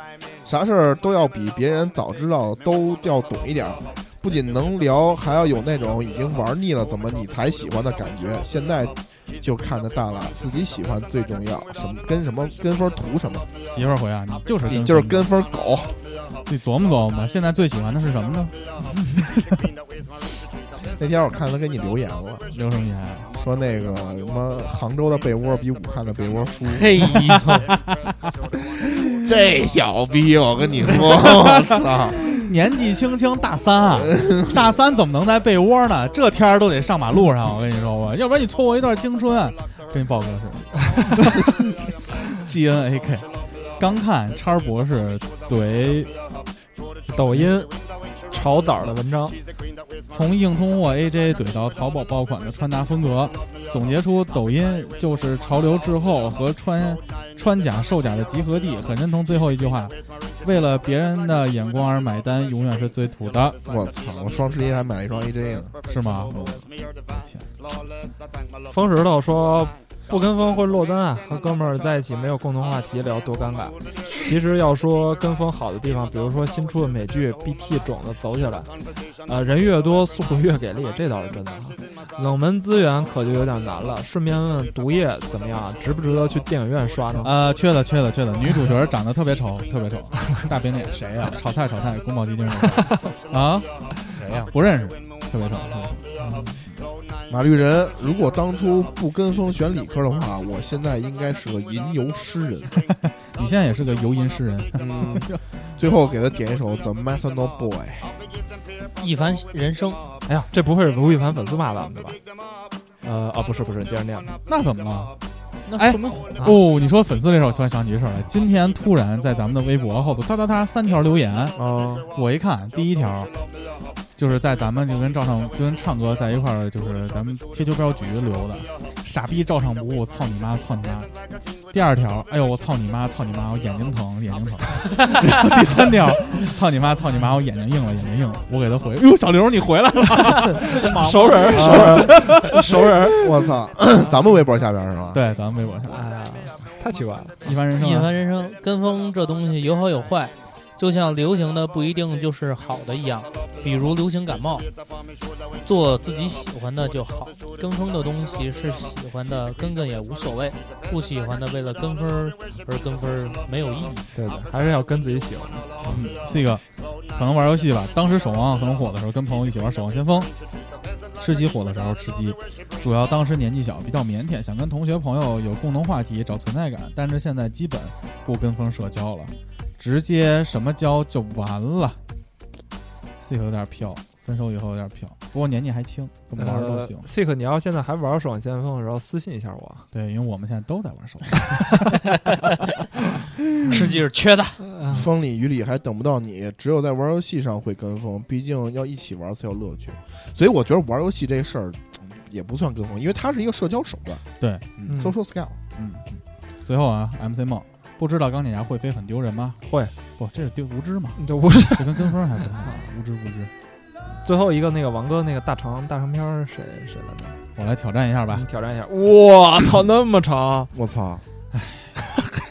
啥事儿都要比别人早知道，都要懂一点儿。不仅能聊，还要有那种已经玩腻了怎么你才喜欢的感觉。现在就看得淡了，自己喜欢最重要。什么跟什么跟风 图什么，
媳妇儿回啊，你就是
你
跟
就是
风
跟风狗。
你琢磨琢磨吧。现在最喜欢的是什么呢？
那天我看他给你留言了，
刘什么言？
说那个什么杭州的被窝比武汉的被窝舒服。
嘿呦，
嗯
这小逼，我跟你说， 我操！
年纪轻轻大三啊，大三怎么能在被窝呢？这天儿都得上马路上，我跟你说吧，要不然你错过一段青春啊。跟你豹哥似的。G N A K，刚看叉博士怼
抖音炒枣的文章，
从硬通货 AJ 怼到淘宝爆款的穿搭风格，总结出抖音就是潮流滞后和穿穿假售假的集合地。很认同最后一句话：为了别人的眼光而买单，永远是最土的，
我操！我双十一还买了一双 AJ 呢，
是吗？
风石头说不跟风会落单啊，和哥们儿在一起没有共同话题聊多尴尬。其实要说跟风好的地方，比如说新出的美剧 BT 种子走起来，呃，人越多速度越给力，这倒是真的啊。冷门资源可就有点难了。顺便问问毒液怎么样啊，值不值得去电影院刷呢？
呃，缺了，缺了，缺了。女主角长得特别丑，特别丑， 大饼脸，谁呀、炒菜，炒菜，宫保鸡丁那个啊，
谁呀、
不认识，特别丑。特别丑
马绿人，如果当初不跟风选理科的话，我现在应该是个吟游诗人。
你现在也是个游吟诗人，
嗯， 最后给他点一首《The Methanol Boy》。
一凡人生，
哎呀，这不会是吴亦凡粉丝骂咱们的吧？呃，啊，不是不是，接着念吧。
那怎么了？
那
哎
说明啊火了。
哦，你说粉丝这事儿，我突然想起一事儿来。今天突然在咱们的微博后头，哒哒哒三条留言，
哦
啊，
我一看第一条，就是在咱们就跟赵尚跟唱哥在一块儿，就是咱们贴秋标局留的，傻逼照唱不误，操你妈，操你妈。第二条，哎呦我操你妈，操你妈，我眼睛疼，眼睛疼。 然后第三条，操你妈，操你妈，我眼睛硬了，眼睛硬了。我给他回，哎呦小刘你回来了，
熟人，熟人，熟人。
我操！ 咱们微博下边是吧？
对，咱们微博上
哎呀，太奇怪了。
一般人生
一
呢
凡人生，跟风这东西有好有坏，就像流行的不一定就是好的一样。比如流行感冒，做自己喜欢的就好。跟风的东西是喜欢的，跟跟也无所谓；不喜欢的，为了跟风而跟风没有意义。
对对，还是要跟自己喜欢。
嗯，四个，可能玩游戏吧。当时守望很火的时候，跟朋友一起玩《守望先锋》；吃鸡火的时候吃鸡。主要当时年纪小，比较腼腆，想跟同学朋友有共同话题，找存在感。但是现在基本不跟风社交了，直接什么交就完了。四个有点飘，分手以后有点飘，不过年纪还轻，怎么玩都行。
Sick，你呃要现在还玩《守望先锋》的时候，私信一下我。
对，因为我们现在都在玩手机。
吃鸡是缺的，
风里雨里还等不到你，只有在玩游戏上会跟风，毕竟要一起玩才有乐趣。所以我觉得玩游戏这事儿嗯也不算跟风，因为它是一个社交手段。
对
嗯
嗯
，social skill。
嗯，嗯最后啊，MC 梦，不知道钢铁侠会飞很丢人吗？
会，
不，这是丢无知嘛。
你就不是
这跟跟风还不太一样，无知无知。
最后一个那个王哥那个大长大长篇儿谁谁来着？
我来挑战一下吧
你。挑战一下。我操，那么长，
我操！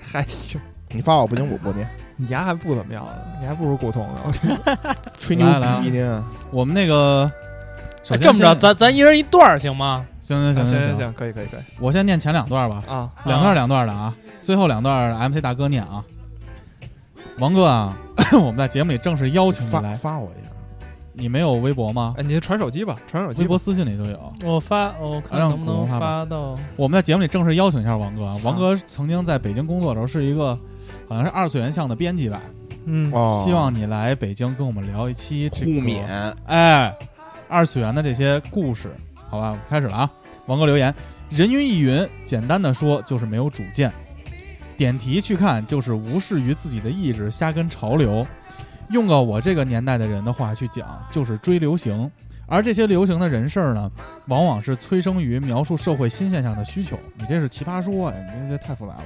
还行。
你发我不行，我不念，
你牙还不怎么样呢，你还不如古潼呢。
吹牛
来来啊
逼呢？
我们那个，首先
哎这么着，
先
咱咱一人一段儿行吗？
行行
行
行
啊行
行，
行，可以可以可以
我先念前两段吧，
啊。
两段两段的啊，最后两段 MC 大哥念啊。王哥啊， 我们在节目里正式邀请你
发
来，
发我一下，
你没有微博吗？
哎，你就传手机吧，传手
微
机吧
博。私信里都有。
我发，我看
让
能不
古龙
能
发吧
发到。
我们在节目里正式邀请一下王哥啊。王哥曾经在北京工作的时候是一个，好像是二次元向的编辑吧。
嗯，
哦
希望你来北京跟我们聊一期这
互
个
免。
哎，二次元的这些故事，好吧，我们开始了啊。王哥留言：人云亦云，简单的说就是没有主见，点题去看就是无视于自己的意志，瞎跟潮流。用个我这个年代的人的话去讲，就是追流行。而这些流行的人事儿呢，往往是催生于描述社会新现象的需求。你这是奇葩说呀、你这这太复杂了。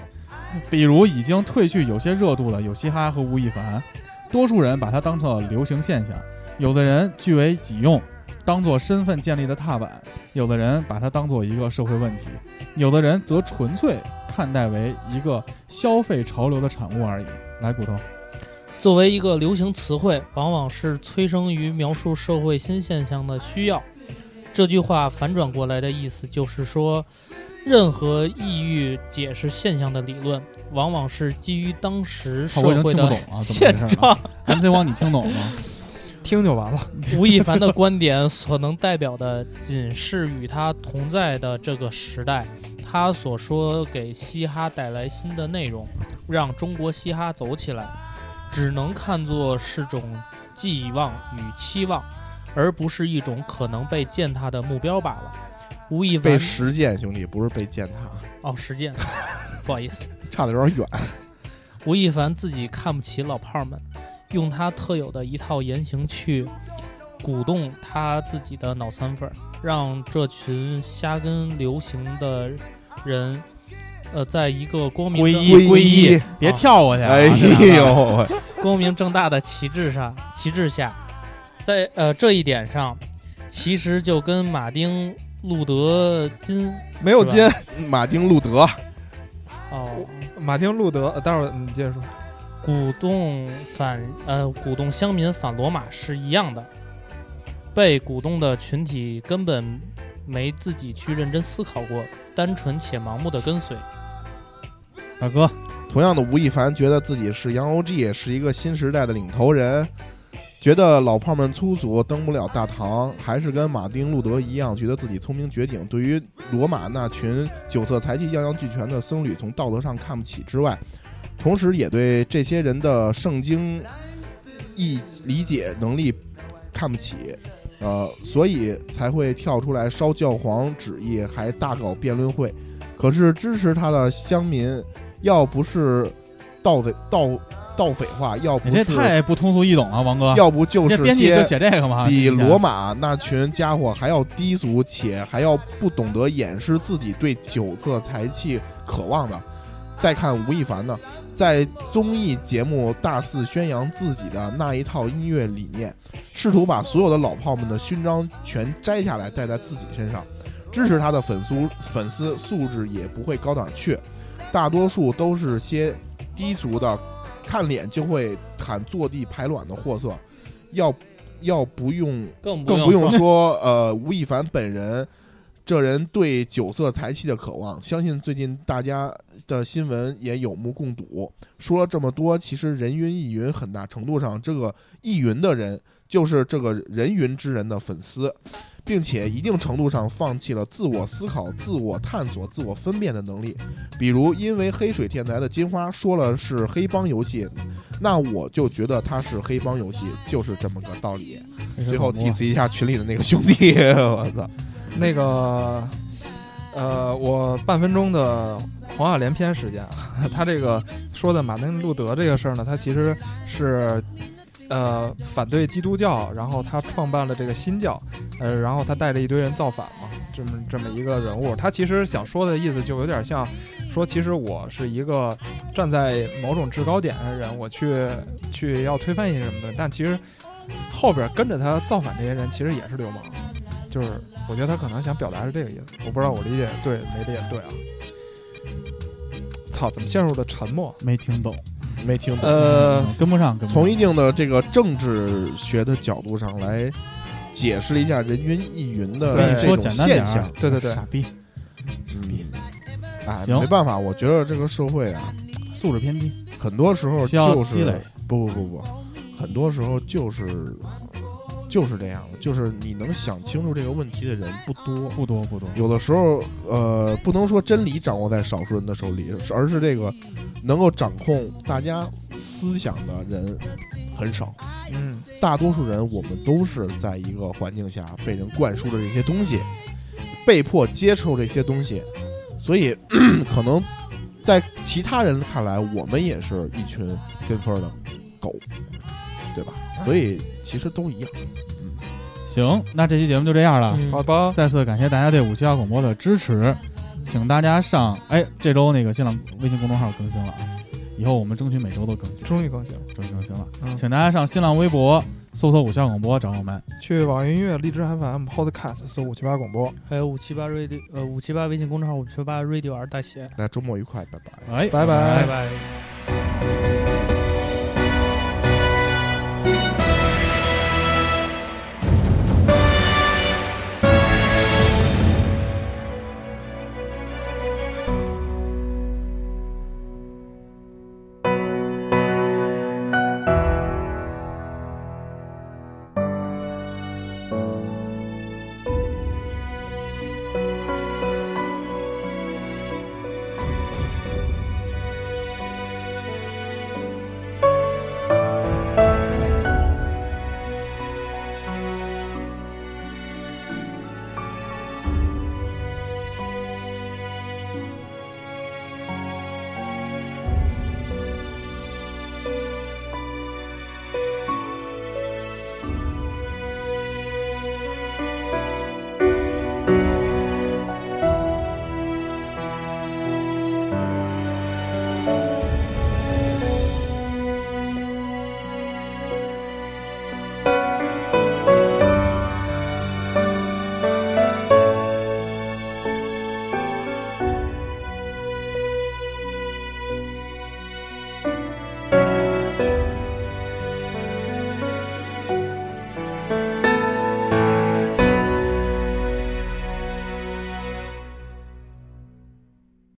比如已经褪去有些热度的有嘻哈和吴亦凡，多数人把它当做流行现象。有的人据为己用，当做身份建立的踏板；有的人把它当做一个社会问题；有的人则纯粹看待为一个消费潮流的产物而已。来，骨头，
作为一个流行词汇，往往是催生于描述社会新现象的需要。这句话反转过来的意思就是说，任何意欲解释现象的理论，往往是基于当时社
好我已经
会
听不
的
懂了，怎么
现
回事
状。
啊？MC 王，你听懂了 吗？
听就完了。
吴亦凡的观点所能代表的，仅是与他同在的这个时代，他所说给嘻哈带来新的内容，让中国嘻哈走起来，只能看作是种寄望与期望，而不是一种可能被践踏的目标罢了。吴亦凡
被实践，兄弟，不是被践踏，
哦，实践，不好意思。
差的有点远。
吴亦凡自己看不起老炮儿们，用他特有的一套言行去鼓动他自己的脑残粉儿，让这群瞎跟流行的人，呃，在一个光明
皈
正
依
皈
皈
依
依， 别跳过去啊！
哎
这个
呦喂，
光明正大的旗帜上，旗帜下，在呃这一点上，其实就跟马丁路德金
没有
是吧
金，马丁路德，
哦
马丁路德，呃待会儿你接着说。
鼓动反呃鼓动乡民反罗马是一样的，被鼓动的群体根本没自己去认真思考过，单纯且盲目的跟随。
大哥，
同样的，吴亦凡觉得自己是杨 OG，是一个新时代的领头人，觉得老炮们粗俗，登不了大堂，还是跟马丁路德一样，觉得自己聪明绝顶。对于罗马那群酒色财气样样俱全的僧侣，从道德上看不起之外，同时也对这些人的圣经意理解能力看不起。呃，所以才会跳出来烧教皇旨意，还大搞辩论会。可是支持他的乡民要不是盗匪盗盗匪化，要不
你这
是
太不通俗易懂了，王哥。
要不就
这
是
编辑就
些
写这个嘛，
比
之前
罗马那群家伙还要低俗，且还要不懂得掩饰自己对酒色财气渴望的。再看吴亦凡呢，在综艺节目大肆宣扬自己的那一套音乐理念，试图把所有的老炮们的勋章全摘下来戴在自己身上。支持他的粉丝粉丝素质也不会高档去，大多数都是些低俗的，看脸就会喊坐地排卵的货色。要要不用
更不
更不用
说
说，呃，吴亦凡本人，这人对酒色财气的渴望，相信最近大家的新闻也有目共睹。说了这么多，其实人云亦云，很大程度上，这个亦云的人就是这个人云之人的粉丝，并且一定程度上放弃了自我思考、自我探索、自我分辨的能力。比如，因为黑水电台的金花说了是黑帮游戏，那我就觉得它是黑帮游戏，就是这么个道理。最后
啊
diss 一下群里的那个兄弟， 我操！
那个，呃，我半分钟的黄小连篇时间，啊 他这个说的马丁路德这个事儿呢，他其实是。呃，反对基督教，然后他创办了这个新教，呃，然后他带着一堆人造反嘛，这么这么一个人物，他其实想说的意思就有点像，说其实我是一个站在某种制高点上的人，我去去要推翻一些什么的，但其实后边跟着他造反这些人其实也是流氓，就是我觉得他可能想表达是这个意思，我不知道我理解对没理解对啊。操，怎么陷入了沉默？
没听懂，
没听懂。
呃，
嗯跟不上，跟不上。
从一定的这个政治学的角度上来解释一下人云亦云的
对
这
说
种
简单点
现
儿
象。
对对对
傻逼，
嗯，哎，
行
没办法，我觉得这个社会啊，
素质偏低，
很多时候
需要
就
积累
是不不不不，很多时候就是就是这样，就是你能想清楚这个问题的人不多。
不多不多。
有的时候，呃，不能说真理掌握在少数人的手里，而是这个能够掌控大家思想的人很少。
嗯，
大多数人，我们都是在一个环境下被人灌输了这些东西，被迫接受这些东西，所以 可能在其他人看来，我们也是一群跟风的狗，对吧？所以其实都一样。
行，那这期节目就这样了。
嗯
啊
好吧，
再次感谢大家对五七八广播的支持，请大家上哎，这周那个新浪微信公众号更新了啊，以后我们争取每周都更新，
终于更新了。
终于更新了，
嗯
请大家上新浪微博搜索五七八广播找我们。
去网易音乐、荔枝 FM、Podcast 搜五七八广播，
还有五七八 radio 呃五七八微信公众号五七八 radio R 大写，
那周末愉快，拜拜。
哎，
拜拜
拜拜。
Thank